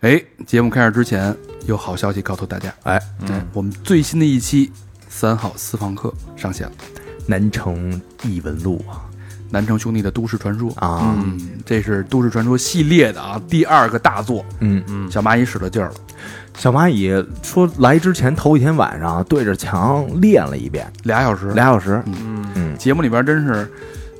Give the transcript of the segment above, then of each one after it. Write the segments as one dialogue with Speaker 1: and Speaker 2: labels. Speaker 1: 哎，节目开始之前有好消息告诉大家，
Speaker 2: 哎，
Speaker 1: 哎，我们最新的一期三好私房课上线了，
Speaker 2: 南城异闻录啊
Speaker 1: 南城兄弟的都市传说
Speaker 2: 啊，
Speaker 1: 嗯，这是都市传说系列的啊第二个大作，
Speaker 2: 嗯嗯，
Speaker 1: 小蚂蚁使了劲儿了，
Speaker 2: 小蚂蚁说来之前头一天晚上对着墙练了一遍，
Speaker 1: 俩小时。
Speaker 2: 俩小时。
Speaker 1: 节目里边真是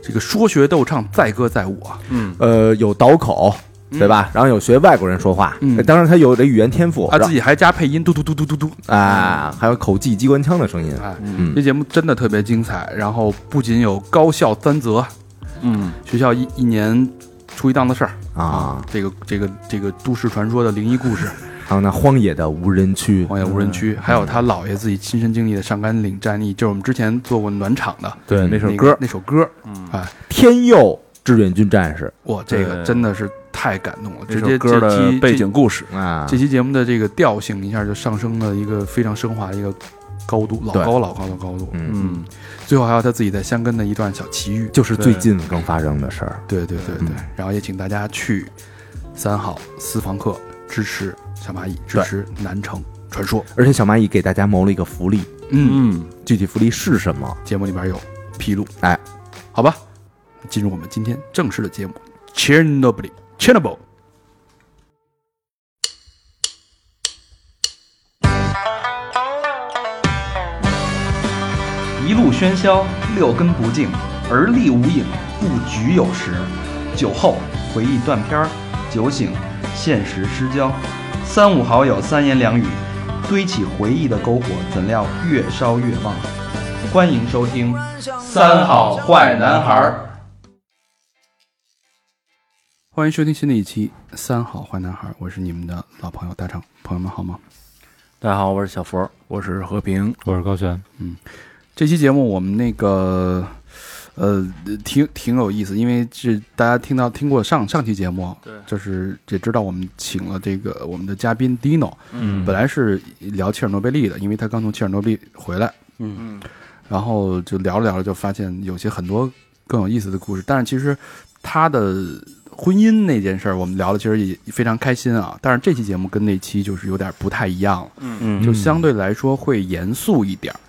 Speaker 1: 这个说学逗唱，载歌载舞啊，
Speaker 2: 呃，有倒口，对吧？然后有学外国人说话，哎
Speaker 1: 嗯
Speaker 2: 当然他有这语言天赋，
Speaker 1: 他自
Speaker 2: 己
Speaker 1: 己还加配音，嘟嘟嘟嘟嘟嘟。
Speaker 2: 啊，还有口技机关枪的声音。
Speaker 1: 哎，
Speaker 2: 嗯
Speaker 1: 这节目真的特别精彩。然后不仅有高校三责，
Speaker 3: 嗯，
Speaker 1: 学校一一年出一档子事儿
Speaker 2: 啊，
Speaker 1: 这个这个这个都市传说的灵异故事，
Speaker 2: 还有那荒野的无人区，
Speaker 1: 荒野无人区，还有他姥爷自己亲身经历的上甘岭战役，就是我们之前做过暖场的
Speaker 2: 对那
Speaker 1: 那
Speaker 2: 首
Speaker 1: 个
Speaker 2: 歌
Speaker 1: 那首歌，
Speaker 3: 嗯
Speaker 2: 《天佑志愿军战士
Speaker 1: 哇，这个
Speaker 3: 对
Speaker 1: 真的是太感动了，
Speaker 3: 这
Speaker 1: 直
Speaker 3: 首
Speaker 1: 接
Speaker 3: 歌
Speaker 1: 这期
Speaker 3: 的背景故事，》
Speaker 2: 啊
Speaker 1: 这，这期节目的这个调性一下就上升了一个非常升华的一个高度，老
Speaker 2: 对
Speaker 1: 高老高的高度。
Speaker 2: 嗯，
Speaker 3: 嗯，
Speaker 1: 最后还有他自己在香根的一段小奇遇。
Speaker 2: 就是最近刚发生的事儿。
Speaker 1: 对对对对，然后也请大家去三好私房课支持小蚂蚁，支
Speaker 2: 对
Speaker 1: 持南城传说。
Speaker 2: 而且小蚂蚁给大家谋了一个福利，
Speaker 1: 嗯，
Speaker 3: 嗯，
Speaker 2: 具体福利是什么？
Speaker 1: 节目里边有披露。
Speaker 2: 哎，
Speaker 1: 好吧，进入我们今天正式的节目，Chernobyl Chernobyl。
Speaker 4: 一路喧嚣，六根不净，而立无影，不局有时。酒后回忆断片儿，酒醒现实失焦。三五好友三言两语，堆起回忆的篝火，怎料越烧越旺。欢迎收听《三好坏男孩儿》。
Speaker 1: 欢迎收听新的一期《三好坏男孩》，我是你们的老朋友大成，朋友们好吗？
Speaker 3: 大家好，我是小佛，我是和平，我是高璇，
Speaker 1: 这期节目我们那个呃挺挺有意思，因为是大家听到听过上上期节目，对，就是也知道我们请了这个我们的嘉宾 Dino，
Speaker 3: 嗯，
Speaker 1: 本来是聊切尔诺贝利的，因为他刚从切尔诺贝利回来，
Speaker 3: 嗯，
Speaker 1: 然后就聊着聊着就发现有些很多更有意思的故事，但是其实他的婚姻那件事儿我们聊的其实也非常开心啊，但是这期节目跟那期就是有点不太一样了，
Speaker 3: 嗯
Speaker 1: 就相对来说会严肃一点儿，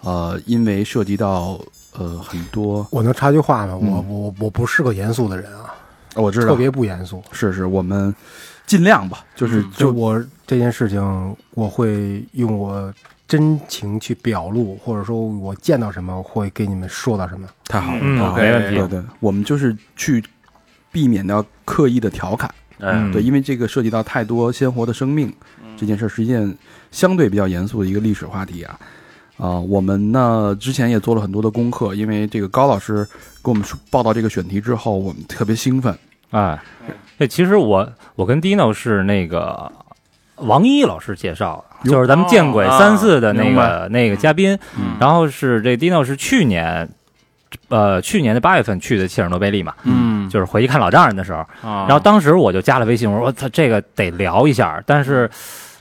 Speaker 1: 呃，因为涉及到呃很多，
Speaker 5: 我能插句话吗？我我我不是个严肃的人啊，
Speaker 1: 哦我知
Speaker 5: 特别不严肃。
Speaker 1: 是是我们尽量吧，就是
Speaker 3: 嗯
Speaker 1: 就
Speaker 5: 就我这件事情，我会用我真情去表露，或者说我见到什么会给你们说到什么。
Speaker 1: 太好了，
Speaker 3: 嗯
Speaker 1: 太好了
Speaker 3: 没问题
Speaker 1: 对对，我们就是去避免掉刻意的调侃，
Speaker 3: 哎，
Speaker 1: 对，因为这个涉及到太多鲜活的生命，
Speaker 3: 嗯
Speaker 1: 这件事儿是一件相对比较严肃的一个历史话题啊。啊、我们呢之前也做了很多的功课，因为这个高老师给我们说报道这个选题之后，我们特别兴奋。
Speaker 6: 哎，哎，其实我我跟 Dino 是那个王一老师介绍的，就是咱们《见鬼三四》的那个、那个嘉宾，
Speaker 3: 嗯
Speaker 6: 然后是这 Dino 是去年。呃，去年的八月份去的切尔诺贝利嘛，
Speaker 3: 嗯，啊
Speaker 6: 就是回去看老丈人的时候，
Speaker 3: 然
Speaker 6: 然后当时我就加了微信，我说我操，这个得聊一下，但是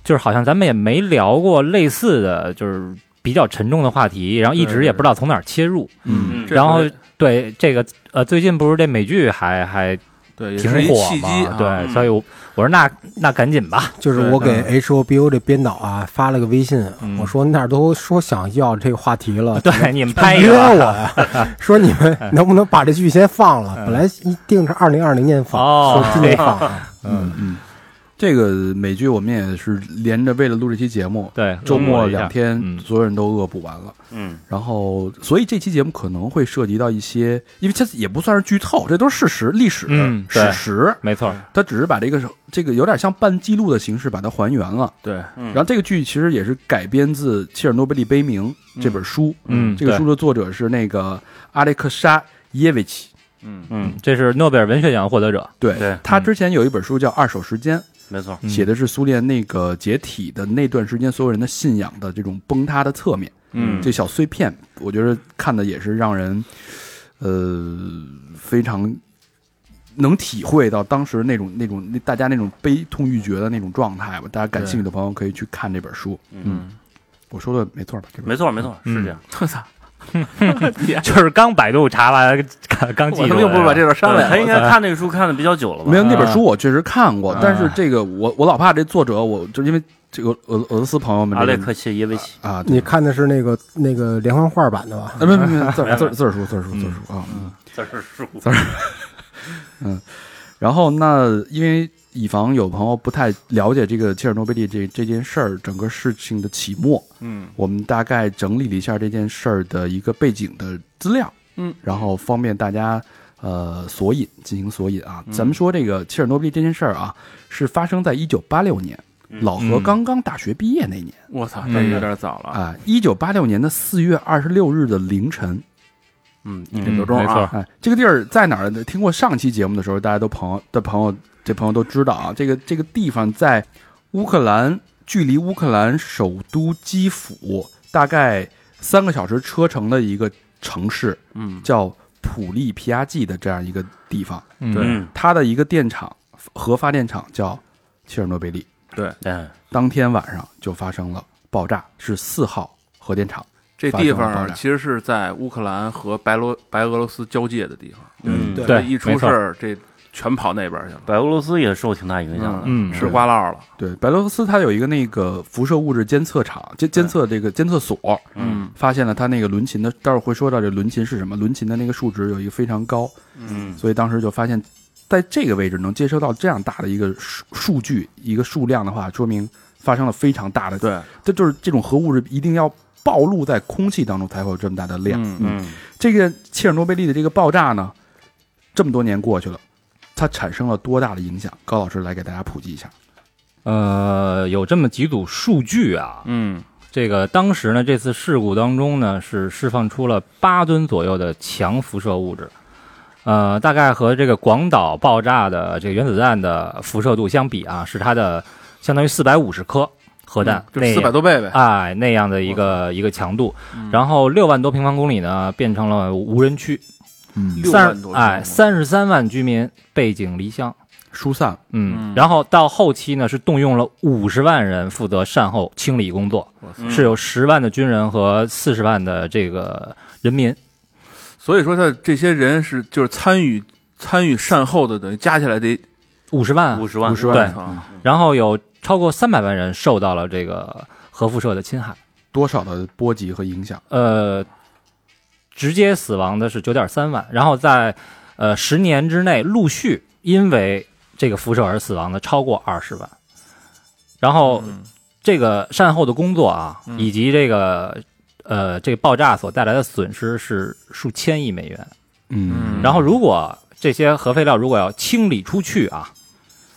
Speaker 6: 就是好像咱们也没聊过类似的，就是比较沉重的话题，然后一直也不知道从哪儿切入。
Speaker 1: 嗯，
Speaker 6: 然后对这个呃，最近不是这美剧还还
Speaker 3: 对，也
Speaker 6: 挺
Speaker 3: 是一
Speaker 6: 火
Speaker 3: 契机啊嗯
Speaker 6: 嘛，，对，所以我我说那那赶紧 吧，
Speaker 5: 就是我给 H O B O 这编导啊发了个微信，我说那儿都说想要这个话题了，
Speaker 6: 对，你们拍 一
Speaker 5: 约我
Speaker 6: 个吧
Speaker 5: 呀， 说你们能不能把这剧先放了？本来一定是二零二零年放，
Speaker 6: 哦
Speaker 5: 说今年放啊。
Speaker 1: 嗯这个美剧我们也是连着为了录这期节目，
Speaker 6: 对，
Speaker 1: 周末
Speaker 6: 嗯
Speaker 1: 两天，
Speaker 6: 嗯
Speaker 1: 所有人都恶补完了。
Speaker 3: 嗯，
Speaker 1: 然后所以这期节目可能会涉及到一些，因为它也不算是剧透，这都是事实、历史、
Speaker 6: 嗯对
Speaker 1: 史实。
Speaker 6: 没错，
Speaker 1: 它只是把这个这个有点像半记录的形式把它还原了。
Speaker 3: 对，
Speaker 1: 然后这个剧其实也是改编自《切尔诺贝利悲鸣》这本书。
Speaker 6: 嗯
Speaker 1: 这个
Speaker 6: 对
Speaker 1: 书的作者是那个阿列克沙耶维奇。
Speaker 3: 嗯，
Speaker 6: 嗯，这是诺贝尔文学奖获得者，
Speaker 1: 对，
Speaker 3: 对
Speaker 6: 嗯
Speaker 1: 他之前有一本书叫《二手时间》，
Speaker 3: 没错，
Speaker 1: 写的是苏联那个解体的那段时间所有人的信仰的这种崩塌的侧面。
Speaker 3: 嗯
Speaker 1: 这小碎片，我觉得看的也是让人，呃，非常能体会到当时那种那种那大家那种悲痛欲绝的那种状态吧。大家感兴趣的朋友可以去看这本书。
Speaker 3: 嗯，
Speaker 1: 我说的没错吧？这本
Speaker 7: 没错，没错，是这样。
Speaker 3: 我操，
Speaker 6: 就是刚百度查完，刚刚记
Speaker 3: 我他
Speaker 6: 住
Speaker 3: 妈
Speaker 6: 的，
Speaker 3: 又不是把这段删了
Speaker 7: 对
Speaker 3: 呀，
Speaker 7: 他应该看那个书看的比较久了吧？
Speaker 1: 没有那本
Speaker 6: 啊
Speaker 1: 书我确实看过，
Speaker 6: 啊
Speaker 1: 但是这个我我老怕这作者，我就因为这个俄俄罗斯朋友们
Speaker 7: 阿
Speaker 3: 啊
Speaker 1: 这个
Speaker 7: 列克谢耶维奇，
Speaker 1: 啊，对
Speaker 5: 你看的是那个那个连环画版的吧？
Speaker 1: 啊，没没没，字儿字儿字儿书字儿书字儿书啊，
Speaker 7: 字儿书，
Speaker 1: 嗯 然后那因为以防有朋友不太了解这个切尔诺贝利这这件事儿，整个事情的起末，
Speaker 3: 嗯，
Speaker 1: 我们大概整理了一下这件事儿的一个背景的资料，
Speaker 3: 嗯，
Speaker 1: 然后方便大家呃索引进行索引啊。
Speaker 3: 嗯
Speaker 1: 咱们说这个切尔诺贝利这件事儿啊，是发生在一九八六年，
Speaker 7: 嗯
Speaker 1: 老何刚刚大学毕业那年
Speaker 3: 我操，
Speaker 6: 嗯
Speaker 3: 这有点早了，
Speaker 1: 啊，一九八六年的四月二十六日的凌晨，
Speaker 3: 嗯，一
Speaker 6: 嗯
Speaker 3: 点多钟
Speaker 6: 没
Speaker 3: 啊，
Speaker 6: 错，
Speaker 1: 哎，这个地儿在哪儿呢？听过上期节目的时候，大家都朋友的朋友，这朋友都知道啊。这个这个地方在乌克兰，距离乌克兰首都基辅大概三个小时车程的一个城市，
Speaker 3: 嗯，
Speaker 1: 叫普利皮亚季的这样一个地方，
Speaker 6: 嗯，
Speaker 7: 嗯，
Speaker 1: 它的一个电厂核发电厂叫切尔诺贝利，
Speaker 3: 哎
Speaker 7: 嗯，
Speaker 1: 当天晚上就发生了爆炸，是四号核电厂。
Speaker 3: 这地
Speaker 1: 发生了爆
Speaker 3: 方啊
Speaker 1: 炸
Speaker 3: 其实是在乌克兰和白罗白俄罗斯交界的地方，
Speaker 7: 嗯
Speaker 5: 对
Speaker 6: 对，
Speaker 3: 一出
Speaker 6: 没
Speaker 3: 事
Speaker 6: 错，
Speaker 3: 儿，这全跑那边去了，
Speaker 7: 白俄罗斯也受挺大影响的，
Speaker 6: 嗯，
Speaker 3: 吃瓜烙了，
Speaker 1: 对，白俄罗斯它有一个那个辐射物质监测厂，监监测这个监测所，
Speaker 3: 嗯
Speaker 1: 发现了它那个伦琴的，待会儿会说到这伦琴是什么，伦琴的那个数值有一个非常高，
Speaker 7: 嗯
Speaker 1: 所以当时就发现，在这个位置能接收到这样大的一个数数据、一个数量的话，说明发生了非常大的，
Speaker 3: 对，
Speaker 1: 这就是这种核物质一定要暴露在空气当中才会有这么大的量。
Speaker 3: 嗯
Speaker 7: 嗯
Speaker 1: 这个切尔诺贝利的这个爆炸呢，这么多年过去了，它产生了多大的影响？高老师来给大家普及一下。
Speaker 6: 呃，有这么几组数据啊，
Speaker 3: 嗯
Speaker 6: 这个当时呢，这次事故当中呢，是释放出了八吨左右的强辐射物质，呃，大概和这个广岛爆炸的这个原子弹的辐射度相比啊，是它的相当于四百五十颗核弹，
Speaker 3: 嗯就
Speaker 6: 那
Speaker 3: 四百多倍嗯呗，
Speaker 6: 哎那样的一个一个强度，然后六万多平方公里呢变成了无人区，
Speaker 1: 嗯，
Speaker 3: 六
Speaker 6: 三
Speaker 3: 万
Speaker 6: 十
Speaker 3: 多，
Speaker 6: 哎三十三万居民背井离乡。
Speaker 1: 疏散
Speaker 6: 嗯
Speaker 3: 嗯，
Speaker 6: 然后到后期呢，是动用了五十万人负责善后清理工作，
Speaker 3: 我操
Speaker 7: 嗯
Speaker 6: 是有十万的军人和四十万的这个人民。
Speaker 3: 所以说他这些人是就是参与参与善后的，等于加起来得
Speaker 6: 五十万啊，
Speaker 7: 五十万，
Speaker 1: 50
Speaker 6: 万嗯
Speaker 3: 我操
Speaker 6: 然后有超过三百万人受到了这个核辐射的侵害，
Speaker 1: 多少的波及和影响？
Speaker 6: 呃，直接死亡的是九点三万，然后在呃十年之内陆续因为这个辐射而死亡的超过二十万，然后
Speaker 3: 嗯
Speaker 6: 这个善后的工作啊，
Speaker 3: 嗯
Speaker 6: 以及这个呃这个爆炸所带来的损失是数千亿美元。
Speaker 3: 嗯
Speaker 6: 然后如果这些核废料如果要清理出去啊，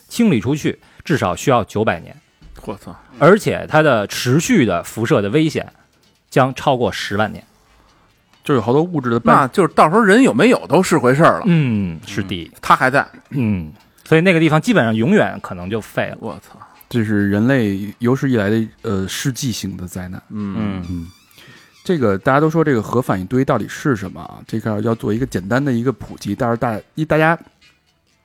Speaker 6: 清理出去至少需要九百年，
Speaker 3: 我操，
Speaker 6: 而且它的持续的辐射的危险将超过十万年。
Speaker 1: 就有好多物质的
Speaker 3: 那
Speaker 1: 半
Speaker 3: 就是到时候人有没有都是回事儿了，
Speaker 6: 嗯，是的，
Speaker 3: 他还在，
Speaker 6: 嗯。所以那个地方基本上永远可能就废了。
Speaker 3: 我操，
Speaker 1: 这是人类有史以来的呃世纪性的灾难。
Speaker 3: 嗯
Speaker 7: 嗯
Speaker 1: 这个大家都说这个核反应堆到底是什么啊？这块儿要做一个简单的一个普及，但是大一大家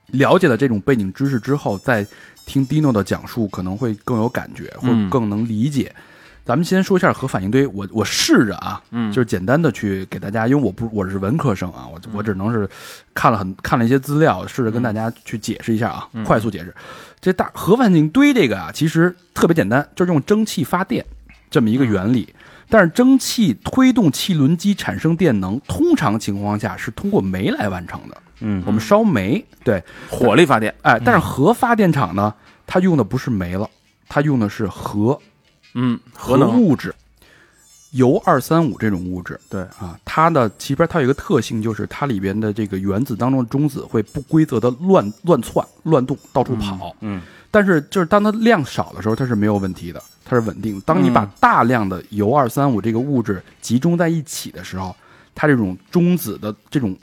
Speaker 1: 了解了这种背景知识之后，再听 Dino 的讲述可能会更有感觉，或者
Speaker 3: 嗯
Speaker 1: 更能理解。咱们先说一下核反应堆，我我试着啊，
Speaker 3: 嗯
Speaker 1: 就是简单的去给大家，因为我不我是文科生啊，我我只能是看了很看了一些资料，试着跟大家去解释一下
Speaker 3: 嗯
Speaker 1: 啊，快速解释。这大核反应堆这个啊，其实特别简单，就是用蒸汽发电这么一个
Speaker 3: 嗯
Speaker 1: 原理。但是蒸汽推动汽轮机产生电能，通常情况下是通过煤来完成的。我
Speaker 7: 嗯
Speaker 1: 们烧煤，对，
Speaker 3: 火力发电，
Speaker 1: 哎，但是核发电厂呢，它用的不是煤了，它用的是核
Speaker 3: 嗯，核
Speaker 1: 核
Speaker 3: 能
Speaker 1: 物质，铀二三五这种物质。
Speaker 3: 对
Speaker 1: 啊，它的其边它有一个特性，就是它里边的这个原子当中的中子会不规则的乱乱窜、乱动，到处跑。
Speaker 7: 嗯
Speaker 1: 但是就是当它量少的时候，它是没有问题的，它是稳定的。当你把
Speaker 3: 嗯
Speaker 1: 大量的铀二三五这个物质集中在一起的时候，它这种中子的这种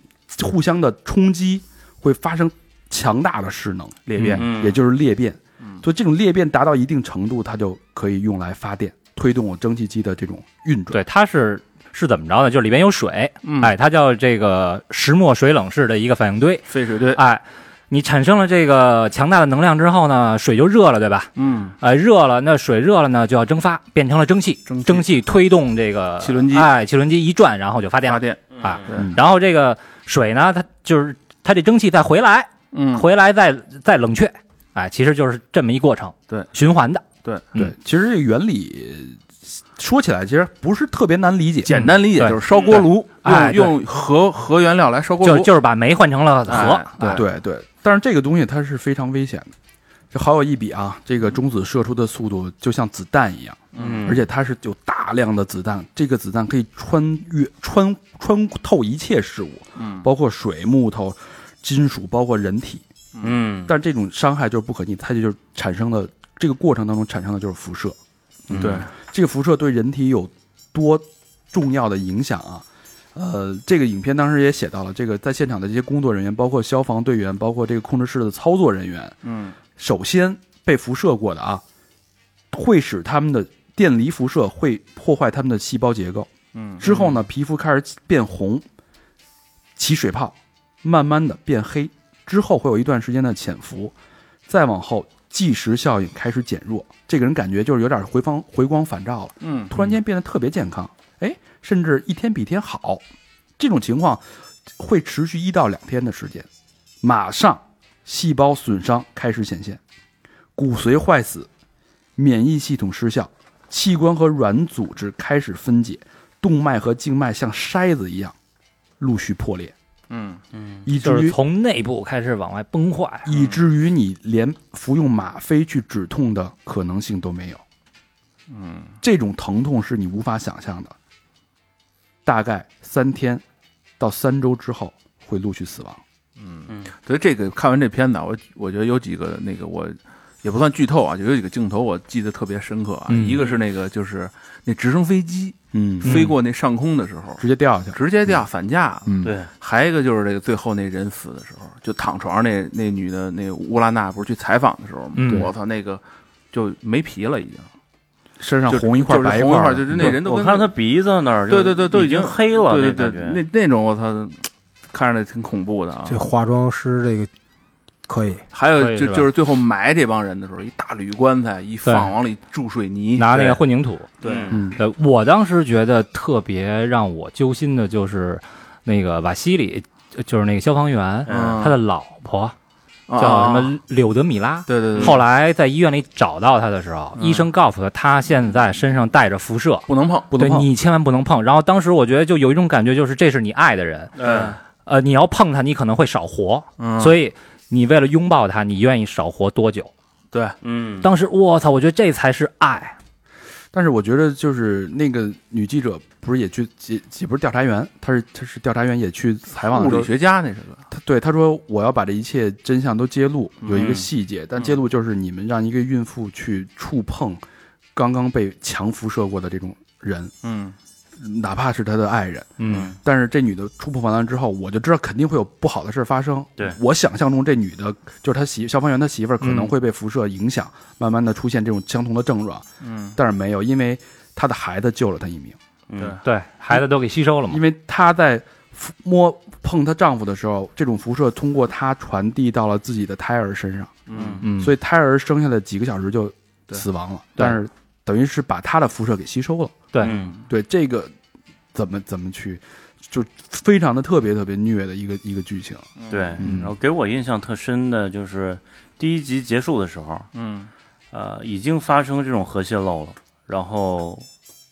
Speaker 1: 互相的冲击会发生强大的势能裂变，
Speaker 7: 嗯
Speaker 1: 也就是裂变。所以这种裂变达到一定程度，它就可以用来发电，推动我蒸汽机的这种运转。
Speaker 6: 对，它是是怎么着呢？就是里边有水，哎
Speaker 3: 嗯
Speaker 6: 哎，它叫这个石墨水冷式的一个反应堆，
Speaker 3: 废水堆，
Speaker 6: 哎，你产生了这个强大的能量之后呢，水就热了，对吧？
Speaker 3: 嗯，
Speaker 6: 呃，热了，那水热了呢，就要蒸发，变成了蒸汽，
Speaker 3: 蒸汽
Speaker 6: 蒸汽推动这个
Speaker 3: 汽轮机
Speaker 6: 哎，汽轮机一转，然后就发电
Speaker 3: 发
Speaker 6: 了
Speaker 3: 电，
Speaker 6: 啊。
Speaker 3: 对
Speaker 1: 嗯
Speaker 6: 然后这个水呢，它就是它这蒸汽再回来，
Speaker 3: 嗯，
Speaker 6: 回来再再冷却，哎，其实就是这么一过程，
Speaker 3: 对，
Speaker 6: 循环的，
Speaker 1: 对，其实这个原理说起来其实不是特别难理解，
Speaker 3: 简单理解
Speaker 6: 对
Speaker 3: 就是烧锅炉，
Speaker 6: 嗯哎
Speaker 3: 用用核核原料来烧锅
Speaker 6: 就
Speaker 3: 炉，
Speaker 6: 就是把煤换成了核，啊
Speaker 3: 哎对
Speaker 1: 对对，但是这个东西它是非常危险的。这好友一比啊，这个中子射出的速度就像子弹一样，
Speaker 7: 嗯，
Speaker 1: 而且它是有大量的子弹，这个子弹可以穿越穿穿透一切事物，
Speaker 3: 嗯
Speaker 1: 包括水、木头、金属，包括人体。
Speaker 7: 嗯，
Speaker 1: 但这种伤害就是不可逆，它就是产生的这个过程当中产生的就是辐射。
Speaker 7: 嗯
Speaker 3: 对，
Speaker 1: 这个辐射对人体有多重要的影响啊？呃，这个影片当时也写到了，这个在现场的这些工作人员，包括消防队员，包括这个控制室的操作人员，
Speaker 3: 嗯
Speaker 1: 首先被辐射过的啊，会使他们的电离辐射会破坏他们的细胞结构。
Speaker 3: 嗯，
Speaker 1: 之后呢，皮肤开始变红，起水泡，慢慢的变黑，之后会有一段时间的潜伏，再往后计时效应开始减弱，这个人感觉就是有点回光回光返照了，
Speaker 3: 嗯
Speaker 1: 突然间变得特别健康，哎，甚至一天比一天好，这种情况会持续一到两天的时间，马上细胞损伤开始显现，骨髓坏死，免疫系统失效，器官和软组织开始分解，动脉和静脉像筛子一样陆续破裂，
Speaker 3: 嗯
Speaker 7: 嗯
Speaker 1: 以
Speaker 6: 就
Speaker 1: 至
Speaker 6: 是
Speaker 1: 于
Speaker 6: 从内部开始往外崩坏，
Speaker 1: 以至于你连服用吗啡去止痛的可能性都没有。
Speaker 3: 嗯，
Speaker 1: 这种疼痛是你无法想象的，大概三天到三周之后会陆续死亡。
Speaker 7: 嗯
Speaker 3: 所以这个看完这片子啊，我我觉得有几个那个我也不算剧透啊，就有几个镜头我记得特别深刻啊。
Speaker 6: 嗯
Speaker 3: 一个是那个就是那直升飞机
Speaker 1: 嗯
Speaker 3: 飞过那上空的时候，
Speaker 1: 直接掉下去了。
Speaker 3: 直接掉反架。
Speaker 1: 嗯，
Speaker 7: 对，
Speaker 3: 还有一个就是这个最后那人死的时候，就躺床上那那女的那乌拉娜不是去采访的时候吗？
Speaker 6: 嗯
Speaker 3: 我操，那个就没皮了已经，
Speaker 1: 身上
Speaker 3: 就
Speaker 1: 红一块
Speaker 3: 就是
Speaker 1: 白
Speaker 3: 红
Speaker 1: 块
Speaker 3: 块，
Speaker 1: 儿，
Speaker 3: 就是那人都
Speaker 7: 我
Speaker 3: 跟
Speaker 7: 看他鼻子那儿就，
Speaker 3: 对对对，都
Speaker 7: 已
Speaker 3: 经
Speaker 7: 黑了，
Speaker 3: 对对
Speaker 7: 那感
Speaker 3: 对，
Speaker 7: 觉，
Speaker 3: 那那种我操，看着挺恐怖的啊。
Speaker 5: 这化妆师这个可以，
Speaker 3: 还
Speaker 6: 可
Speaker 3: 有
Speaker 6: 以
Speaker 3: 就是
Speaker 6: 吧
Speaker 3: 就是最后埋这帮人的时候，一大铝棺材一放，往里注水泥，
Speaker 6: 拿那
Speaker 3: 对
Speaker 6: 个混凝土，
Speaker 3: 对，
Speaker 1: 嗯
Speaker 6: 呃，我当时觉得特别让我揪心的就是那个瓦西里，呃就是那个消防员，
Speaker 3: 嗯
Speaker 6: 他的老婆
Speaker 3: 啊
Speaker 6: 叫什？么柳德米拉。
Speaker 3: 对对对，
Speaker 6: 后来在医院里找到他的时候，
Speaker 3: 嗯
Speaker 6: 医生告诉他，他现在身上带着辐射，
Speaker 3: 不能碰，
Speaker 1: 不能
Speaker 6: 对
Speaker 1: 碰。
Speaker 6: 你千万不能碰。然后当时我觉得就有一种感觉，就是这是你爱的人，
Speaker 3: 嗯
Speaker 6: 呃，你要碰他，你可能会少活，
Speaker 3: 嗯，以
Speaker 6: 所以你为了拥抱他，你愿意少活多久？
Speaker 3: 对，
Speaker 7: 嗯，
Speaker 6: 当时我操，我觉得这才是爱。
Speaker 1: 但是我觉得就是那个女记者不是也去也也不是调查员，她是她是调查员也去采访
Speaker 3: 物
Speaker 1: 的时
Speaker 3: 理
Speaker 1: 候，
Speaker 3: 学家那是个，
Speaker 1: 她对她说我要把这一切真相都揭露，有一个
Speaker 7: 嗯
Speaker 1: 细节，但揭露就是你们让一个孕妇去触碰刚刚被强辐射过的这种人，
Speaker 3: 嗯
Speaker 1: 哪怕是她的爱人。
Speaker 7: 嗯
Speaker 1: 但是这女的触碰完了之后，我就知道肯定会有不好的事儿发生。
Speaker 7: 对
Speaker 1: 我想象中这女的，就是她媳消防员她媳妇儿可能
Speaker 6: 嗯
Speaker 1: 会被辐射影响，慢慢的出现这种相同的症状，
Speaker 3: 嗯
Speaker 1: 但是没有，因为她的孩子救了她一命，
Speaker 7: 嗯
Speaker 6: 对，孩子都给吸收了嘛
Speaker 1: 因。为她在抚摸碰她丈夫的时候，这种辐射通过她传递到了自己的胎儿身上，
Speaker 3: 嗯
Speaker 6: 嗯，
Speaker 1: 所以胎儿生下来几个小时就
Speaker 3: 对
Speaker 1: 死亡了，
Speaker 6: 对
Speaker 1: 但是等于是把她的辐射给吸收了。
Speaker 6: 对
Speaker 7: 嗯
Speaker 1: 对这个怎么怎么去，就非常的特别特别虐的一个一个剧情。
Speaker 7: 对，
Speaker 1: 嗯
Speaker 7: 然后给我印象特深的就是第一集结束的时候，
Speaker 3: 嗯
Speaker 7: 呃，已经发生这种核泄漏了，然后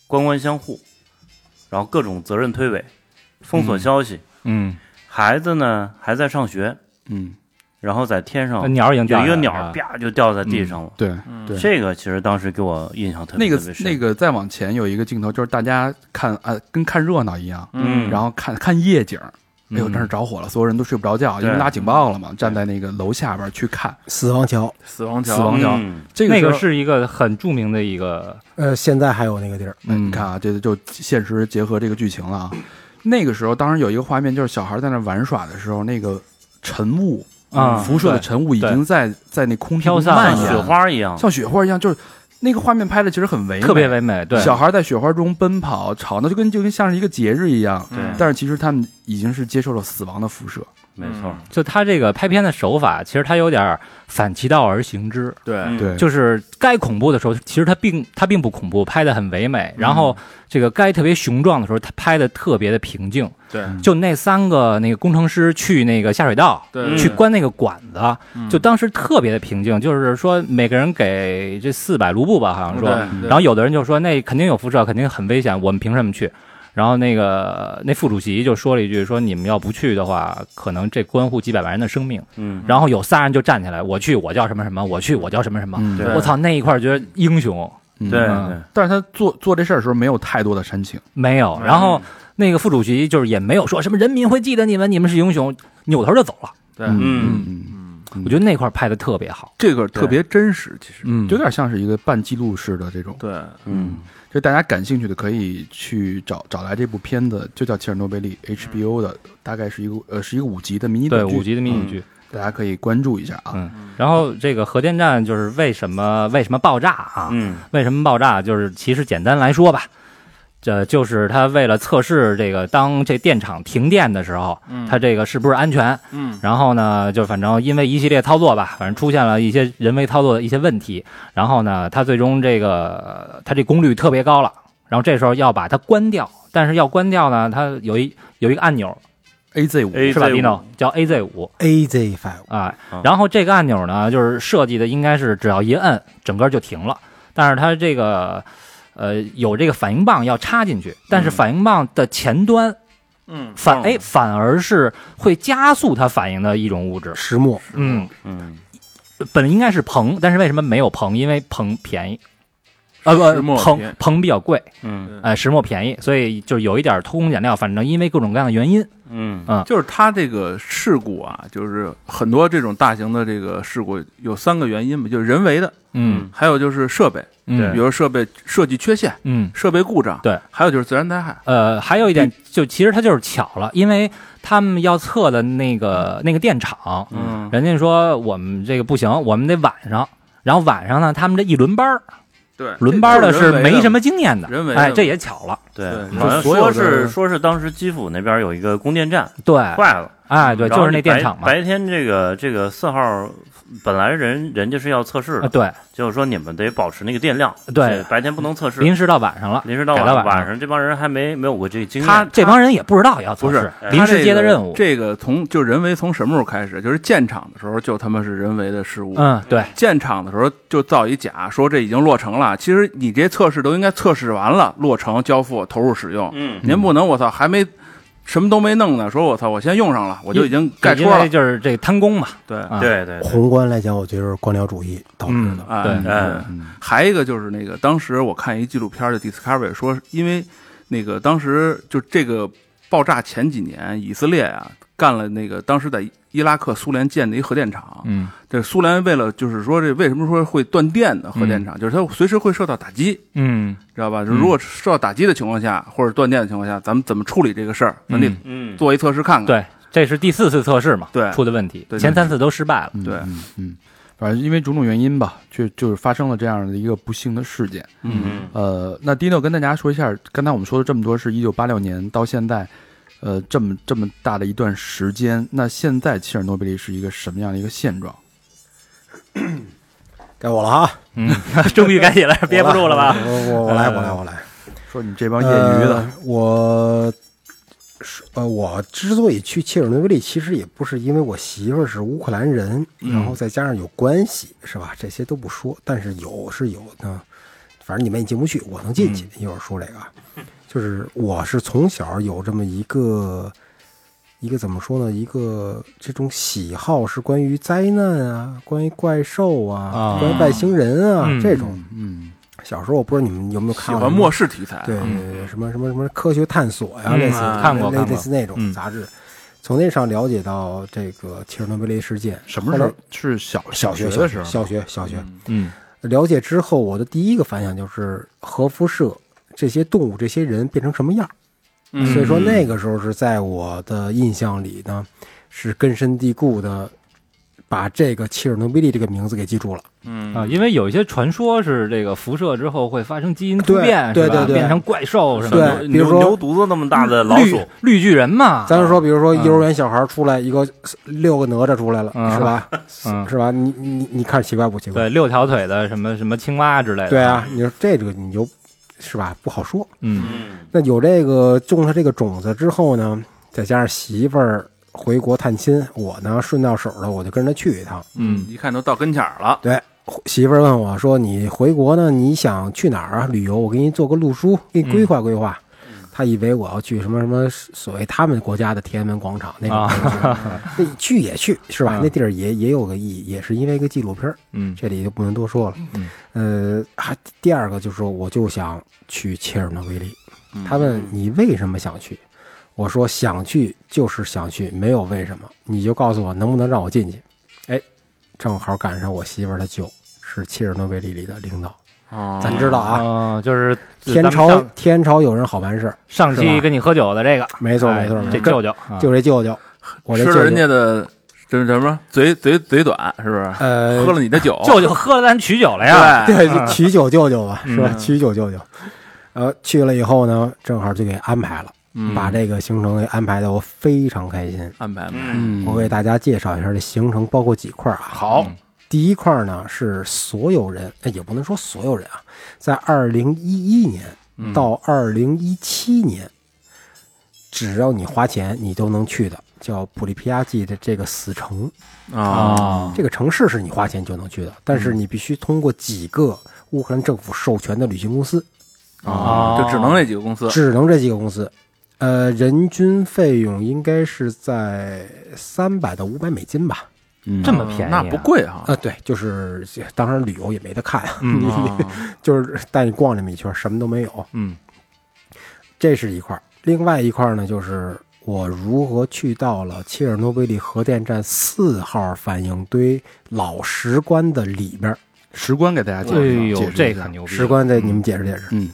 Speaker 7: 官官相护，然后各种责任推诿，封锁消息，
Speaker 6: 嗯，
Speaker 7: 孩子呢还在上学，
Speaker 1: 嗯，
Speaker 7: 然后在天上
Speaker 6: 那鸟已经掉下
Speaker 7: 有一
Speaker 6: 来
Speaker 7: 个
Speaker 6: 了
Speaker 7: 鸟
Speaker 6: 啊
Speaker 7: 儿啪就掉在地上了。
Speaker 1: 对，
Speaker 3: 嗯，
Speaker 1: 对
Speaker 7: 这个其实当时给我印象特
Speaker 1: 那
Speaker 7: 别
Speaker 1: 个
Speaker 7: 特别深。
Speaker 1: 那个再往前有一个镜头，就是大家看啊，跟看热闹一样，
Speaker 7: 嗯，
Speaker 1: 然后看看夜景。哎呦，
Speaker 6: 嗯
Speaker 1: 那儿着火了，所有人都睡不着觉，因为
Speaker 7: 对
Speaker 1: 拉警报了嘛。站在那个楼下边去看，
Speaker 5: 死亡桥，
Speaker 3: 死亡桥，
Speaker 1: 死亡桥
Speaker 7: 嗯
Speaker 1: 这
Speaker 6: 那
Speaker 1: 时候
Speaker 6: 个是一个很著名的一个，
Speaker 5: 呃，现在还有那个地儿，
Speaker 1: 哎你看啊，这就现实结合这个剧情了啊。那个时候，当时有一个画面，就是小孩在那玩耍的时候，那个尘雾
Speaker 6: 啊
Speaker 1: 辐射的
Speaker 6: 对
Speaker 1: 尘雾已
Speaker 6: 对
Speaker 1: 经在在那空气
Speaker 6: 飘
Speaker 1: 中
Speaker 6: 散
Speaker 1: 蔓
Speaker 7: 像
Speaker 6: 了
Speaker 1: 延
Speaker 7: 雪
Speaker 1: 了，
Speaker 7: 花一样，
Speaker 1: 像雪花一样，就是那个画面拍的其实很唯美，
Speaker 6: 特别唯美，对，
Speaker 1: 小孩在雪花中奔跑、吵闹，就跟就跟像是一个节日一样。
Speaker 7: 对
Speaker 1: 但是其实他们已经是接受了死亡的辐射，
Speaker 7: 没错，
Speaker 6: 就他这个拍片的手法，其实他有点儿反其道而行之，
Speaker 3: 对，
Speaker 1: 对，
Speaker 6: 就是该恐怖的时候，其实他并他并不恐怖，拍的很唯美。
Speaker 3: 嗯
Speaker 6: 然后这个该特别雄壮的时候，他拍的特别的平静。
Speaker 3: 对，
Speaker 6: 就那三个那个工程师去那个下水道，
Speaker 3: 对，
Speaker 6: 去
Speaker 3: 对
Speaker 6: 关那个管子，
Speaker 3: 嗯
Speaker 6: 就当时特别的平静，就是说每个人给这四百卢布吧，好像说，嗯
Speaker 3: 对对
Speaker 6: 然后有的人就说那肯定有辐射，肯定很危险，我们凭什么去？然后那个那副主席就说了一句，说你们要不去的话，可能这关乎几百万人的生命。
Speaker 7: 嗯，
Speaker 6: 然后有仨人就站起来，我去，我叫什么什么，我去，我叫什么什么。
Speaker 1: 嗯，
Speaker 7: 对
Speaker 6: 我操，那一块儿觉得英雄
Speaker 1: 嗯
Speaker 7: 对
Speaker 6: 嗯
Speaker 7: 对，
Speaker 1: 但是他做做这事儿的时候没有太多的煽情，
Speaker 6: 没有，
Speaker 3: 嗯
Speaker 6: 然后那个副主席就是也没有说什么人民会记得你们，你们是英雄，扭头就走了。
Speaker 3: 对，
Speaker 1: 嗯
Speaker 7: 嗯
Speaker 1: 嗯，
Speaker 3: 嗯，
Speaker 6: 我觉得那块儿拍的特别好。
Speaker 3: 这个特别真实，其实，
Speaker 6: 嗯
Speaker 1: 有点像是一个半记录式的这种，
Speaker 3: 对，
Speaker 7: 嗯，
Speaker 1: 就大家感兴趣的可以去找找来这部片子，就叫《切尔诺贝利》，HBO 的，大概是一个呃是一个五集的迷你
Speaker 6: 对
Speaker 1: 短剧
Speaker 6: 五集的迷你剧，
Speaker 1: 大家可以关注一下啊。
Speaker 6: 嗯，然后这个核电站就是为什么为什么爆炸啊？
Speaker 7: 嗯
Speaker 6: 为什么爆炸？就是其实简单来说吧，这就是他为了测试这个当这电厂停电的时候，
Speaker 3: 嗯
Speaker 6: 它这个是不是安全？
Speaker 3: 嗯，
Speaker 6: 然后呢，就反正因为一系列操作吧，反正出现了一些人为操作的一些问题。然后呢，它最终这个它这功率特别高了，然后这时候要把它关掉，但是要关掉呢，它有一有一个按钮
Speaker 1: AZ 五，
Speaker 7: ，A
Speaker 6: 是吧
Speaker 7: Z
Speaker 6: ，Dino 叫 AZ 五。
Speaker 5: AZ Five
Speaker 6: 啊
Speaker 7: 啊，
Speaker 6: 然后这个按钮呢，就是设计的应该是只要一摁，整个就停了。但是它这个呃有这个反应棒要插进去，但是反应棒的前端
Speaker 3: 嗯，
Speaker 6: 反
Speaker 7: 嗯
Speaker 6: 哎反而是会加速它反应的一种物质。
Speaker 5: 石墨，
Speaker 6: 嗯，
Speaker 7: 嗯，
Speaker 6: 本应该是硼，但是为什么没有硼？因为硼便宜。啊不，
Speaker 3: 石墨便宜
Speaker 6: 硼硼比较贵，
Speaker 7: 嗯
Speaker 6: 呃，石墨便宜，所以就是有一点偷工减料，反正因为各种各样的原因，
Speaker 7: 嗯
Speaker 3: 就是它这个事故啊，就是很多这种大型的这个事故有三个原因吧，就是人为的，
Speaker 6: 嗯
Speaker 3: 还有就是设备，比
Speaker 6: 嗯
Speaker 3: 如设备设计缺陷、
Speaker 6: 嗯，
Speaker 3: 设备故障，
Speaker 6: 对，
Speaker 3: 还有就是自然灾害，
Speaker 6: 呃，还有一点，就其实它就是巧了，因为他们要测的那个那个电厂，
Speaker 3: 嗯，
Speaker 6: 人家说我们这个不行，我们得晚上。然后晚上呢，他们这一轮班儿，
Speaker 3: 对，
Speaker 6: 轮班儿的
Speaker 3: 这就是人为
Speaker 6: 没什么经验的，
Speaker 3: 人为的
Speaker 6: 哎，这也巧了，
Speaker 7: 对，
Speaker 3: 对
Speaker 7: 好像
Speaker 1: 所有
Speaker 7: 说
Speaker 1: 的
Speaker 7: 是说是当时基辅那边有一个供电站
Speaker 6: 对，
Speaker 7: 坏了，
Speaker 6: 哎，对，
Speaker 7: 然后
Speaker 6: 就是那
Speaker 7: 白
Speaker 6: 电厂嘛，
Speaker 7: 白天这个这个四号本来人人家是要测试
Speaker 6: 啊，
Speaker 7: 的，
Speaker 6: 对，
Speaker 7: 就是说你们得保持那个电量，
Speaker 6: 呃对
Speaker 7: 白天不能测试，
Speaker 6: 临时到晚上了，
Speaker 7: 临时到
Speaker 6: 改到晚
Speaker 7: 晚上这帮人还没没有过这个经验，
Speaker 6: 他这帮人也不知道要测
Speaker 3: 不
Speaker 6: 试
Speaker 3: 是，
Speaker 6: 临时接的任务，
Speaker 3: 这个从就人为从什么时候开始？就是建厂的时候就他妈是人为的失误。
Speaker 6: 嗯，对，
Speaker 3: 建厂的时候就造一假，说这已经落成了。其实你这测试都应该测试完了，落成、交付、投入使用。
Speaker 7: 嗯
Speaker 3: 您不能我操还没什么都没弄呢，说我操我先用上了，我就已经盖
Speaker 6: 因
Speaker 3: 戳了
Speaker 6: 为。就是这贪功嘛，
Speaker 3: 对，
Speaker 6: 啊
Speaker 7: 对对，对
Speaker 5: 宏观来讲，我觉得是官僚主义导致的。
Speaker 3: 哎
Speaker 6: 对
Speaker 7: 哎
Speaker 3: 还一个就是那个，当时我看一纪录片儿的 Discovery 说，因为那个当时就这个爆炸前几年，以色列啊干了那个当时在伊拉克苏联建的一核电厂，
Speaker 6: 嗯，
Speaker 3: 这苏联为了就是说这为什么说会断电呢？核电厂、就是它随时会受到打击，
Speaker 6: 嗯，
Speaker 3: 知道吧？就是如果受到打击的情况下，或者断电的情况下，咱们怎么处理这个事儿？咱得
Speaker 6: 嗯
Speaker 7: 嗯，
Speaker 3: 做一测试看看。
Speaker 6: 对，这是第四次测试嘛，
Speaker 3: 对
Speaker 6: 出的问题
Speaker 3: 对，
Speaker 6: 前三次都失败了，
Speaker 1: 嗯
Speaker 3: 对
Speaker 1: 嗯嗯，反正因为种种原因吧，就就是发生了这样的一个不幸的事件。
Speaker 3: 嗯，
Speaker 1: 呃，那 Dino 跟大家说一下，刚才我们说的这么多，是一九八六年到现在，呃，这么这么大的一段时间。那现在切尔诺贝利是一个什么样的一个现状？
Speaker 5: 该我了啊，
Speaker 6: 嗯， 终于该起来， 憋不住了吧？
Speaker 5: 我我我来，我来，我来。
Speaker 1: 呃说你这帮业余的，
Speaker 5: 呃我是呃，我之所以去切尔诺贝利，其实也不是因为我媳妇儿是乌克兰人，
Speaker 1: 嗯
Speaker 5: 然后再加上有关系，是吧？这些都不说，但是有是有呢，反正你们也进不去，我能进去。
Speaker 1: 嗯
Speaker 5: 一会儿说这个啊，就是我是从小有这么一个。一个怎么说呢？一个这种喜好是关于灾难啊，关于怪兽啊，
Speaker 6: 啊
Speaker 5: 关于外星人啊、
Speaker 6: 嗯
Speaker 5: 这种。
Speaker 1: 嗯，
Speaker 5: 小时候我不知道你们有没有
Speaker 3: 喜
Speaker 5: 看过
Speaker 3: 欢啊
Speaker 5: 什么
Speaker 3: 末世题材，
Speaker 5: 对，什么什么什么科学探索呀，
Speaker 6: 嗯
Speaker 5: 类似
Speaker 6: 啊看过
Speaker 5: 类
Speaker 6: 看过
Speaker 5: 类似那种
Speaker 6: 嗯
Speaker 5: 杂志，从那上了解到这个切尔诺贝利事件。
Speaker 1: 什么时候
Speaker 5: 后来？
Speaker 1: 是小
Speaker 5: 小
Speaker 1: 学
Speaker 5: 学
Speaker 1: 的时候？
Speaker 5: 小学小学
Speaker 6: 嗯
Speaker 5: 了解之后，我的第一个反响就是核辐射这些动物、这些人变成什么样儿。
Speaker 3: 嗯
Speaker 5: 所以说那个时候是在我的印象里呢，是根深蒂固的把这个切尔诺贝利这个名字给记住了。
Speaker 3: 嗯
Speaker 6: 啊，因为有一些传说是这个辐射之后会发生基因突
Speaker 5: 对
Speaker 6: 变，
Speaker 5: 对
Speaker 6: 是吧
Speaker 5: 对对
Speaker 6: 变成怪兽什么的，
Speaker 5: 对比如说
Speaker 7: 牛犊子那么大的老鼠
Speaker 6: 嗯绿，绿巨人嘛，
Speaker 5: 咱就说，比如说幼儿园小孩出来一个六个哪吒出来了，
Speaker 6: 嗯
Speaker 5: 是吧？
Speaker 6: 嗯，
Speaker 5: 是吧？你你你看着奇怪不奇怪？
Speaker 6: 对，六条腿的什么什么青蛙之类的，
Speaker 5: 对，啊，你说这个你就是吧不好说。
Speaker 6: 嗯
Speaker 7: 嗯，
Speaker 5: 那有这个种了这个种子之后呢，再加上媳妇儿回国探亲，我呢顺到手了，我就跟着去一趟。
Speaker 6: 嗯
Speaker 3: 一看都到跟前儿了，
Speaker 5: 对，媳妇儿问我说：“你回国呢？你想去哪儿啊？旅游？我给你做个路书，给
Speaker 6: 嗯
Speaker 5: 你规划规划。他以为我要去什么什么所谓他们国家的天安门广场那
Speaker 6: 啊
Speaker 5: 个地方，那去也去是吧？
Speaker 6: 嗯
Speaker 5: 那地儿也也有个意义，也是因为一个纪录片儿，
Speaker 6: 嗯
Speaker 5: 这里就不能多说了。呃，还第二个就是说，我就想去切尔诺贝利。他问你为什么想去，我说想去就是想去，没有为什么。你就告诉我能不能让我进去。哎，正好赶上我媳妇儿她舅是切尔诺贝利里的领导，
Speaker 6: 嗯
Speaker 3: 哦
Speaker 5: 咱知道啊，
Speaker 6: 啊，就是咱
Speaker 5: 天
Speaker 6: 们
Speaker 5: 朝
Speaker 6: 上
Speaker 5: 天朝有人好办事儿，
Speaker 6: 上
Speaker 5: 是
Speaker 6: 期
Speaker 5: 吧
Speaker 6: 跟你喝酒的这个，
Speaker 5: 没错
Speaker 6: 哎
Speaker 5: 没错没
Speaker 6: 这
Speaker 5: 错，
Speaker 6: 舅舅啊
Speaker 5: 就这舅舅，我这
Speaker 3: 吃
Speaker 5: 舅
Speaker 3: 了人
Speaker 5: 舅
Speaker 3: 家的这什么嘴嘴嘴短是不是？
Speaker 5: 呃
Speaker 3: 喝了你的酒，
Speaker 6: 舅舅喝了咱取酒了呀，
Speaker 3: 对，
Speaker 5: 对，就取酒舅舅吧，是吧
Speaker 3: 嗯？
Speaker 5: 取酒舅舅。呃，去了以后呢，正好就给安排了，
Speaker 3: 嗯
Speaker 5: 把这个行程给安排的我非常开心。
Speaker 3: 安排嘛，
Speaker 7: 嗯
Speaker 5: 我给大家介绍一下这行程包括几块儿啊。
Speaker 3: 好，
Speaker 5: 第一块儿呢是所有人，哎也不能说所有人啊，在二零一一年到
Speaker 3: 嗯
Speaker 5: 二零一七年，只要你花钱，你都能去的，叫普利皮亚季的这个死城。
Speaker 3: 啊，
Speaker 5: 这个城市是你花钱就能去的，但是你必须通过几个乌克兰政府授权的旅行公司，啊
Speaker 6: 哦
Speaker 3: 就只能这几个公司，
Speaker 5: 只能这几个公司。呃，人均费用应该是在三百到五百美金吧。
Speaker 6: 这么便宜
Speaker 3: 那
Speaker 6: 啊，
Speaker 3: 不贵哈
Speaker 1: 嗯哎
Speaker 5: 啊、，对，就是当然旅游也没得看，
Speaker 6: 嗯
Speaker 3: 啊
Speaker 5: 就是带你逛这么一圈，什么都没有。
Speaker 6: 嗯，
Speaker 5: 这是一块儿。另外一块儿呢，就是我如何去到了切尔诺贝利核电站四号反应堆老石棺的里边儿。
Speaker 1: 石棺给大家
Speaker 6: 哎
Speaker 1: 介绍一下，
Speaker 6: 呦，
Speaker 1: 解释
Speaker 6: 这
Speaker 1: 一下
Speaker 6: 可牛逼了，
Speaker 5: 石棺，再你们解释解释。
Speaker 1: 嗯，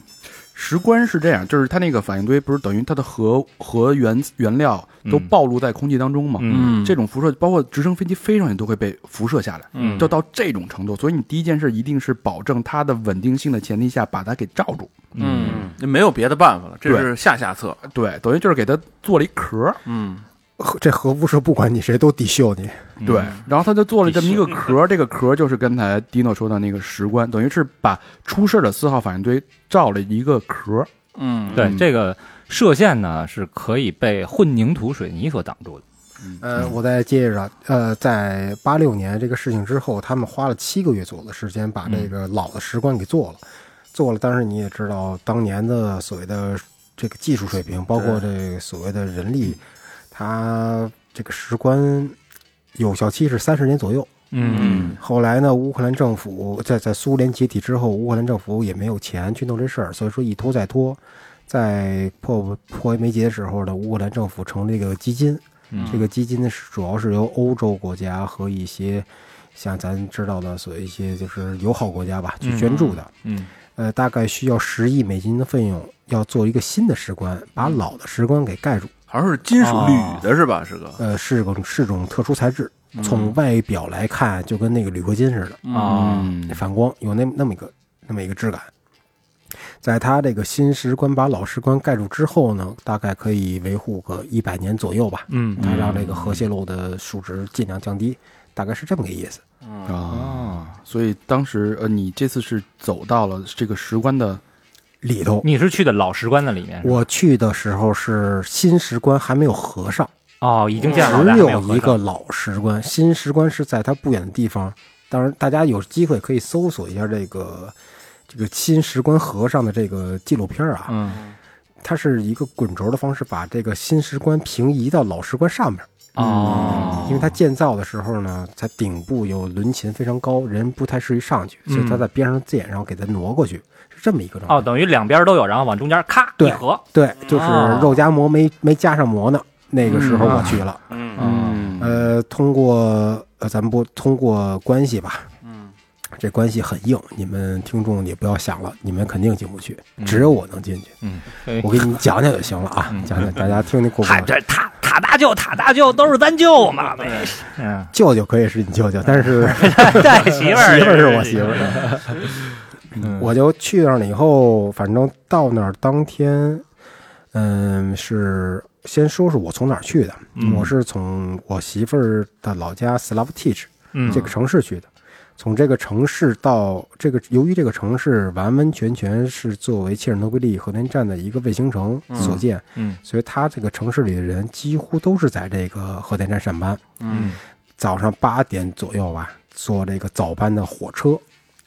Speaker 1: 石棺是这样，就是它那个反应堆不是等于它的核核原原料都
Speaker 6: 嗯
Speaker 1: 暴露在空气当中嘛？
Speaker 6: 嗯
Speaker 1: 这种辐射，包括直升飞机飞上去都会被辐射下来，
Speaker 6: 嗯
Speaker 1: 就到这种程度。所以你第一件事一定是保证它的稳定性的前提下，把它给罩住。
Speaker 3: 嗯，那没有别的办法了，这是下下策，
Speaker 1: 对，等于就是给它做了一壳儿，
Speaker 3: 嗯，
Speaker 5: 核这核辐射不管你谁都抵锈你。
Speaker 1: 对，然后他就做了这么一个壳儿，这个壳儿就是刚才迪诺说的那个石棺，等于是把出事儿的四号反应堆罩了一个壳儿，
Speaker 3: 嗯，
Speaker 6: 对
Speaker 1: 嗯
Speaker 6: 这个射线呢是可以被混凝土水泥所挡住的，
Speaker 5: 呃，我再接着，呃，在八六年这个事情之后，他们花了七个月左右的时间把这个老的石棺给做了，做了。但是你也知道，当年的所谓的这个技术水平，包括这个所谓的人力，它这个石棺有效期是三十年左右。
Speaker 6: 嗯
Speaker 5: 后来呢，乌克兰政府在在苏联解体之后，乌克兰政府也没有钱去弄这事儿，所以说一拖再拖，在迫迫于眉睫的时候呢，乌克兰政府成立了一个基金，
Speaker 6: 嗯
Speaker 5: 这个基金呢是主要是由欧洲国家和一些像咱知道的所谓一些就是友好国家吧去捐助的，
Speaker 6: 嗯
Speaker 5: 呃，大概需要十亿美金的费用，要做一个新的石棺，把
Speaker 6: 嗯
Speaker 5: 老的石棺给盖住。
Speaker 3: 好像是金属铝的是吧，是个，
Speaker 5: 呃，是种是种特殊材质，
Speaker 6: 嗯
Speaker 5: 从外表来看就跟那个铝合金似的。
Speaker 6: 啊
Speaker 1: 嗯
Speaker 5: 反光，有那那么一个那么一个质感。在它这个新石棺把老石棺盖住之后呢，大概可以维护个一百年左右吧。
Speaker 6: 嗯
Speaker 5: 它让这个核泄漏的数值尽量降低，大概是这么个意思。
Speaker 1: 啊。所以当时呃，你这次是走到了这个石棺的
Speaker 5: 里头，
Speaker 6: 你是去的老石棺的里面是吧？
Speaker 5: 我去的时候是新石棺还没有合上，
Speaker 6: 哦，已经
Speaker 5: 只
Speaker 6: 建好了，还没
Speaker 5: 有
Speaker 6: 合
Speaker 5: 一
Speaker 6: 上
Speaker 5: 个老石棺，新石棺是在它不远的地方。当然，大家有机会可以搜索一下这个这个新石棺合上的这个纪录片啊。
Speaker 6: 嗯
Speaker 5: 它是一个滚轴的方式，把这个新石棺平移到老石棺上面。
Speaker 6: 哦，
Speaker 5: 嗯因为它建造的时候呢，它顶部有轮琴非常高，人不太适宜上去，所以它在边上建，然后给它挪过去，是这么一个状态。
Speaker 6: 哦，等于两边都有，然后往中间咔
Speaker 5: 对
Speaker 6: 一合，
Speaker 5: 对，就是肉夹馍没没加上馍呢。那个时候我去了，
Speaker 1: 嗯
Speaker 5: 呃，通过呃，咱们不通过关系吧，嗯，这关系很硬，你们听众也不要想了，你们肯定进不去，只有我能进去，
Speaker 6: 嗯，对
Speaker 5: 我给你们讲讲就行了啊，讲讲大家听听过不？
Speaker 6: 嗨，这他他塔大舅，塔大舅都是咱舅嘛。嗯，
Speaker 5: 舅舅可以是你舅舅，但 是
Speaker 6: 对，媳妇儿
Speaker 5: 媳妇儿是我媳妇儿。嗯
Speaker 6: 嗯
Speaker 5: 我就去那儿了以后，反正到那儿当天，嗯，是先说说我从哪儿去的。
Speaker 6: 嗯
Speaker 5: 我是从我媳妇儿的老家 Slavtich
Speaker 6: 嗯
Speaker 5: 这个城市去的。从这个城市到这个，由于这个城市完完全全是作为切尔诺贝利核电站的一个卫星城所建，
Speaker 6: 嗯
Speaker 5: 所以它这个城市里的人几乎都是在这个核电站上班。
Speaker 6: 嗯
Speaker 5: 早上八点左右吧，坐这个早班的火车，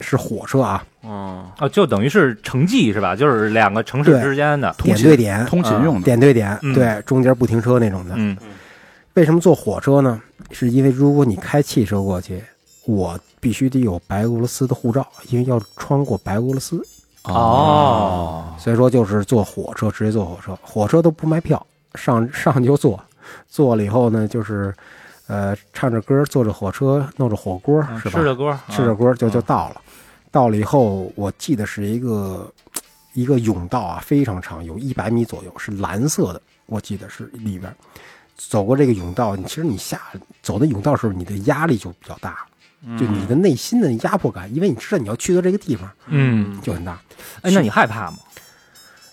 Speaker 5: 是火车啊，
Speaker 3: 哦，
Speaker 6: 哦，就等于是城际是吧？就是两个城市
Speaker 5: 对
Speaker 6: 之间的，
Speaker 1: 通
Speaker 5: 点
Speaker 1: 勤
Speaker 5: 对点，啊
Speaker 1: 通勤用的，
Speaker 5: 点对点，
Speaker 6: 嗯
Speaker 5: 对，中间不停车那种的。
Speaker 6: 嗯
Speaker 5: 为什么坐火车呢？是因为如果你开汽车过去，我必须得有白俄罗斯的护照，因为要穿过白俄罗斯，
Speaker 6: 哦，
Speaker 5: 所以说就是坐火车，直接坐火车，火车都不卖票，上 上就坐，坐了以后呢，就是呃唱着歌，坐着火车，弄着火锅，
Speaker 1: 嗯
Speaker 5: 是吧？
Speaker 6: 嗯吃着锅，
Speaker 5: 吃着锅就就到了。到了以后，我记得是一个一个甬道啊，非常长，有一百米左右，是蓝色的，我记得是里边。走过这个甬道，你其实你下走那甬道的时候，你的压力就比较大，
Speaker 3: 嗯
Speaker 5: 就你的内心的压迫感，因为你知道你要去的这个地方
Speaker 6: 嗯，
Speaker 5: 就很大。
Speaker 6: 哎，那你害怕吗？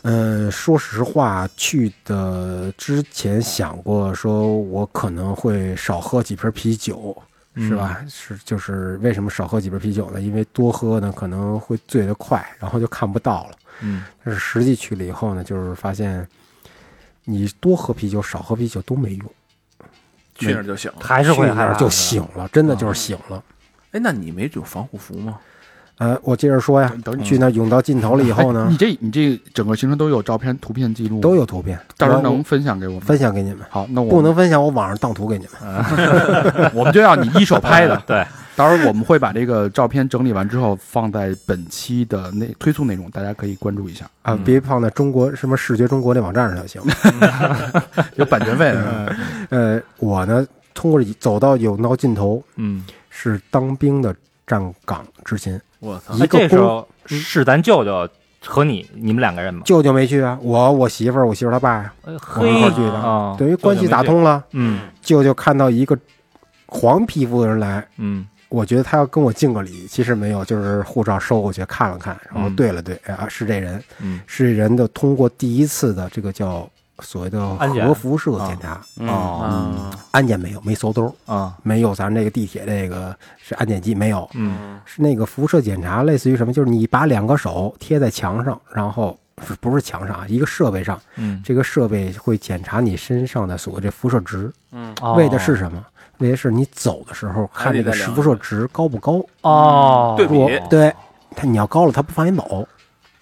Speaker 5: 嗯，说实话，去的之前想过，说我可能会少喝几瓶啤酒，嗯是吧？
Speaker 1: 嗯
Speaker 5: 是就是为什么少喝几瓶啤酒呢？因为多喝呢可能会醉得快，然后就看不到了。
Speaker 6: 嗯，
Speaker 5: 但是实际去了以后呢，就是发现你多喝啤酒、少喝啤酒都没用，
Speaker 3: 去那儿就行了。
Speaker 6: 还是
Speaker 5: 去
Speaker 6: 会
Speaker 5: 那
Speaker 6: 害
Speaker 5: 儿
Speaker 6: 怕，。
Speaker 5: 就醒了，真的就是醒了。
Speaker 3: 哎，那你没有防护服吗？
Speaker 5: 呃，我接着说呀，
Speaker 1: 嗯等你
Speaker 5: 去那涌到尽头了以后
Speaker 1: 哎你
Speaker 5: 呢，
Speaker 1: 这你这整个行程都有照片、图片记录吗，
Speaker 5: 都有图片，
Speaker 1: 到时候
Speaker 5: 我
Speaker 1: 能分享给我们。
Speaker 5: 分享给你们。
Speaker 1: 好，那我
Speaker 5: 不能分享，我网上当图给你们。
Speaker 1: 我们就要
Speaker 5: 嗯
Speaker 1: 你一手拍的
Speaker 6: 对，
Speaker 1: 到时候我们会把这个照片整理完之后放在本期的内推送内容，大家可以关注一下，
Speaker 5: 啊，别放在中国什么视觉中国那网站 上就行。
Speaker 1: 有版权费的。
Speaker 5: 呃，我呢，通过走到有闹尽头，
Speaker 6: 嗯，
Speaker 5: 是当兵的站岗执勤，
Speaker 3: 我操！
Speaker 5: 一
Speaker 6: 那
Speaker 5: 个嗯
Speaker 6: 这时
Speaker 5: 公
Speaker 6: 候是咱舅舅和你你们两个人吗？
Speaker 5: 舅舅没去啊，我我媳妇儿，我媳妇儿她爸呀，
Speaker 6: 呃
Speaker 5: 我们一
Speaker 6: 嘿
Speaker 5: 块儿去的，
Speaker 6: 啊，
Speaker 5: 等于关系打
Speaker 6: 舅舅没去，
Speaker 5: 通了。
Speaker 6: 嗯
Speaker 5: 舅舅看到一个黄皮肤的人来，
Speaker 6: 嗯
Speaker 5: 我觉得他要跟我敬个礼，其实没有，就是护照收过去看了看，然后
Speaker 6: 嗯
Speaker 5: 对了对，啊，是这人，
Speaker 6: 嗯，
Speaker 5: 是这人的。通过第一次的这个叫所谓的
Speaker 6: 安检嗯
Speaker 5: 核辐射检查，
Speaker 6: 哦
Speaker 3: 嗯
Speaker 5: 安检没有，没搜兜，
Speaker 6: 啊
Speaker 5: 没有咱这个地铁这个是安检机没有，
Speaker 6: 嗯
Speaker 5: 是那个辐射检查，类似于什么？就是你把两个手贴在墙上，然后不是不是墙上啊，一个设备上，
Speaker 6: 嗯，
Speaker 5: 这个设备会检查你身上的所谓这辐射值，
Speaker 6: 哦
Speaker 5: 为的是什么？为的是你走的时候看这
Speaker 3: 嗯还得
Speaker 5: 个
Speaker 3: 再量
Speaker 5: 辐射值高不高。
Speaker 6: 哦，
Speaker 3: 对比
Speaker 5: 我对，他你要高了，他不放你走。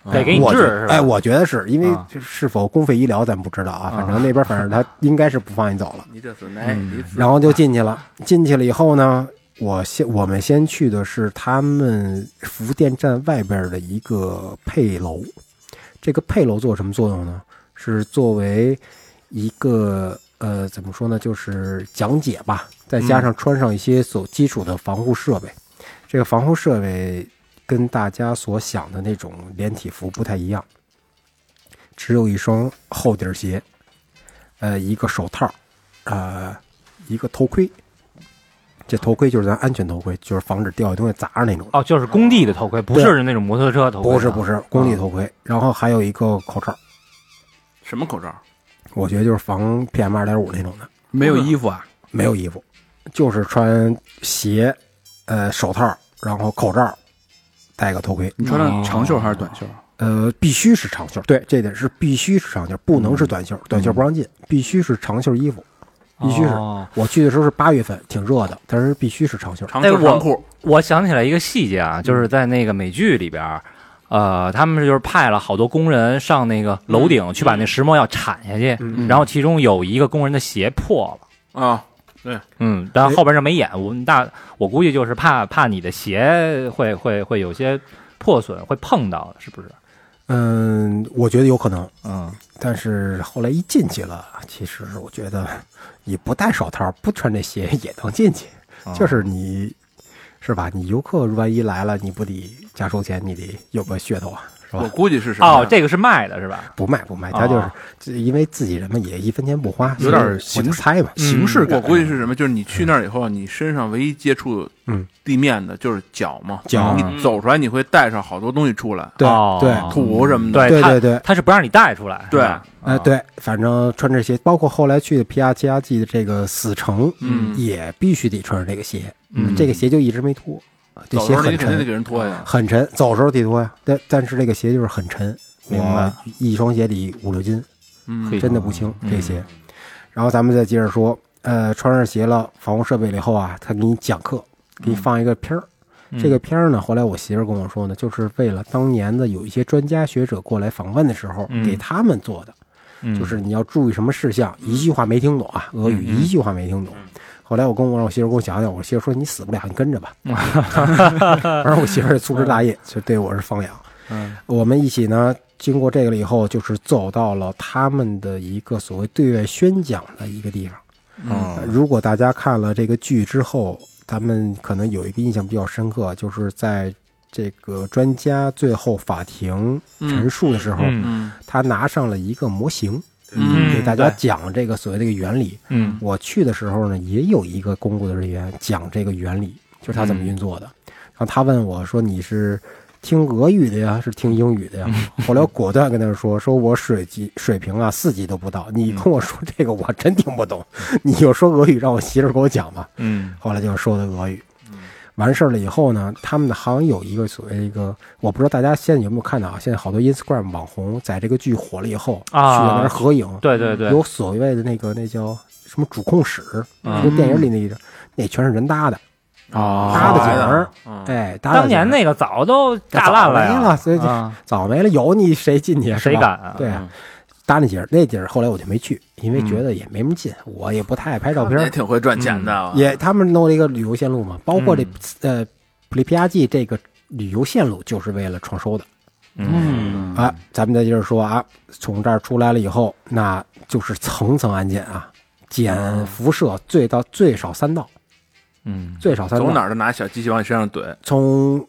Speaker 6: 嗯得给你
Speaker 5: 我
Speaker 6: 治
Speaker 5: 觉
Speaker 6: 是吧？
Speaker 5: 哎，我觉得是因为
Speaker 3: 嗯
Speaker 6: 啊
Speaker 5: 是否公费医疗咱不知道啊，反正那边反正他应该是不放你走了。
Speaker 3: 你这是哪？你这
Speaker 5: 然后就进去了。进去了以后呢，我先我们先去的是他们福电站外边的一个配楼。这个配楼做什么作用呢？是作为一个呃怎么说呢，就是讲解吧，再加上穿上一些所基础的防护设备。这个防护设备跟大家所想的那种连体服不太一样，只有一双厚底儿鞋，呃，一个手套，呃，一个头盔。这头盔就是咱安全头盔，就是防止掉下东西砸着那种。
Speaker 6: 哦，就是工地的头盔，不
Speaker 5: 对
Speaker 6: 是那种摩托车头盔，啊嗯
Speaker 5: 不是不，是，工地头盔。然后还有一个口罩，
Speaker 3: 什么口罩？
Speaker 5: 我觉得就是防 PM 二点五那种的。
Speaker 1: 没有衣服啊？
Speaker 5: 没有衣服，就是穿鞋，呃，手套，然后口罩，戴个头盔。
Speaker 1: 你穿的长袖还是短袖？
Speaker 5: 呃，必须是长袖。对，这点是必须是长袖，不能是短袖，短袖不让进，必须是长袖衣服，必须是。
Speaker 6: 哦
Speaker 5: 我去的时候是八月份，挺热的，但是必须是长袖。
Speaker 3: 长
Speaker 6: 哎
Speaker 3: 袖
Speaker 6: 我
Speaker 3: 长裤。
Speaker 6: 我想起来一个细节啊，就是在那个美剧里边儿，呃，他们就是派了好多工人上那个楼顶去把那石墨药铲下去，然后其中有一个工人的鞋破了。
Speaker 3: 啊，
Speaker 6: 嗯，但后边就没演，我那我估计就是怕怕你的鞋会会会有些破损，会碰到，是不是？
Speaker 5: 嗯，我觉得有可能，
Speaker 6: 嗯，
Speaker 5: 但是后来一进去了，其实我觉得你不戴手套、不穿这鞋也能进去，就是你，是吧？你游客万一来了，你不得加收钱，你得有个噱头啊，是
Speaker 6: 是
Speaker 3: 我
Speaker 6: 吧？
Speaker 3: 估计是什么呀？
Speaker 6: 哦，这个是卖的是吧？
Speaker 5: 不卖不卖，他就是
Speaker 6: 哦
Speaker 5: 自因为自己人嘛，也一分钱不花，
Speaker 1: 有点
Speaker 5: 所以我
Speaker 1: 形
Speaker 5: 就
Speaker 1: 式
Speaker 5: 猜吧，
Speaker 1: 形
Speaker 6: 嗯
Speaker 1: 式
Speaker 3: 嗯我
Speaker 1: 感，
Speaker 3: 估计是什么？就是你去那儿以后，你身上唯一接触
Speaker 5: 嗯
Speaker 3: 地面的就是脚嘛，
Speaker 5: 脚
Speaker 3: 你走出来你会带上好多东西出来，
Speaker 5: 对
Speaker 6: 哦
Speaker 5: 对
Speaker 3: 土什么的。
Speaker 6: 对
Speaker 5: 对
Speaker 6: 他
Speaker 5: 对对，
Speaker 6: 他是不让你带出来，
Speaker 3: 对
Speaker 6: 是吧
Speaker 5: 哎，对，反正穿这鞋，包括后来去的皮亚切亚季的这个死城，
Speaker 3: 嗯
Speaker 5: 也必须得穿上这个鞋，
Speaker 1: 嗯
Speaker 5: 这个鞋就一直没脱，啊这
Speaker 3: 走
Speaker 5: 鞋
Speaker 3: 的时候你
Speaker 5: 很
Speaker 3: 肯定得
Speaker 5: 沉，
Speaker 3: 给人拖下。
Speaker 5: 很沉，走的时候得脱呀，但但是这个鞋就是很沉，
Speaker 6: 明白
Speaker 5: 我一双鞋里五六斤，
Speaker 3: 嗯，
Speaker 5: 真的不轻这鞋。然后咱们再接着说，呃，穿上鞋了，防护设备了以后啊，他给你讲课，
Speaker 3: 嗯
Speaker 5: 给你放一个片儿。这个片儿呢，后来我媳妇儿跟我说呢，就是为了当年的有一些专家学者过来访问的时候，
Speaker 6: 嗯
Speaker 5: 给他们做的。
Speaker 6: 嗯
Speaker 5: 就是你要注意什么事项，一句话没听懂啊，俄语一句话没听懂。
Speaker 6: 嗯
Speaker 5: 后来我跟我让我媳妇儿给我讲讲，我媳妇儿说你死不了，你跟着 吧。反正我媳妇儿粗枝大叶，就对我是放养。嗯，我们一起呢，经过这个了以后，就是走到了他们的一个所谓对外宣讲的一个地方。
Speaker 2: 嗯
Speaker 6: 哦
Speaker 5: 呃如果大家看了这个剧之后，咱们可能有一个印象比较深刻，就是在这个专家最后法庭陈述的时候，
Speaker 6: 嗯
Speaker 3: 嗯
Speaker 5: 他拿上了一个模型。
Speaker 3: 嗯，
Speaker 5: 给大家讲这个所谓这个原理。
Speaker 6: 嗯
Speaker 5: 我去的时候呢，也有一个公务的人员讲这个原理，就是他
Speaker 6: 嗯
Speaker 5: 怎么运作的。然后他问我说：“你是听俄语的呀，是听英语的呀？”
Speaker 6: 嗯
Speaker 5: 后来我果断跟他说：“说我水级水平啊，四级都不
Speaker 6: 嗯
Speaker 5: 到。你跟我说这个，我真听不懂。 你就说俄语，让我媳妇儿给我讲吧。”
Speaker 6: 嗯
Speaker 5: 后来就说的俄语。完事儿了以后呢，他们好像有一个所谓一个，我不知道大家现在有没有看到啊？现在好多 Instagram 网红在这个剧火了以后，
Speaker 6: 啊
Speaker 5: 去那儿合影，
Speaker 6: 对对对，
Speaker 5: 有所谓的那个那叫什么主控室，
Speaker 6: 嗯哦
Speaker 5: 就电影里那一种，那全是人搭的，
Speaker 3: 啊
Speaker 5: 搭的景
Speaker 3: 来
Speaker 5: 儿，
Speaker 3: 嗯
Speaker 5: 哎，搭的
Speaker 6: 当年
Speaker 5: 景儿
Speaker 6: 那个早都炸烂
Speaker 5: 早
Speaker 6: 了呀，
Speaker 5: 没了所以就
Speaker 6: 啊
Speaker 5: 早没了，有你谁进去？是
Speaker 6: 谁
Speaker 5: 吧
Speaker 6: 敢啊
Speaker 5: 对啊，搭那景儿，那景儿后来我就没去，因为觉得也没什么劲，
Speaker 6: 嗯
Speaker 5: 我也不太爱拍照片
Speaker 3: 也
Speaker 5: 儿，嗯
Speaker 3: 挺会赚钱的。啊
Speaker 5: 也他们弄了一个旅游线路嘛，包括这、
Speaker 6: 嗯
Speaker 5: 呃普利皮亚季这个旅游线路就是为了创收的。
Speaker 3: 嗯
Speaker 5: 啊，咱们再接着说啊，从这儿出来了以后，那就是层层安检啊，检辐射最到最少三道，
Speaker 6: 嗯
Speaker 5: 最少三道。
Speaker 3: 走哪儿都拿小机器往你身上怼。
Speaker 5: 从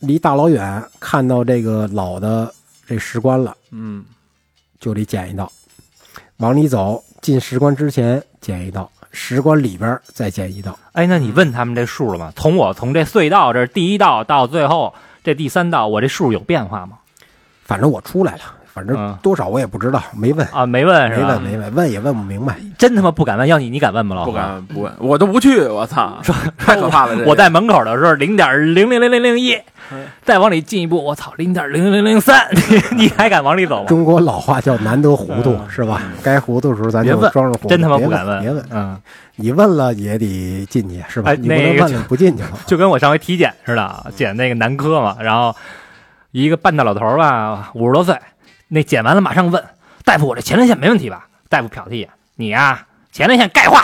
Speaker 5: 离大老远看到这个老的这石棺了，
Speaker 3: 嗯
Speaker 5: 就得检一道；往里走，进石棺之前检一道，石棺里边儿再检一道。
Speaker 6: 哎，那你问他们这数了吗？从我从这隧道这第一道到最后这第三道，我这数有变化吗？
Speaker 5: 反正我出来了，反正
Speaker 6: 嗯
Speaker 5: 多少我也不知道，没问，
Speaker 6: 啊，没问
Speaker 5: 没
Speaker 6: 是吧
Speaker 5: 问，？没问，问也问不明白。
Speaker 6: 真他妈不敢问，要你你敢问吗？老
Speaker 5: 哦
Speaker 3: 不
Speaker 6: 何，
Speaker 3: 敢不问，我都不去，我 操，太可怕了！这个
Speaker 6: 我在门口的时候零点零零零零零一，
Speaker 3: 嗯
Speaker 6: 再往里进一步，我操，零点零零零零三， 你你还敢往里走吗？
Speaker 5: 中国老话叫难得糊涂，是吧？该糊涂的时候咱
Speaker 6: 嗯别
Speaker 5: 就
Speaker 6: 问
Speaker 5: 装着糊涂，
Speaker 6: 真他妈
Speaker 5: 别
Speaker 6: 不敢
Speaker 5: 问，别问。
Speaker 6: 嗯，
Speaker 5: 你问了也得进去，是吧？
Speaker 6: 哎
Speaker 5: 你不能
Speaker 6: 那个
Speaker 5: 问了不进去 了。
Speaker 6: 就跟我上回体检似的啊，检那个男科嘛，然后一个半大老头儿吧，五十多岁，那检完了马上问大夫，我这前列腺没问题吧？大夫瞟他一眼，你呀、前列腺钙化，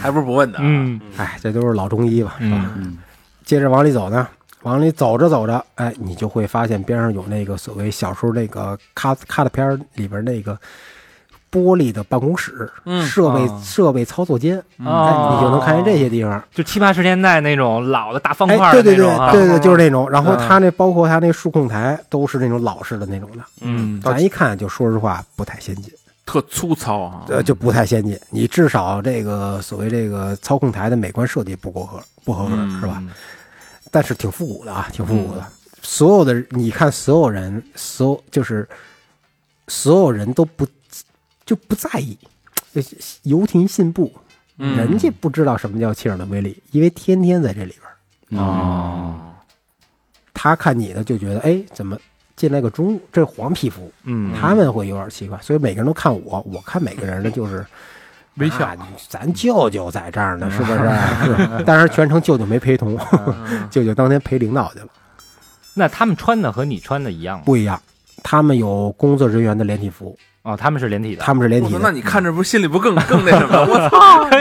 Speaker 3: 还不是不问啊的。，
Speaker 6: 嗯
Speaker 5: 哎，这都是老中医吧，是吧？
Speaker 6: 嗯
Speaker 5: 接着往里走呢，往里走着走着，哎，你就会发现边上有那个所谓小时候那个咔咔的片儿里边那个玻璃的办公室、
Speaker 3: 嗯
Speaker 5: 设备、
Speaker 6: 啊
Speaker 5: 设备操作间，
Speaker 6: 哦
Speaker 5: 哎，你就能看见这些地方。
Speaker 6: 就七八十年代那种老的大方
Speaker 5: 哎，
Speaker 6: 块
Speaker 5: 对对
Speaker 6: 的那
Speaker 5: 对
Speaker 6: 种啊，
Speaker 5: 对对，就是那种。然后
Speaker 6: 嗯
Speaker 5: 它那包括它那数控台都是那种老式的那种的，
Speaker 3: 嗯，
Speaker 5: 咱一看就说实话不太先进。
Speaker 3: 特粗糙啊。
Speaker 5: 呃，就不太先进。你至少这个所谓这个操控台的美观设计不够合，不
Speaker 3: 嗯
Speaker 5: 合格、是吧？但是挺复古的啊，挺复古的。所有的你看，所有人，所有就是所有人都不就不在意，呃游艇信步，
Speaker 3: 嗯
Speaker 5: 人家不知道什么叫切尔诺贝利，因为天天在这里边儿。
Speaker 3: 嗯
Speaker 6: 嗯
Speaker 3: 哦，
Speaker 5: 他看你的就觉得，哎，怎么进来个中，这是黄皮肤，
Speaker 6: 嗯，
Speaker 5: 他们会有点奇怪，所以每个人都看我，我看每个人呢就是微笑。啊咱舅舅在这儿呢，是不是？是但是全程舅舅没陪同，舅舅当天陪领导去了，
Speaker 6: 那他们穿的和你穿的一样吗？
Speaker 5: 不一样。他们有工作人员的连体服，
Speaker 6: 哦，他们是连体的，
Speaker 5: 他们是连
Speaker 3: 我
Speaker 5: 体
Speaker 3: 操，那
Speaker 5: 的，
Speaker 3: 你看着不是心里不更更那什么？我操，
Speaker 5: 但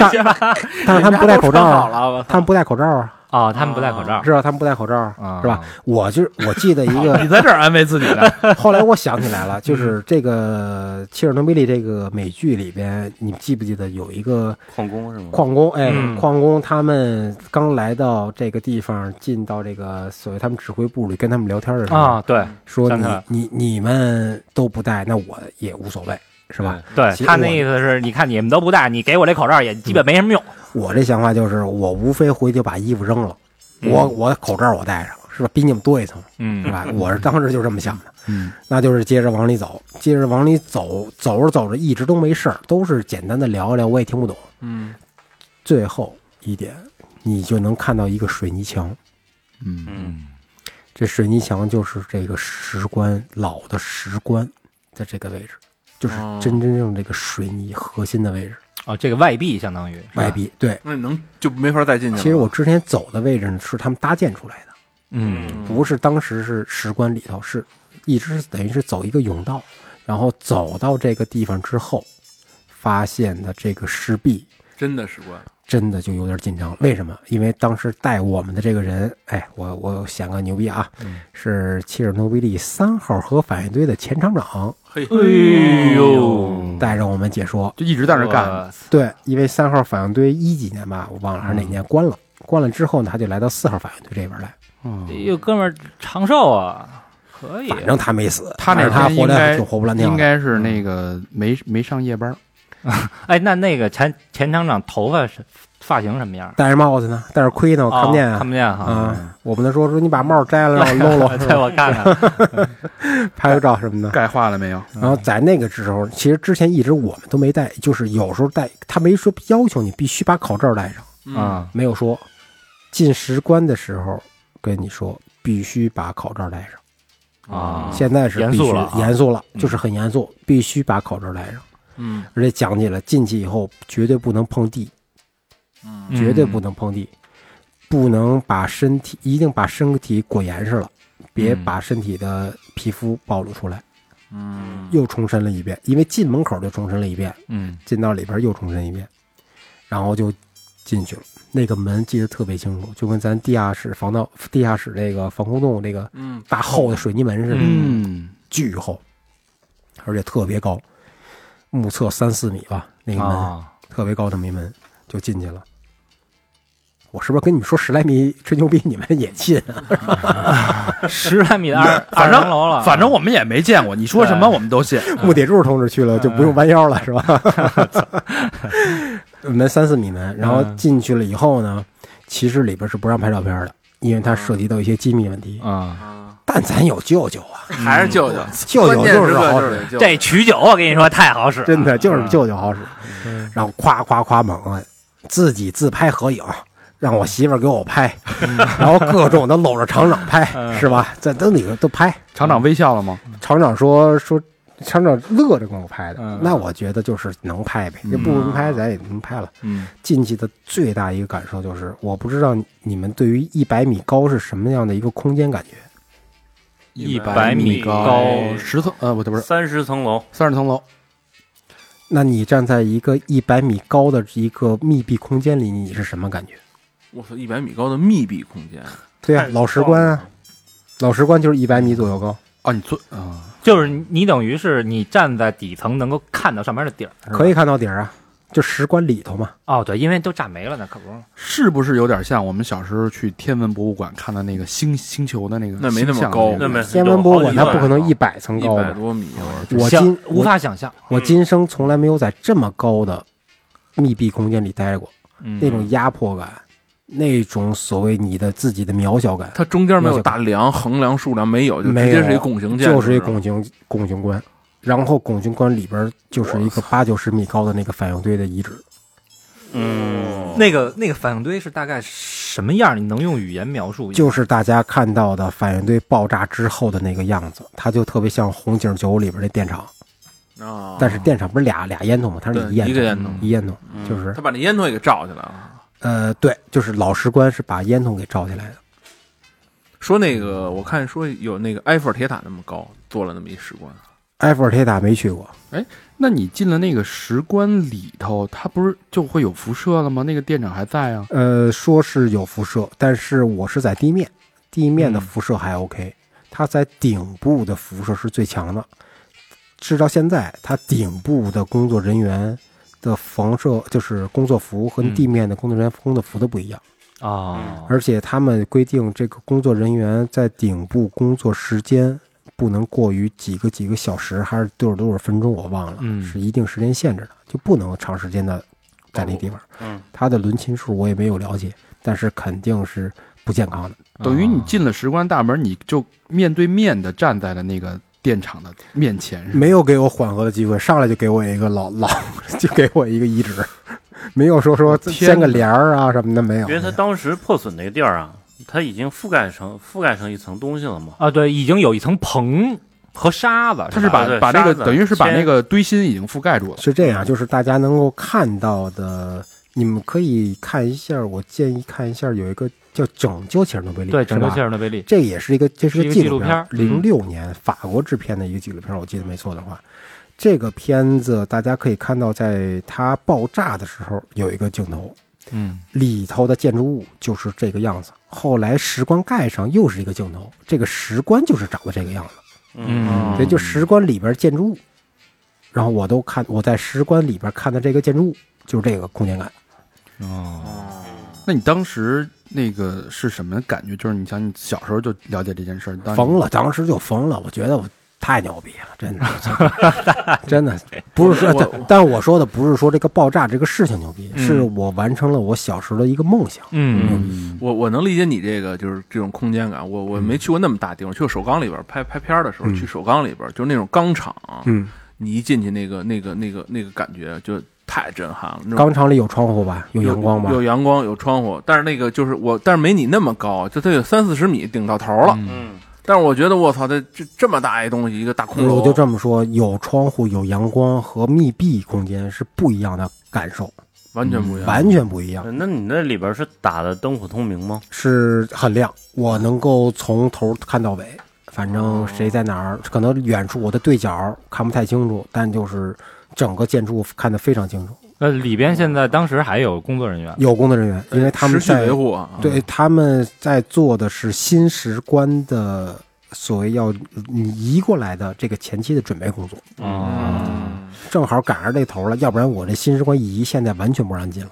Speaker 5: 但是他们不戴口罩
Speaker 3: 好
Speaker 5: 啊，
Speaker 3: 了，我操
Speaker 5: 他们不戴口罩啊，
Speaker 6: 啊，他们不戴口罩
Speaker 5: 知道他们不戴口罩
Speaker 6: 啊，
Speaker 5: 是吧？？我就我记得一个
Speaker 8: 你在这儿安慰自己 呢？
Speaker 5: 后来我想起来了，就是这个《切尔诺贝利》这个美剧里边，你记不记得有一个
Speaker 7: 旷工是吗？
Speaker 5: 矿工？哎，
Speaker 6: 嗯
Speaker 5: 矿工他们刚来到这个地方，进到这个所谓他们指挥部里，跟他们聊天的时候，
Speaker 6: 啊，对
Speaker 5: 说
Speaker 6: 想起
Speaker 5: 你
Speaker 6: 来了
Speaker 5: 你你们都不戴，那我也无所谓，是吧？
Speaker 6: 对，
Speaker 5: 其实
Speaker 6: 他那
Speaker 5: 我
Speaker 6: 意思是，你看你们都不戴，你给我这口罩也基本没什么用。
Speaker 5: 我这想法就是，我无非回去把衣服扔了，我我口罩我戴上，是吧？比你们多一层。是
Speaker 6: 嗯
Speaker 5: 吧？我是当时就这么想的，
Speaker 1: 嗯，
Speaker 5: 那就是接着往里走，接着往里走，走着走着一直都没事儿，都是简单的聊聊，我也听不懂。
Speaker 3: 嗯
Speaker 5: 最后一点，你就能看到一个水泥墙，
Speaker 1: 嗯
Speaker 7: 嗯，
Speaker 5: 这水泥墙就是这个石棺老的石棺的这个位置，就是
Speaker 3: 哦
Speaker 5: 真真正这个水泥核心的位置，
Speaker 6: 哦，这个外壁相当于是吧
Speaker 5: 外壁。对，
Speaker 3: 那你能就没法再进去了。
Speaker 5: 其实我之前走的位置呢，是他们搭建出来的。
Speaker 6: 嗯
Speaker 5: 不是当时是石棺里头，是一直是等于是走一个甬道，然后走到这个地方之后，发现的这个石壁
Speaker 3: 真的是关，
Speaker 5: 真的就有点紧张了。为什么？因为当时带我们的这个人，哎，我我显个牛逼啊，是切尔诺贝利三号核反应堆的前厂长，
Speaker 3: 嘿，
Speaker 6: 哎
Speaker 1: 嗯
Speaker 6: 呦，
Speaker 5: 带着我们解说。
Speaker 1: 就一直在那干，
Speaker 6: 哇塞
Speaker 5: 对，因为三号反应堆一几年吧，我忘了还是哪年关了。关了之后呢，他就来到四号反应堆这边来，
Speaker 6: 哎
Speaker 1: 嗯
Speaker 6: 呦，哥们儿长寿啊，可以，
Speaker 5: 反正他没死，
Speaker 1: 哎他那
Speaker 5: 但是他
Speaker 1: 天
Speaker 5: 活
Speaker 1: 应该
Speaker 5: 得就活不烂掉了。嗯
Speaker 1: 应该是那个没没上夜班，
Speaker 6: 哎，那那个前前厂长头发是发型什么样？
Speaker 5: 戴着帽子呢，戴着盔呢，我看不见
Speaker 6: 哦
Speaker 5: 啊
Speaker 6: 看。不见哈。
Speaker 5: 啊，我跟他说说你把帽儿摘了，让我搂
Speaker 6: 对，
Speaker 5: 搂，
Speaker 6: 我看看。
Speaker 5: 拍个照什么的。
Speaker 1: 钙化了没有？
Speaker 5: 然后在那个时候，其实之前一直我们都没戴，就是有时候戴，他没说要求你必须把口罩戴上，
Speaker 3: 嗯
Speaker 6: 啊，
Speaker 5: 没有说进石棺的时候跟你说必须把口罩戴上。
Speaker 6: 啊
Speaker 5: 现在是
Speaker 6: 严
Speaker 5: 必须
Speaker 6: 肃了啊
Speaker 5: 严肃了，就是很严肃，必须把口罩戴上。
Speaker 3: 嗯
Speaker 5: 而且讲起来，进去以后绝对不能碰地，
Speaker 3: 嗯
Speaker 6: 嗯
Speaker 5: 绝对不能碰地，不能把身体，一定把身体裹严实了，别
Speaker 6: 嗯
Speaker 5: 把身体的皮肤暴露出来。
Speaker 3: 嗯，
Speaker 5: 又重申了一遍，因为进门口就重申了一遍，
Speaker 6: 嗯
Speaker 5: 进到里边又重申一遍，然后就进去了。那个门记得特别清楚，就跟咱地下室防盗、地下室这个防空洞这个
Speaker 3: 嗯
Speaker 5: 大厚的水泥门似的，
Speaker 1: 嗯，
Speaker 5: 巨厚，而且特别高，目测三四米吧，那个门、
Speaker 6: 啊，
Speaker 5: 特别高的没门就进去了。我是不是跟你们说十来米吹牛逼，你们也信 啊？
Speaker 6: 十来米的二
Speaker 1: 反
Speaker 6: 二
Speaker 1: 正
Speaker 6: 层楼了，
Speaker 1: 反正我们也没见过，你说什么我们都信。
Speaker 5: 木铁柱同志去了就不用弯腰了，是吧？ 门三四米门，然
Speaker 6: 嗯
Speaker 5: 后进去了以后呢，其实里边是不让拍照片的，因为它涉及到一些机密问题。
Speaker 6: 啊，
Speaker 5: 但咱有舅舅啊，
Speaker 3: 还是舅舅，
Speaker 5: 舅舅就是好使，
Speaker 3: 使
Speaker 6: 这取酒我跟你说太好使了，
Speaker 5: 真的就是舅舅好使。然后夸夸夸猛按，自己自拍合影。让我媳妇儿给我拍， 然后各种的搂着厂长拍，是吧？在灯里头都拍，
Speaker 1: 厂长微笑了吗？
Speaker 5: 厂长说说，厂长乐着跟我拍的，
Speaker 6: 嗯
Speaker 5: 那我觉得就是能拍呗，这不能拍咱也能拍了。
Speaker 6: 嗯，
Speaker 5: 进去的最大一个感受就是，我不知道你们对于一百米高是什么样的一个空间感觉。
Speaker 1: 一
Speaker 6: 百
Speaker 1: 米
Speaker 6: 米
Speaker 7: 高
Speaker 1: 十层呃，不对，不是
Speaker 7: 三十层楼，
Speaker 1: 三十层楼，
Speaker 5: 那你站在一个一百米高的一个密闭空间里，你是什么感觉？
Speaker 3: 我操，一百米高的密闭空间，
Speaker 5: 对啊，老石棺啊，老石棺就是一百米左右高，
Speaker 1: 啊，你坐啊，
Speaker 6: 就是你等于是你站在底层能够看到上面的底儿，是吧
Speaker 5: 可以看到底儿啊，就石棺里头嘛。
Speaker 6: 哦，对，因为都炸没了呢，可不是。
Speaker 1: 是不是有点像我们小时候去天文博物馆看的那个星星球的那个？
Speaker 3: 那没那么
Speaker 1: 星象的
Speaker 3: 高
Speaker 1: 那
Speaker 6: 嗯
Speaker 1: 个
Speaker 7: 对没？
Speaker 5: 天文博物馆它
Speaker 7: 有好几
Speaker 5: 不
Speaker 7: 段
Speaker 5: 可能一百层
Speaker 3: 一
Speaker 5: 高哦
Speaker 3: 百
Speaker 5: 吧？
Speaker 3: 多米，我
Speaker 5: 我
Speaker 6: 想
Speaker 5: 今
Speaker 6: 无
Speaker 5: 我
Speaker 6: 法想象
Speaker 5: 我今生从来没有在这么高的密闭空间里待过，那
Speaker 6: 那
Speaker 5: 种压迫感，那种所谓你的自己的渺小感，
Speaker 3: 它中间没有大梁、横梁、竖梁，没有，就直
Speaker 5: 没有
Speaker 3: 接是一拱形建筑，
Speaker 5: 就是一
Speaker 3: 吧
Speaker 5: 拱形拱形棺，然后拱形棺里边就是一个八九十米高的那个反应堆的遗址，
Speaker 7: 嗯，
Speaker 6: 那个那个反应堆是大概什么样？你能用语言描述一下？
Speaker 5: 就是大家看到的反应堆爆炸之后的那个样子，它就特别像《红警九》里边那电厂，
Speaker 3: 啊，
Speaker 5: 但是电厂不是俩俩烟筒吗？它
Speaker 3: 对
Speaker 5: 是一烟
Speaker 3: 一
Speaker 5: 筒
Speaker 3: 个烟筒，
Speaker 5: 一烟筒，
Speaker 3: 嗯
Speaker 5: 就是
Speaker 3: 他把那烟囱也给罩起来了。
Speaker 5: 呃对，就是老石棺是把烟筒给罩起来的。
Speaker 3: 说那个，我看说有那个埃菲尔铁塔那么高，做了那么一石棺，
Speaker 5: 埃弗尔铁塔没去过，
Speaker 1: 那你进了那个石棺里头，它不是就会有辐射了吗？那个店长还在啊。
Speaker 5: 呃，说是有辐射，但是我是在地面，地面的
Speaker 1: 嗯
Speaker 5: 辐射还 OK，、它在顶部的辐射是最强的。直到现在，它顶部的工作人员的防射就是工作服和
Speaker 6: 嗯
Speaker 5: 地面的工作人员工作服都不一样，
Speaker 6: 啊，
Speaker 5: 而且他们规定这个工作人员在顶部工作时间不能过于几个几个小时，还是多少多少分钟，我忘了，
Speaker 6: 嗯
Speaker 5: 是一定时间限制的，就不能长时间的在那地
Speaker 1: 哦
Speaker 5: 方。
Speaker 7: 嗯，
Speaker 5: 他的轮勤数我也没有了解，但是肯定是不健康的。
Speaker 6: 啊
Speaker 1: 等于你
Speaker 6: 嗯
Speaker 1: 进了石棺大门，你就面对面的站在了那个电厂的面前，是吧
Speaker 5: 没有给我缓和的机会，上来就给我一个老 老，就给我一个遗址，没有说说
Speaker 1: 天
Speaker 5: 牵个
Speaker 1: 哪
Speaker 5: 帘儿啊什么的，没有。
Speaker 7: 因为
Speaker 6: 嗯
Speaker 7: 它
Speaker 5: 没有
Speaker 7: 当时破损那个地儿啊，它已经覆盖成覆盖成一层东西了嘛。
Speaker 6: 啊，对，已经有一层棚和啊沙子，
Speaker 1: 它是把
Speaker 7: 对
Speaker 1: 把那
Speaker 7: 沙
Speaker 1: 个
Speaker 7: 子
Speaker 1: 等于是把
Speaker 7: 先
Speaker 1: 那个堆芯已经覆盖住了。
Speaker 5: 是这样，就是大家能够看到的，你们可以看一下，我建议看一下有一个叫《拯救切尔诺贝利》，
Speaker 6: 对拯救切
Speaker 5: 尔，
Speaker 6: 尔诺贝利，
Speaker 5: 这也是一个这是
Speaker 6: 是
Speaker 5: 个
Speaker 6: 一个
Speaker 5: 纪
Speaker 6: 纪录
Speaker 5: 录片，
Speaker 6: 片儿嗯
Speaker 5: 零六年法国制片的一个纪录片，我记得没错的话。这个片子大家可以看到，在它爆炸的时候有一个镜头，
Speaker 6: 嗯，
Speaker 5: 里头的建筑物就是这个样子。后来石棺盖上又是一个镜头，这个石棺就是长得这个样子。
Speaker 6: 嗯
Speaker 5: 对，就石棺里边建筑物，然后我都看我在石棺里边看的这个建筑物，就是这个空间感。
Speaker 1: 那你当时那个是什么感觉？就是你想你小时候就了解这件事儿，当你
Speaker 5: 疯了，当时就疯了，我觉得我太牛逼了，真的，真的不是说，但但我说的不是说这个爆炸这个事情牛逼，
Speaker 6: 嗯
Speaker 5: 是我完成了我小时候的一个梦想。
Speaker 6: 嗯，
Speaker 3: 我我能理解你这个就是这种空间感。我我
Speaker 5: 嗯
Speaker 3: 没去过那么大地方，去过首钢里边拍拍片儿的时候，去首钢里边就是那种钢厂，
Speaker 5: 嗯，
Speaker 3: 你一进去那个那个那个那个感觉就太震撼了。那种
Speaker 5: 钢厂里有窗户吧，有
Speaker 3: 有
Speaker 5: 阳光吧
Speaker 3: 有，阳光，有窗户，但是那个就是我，但是没你那么高，就它有三四十米顶到头了。
Speaker 7: 嗯，
Speaker 3: 但是我觉得我操，这这这么大一东西，一个大空楼，
Speaker 5: 我就这么说，有窗户、有阳光和密闭空间是不一样的感受，
Speaker 3: 完全不一样。
Speaker 5: 完全不一样。
Speaker 6: 嗯
Speaker 7: 那你那里边是打的灯火通明吗？
Speaker 5: 是很亮，我能够从头看到尾。反
Speaker 3: 哦
Speaker 5: 正谁在哪儿，可能远处我的对角看不太清楚，但就是整个建筑看得非常清楚。
Speaker 6: 呃，里
Speaker 5: 哦
Speaker 6: 边现在当时还有工作人员，
Speaker 5: 有工作人员，因为他们
Speaker 3: 呃持续
Speaker 5: 在
Speaker 3: 维护啊，
Speaker 5: 对他们在做的是新石棺的所谓要移过来的这个前期的准备工作，
Speaker 3: 嗯，
Speaker 5: 正好赶上这头了，要不然我这新石棺一移，现在完全不让进了。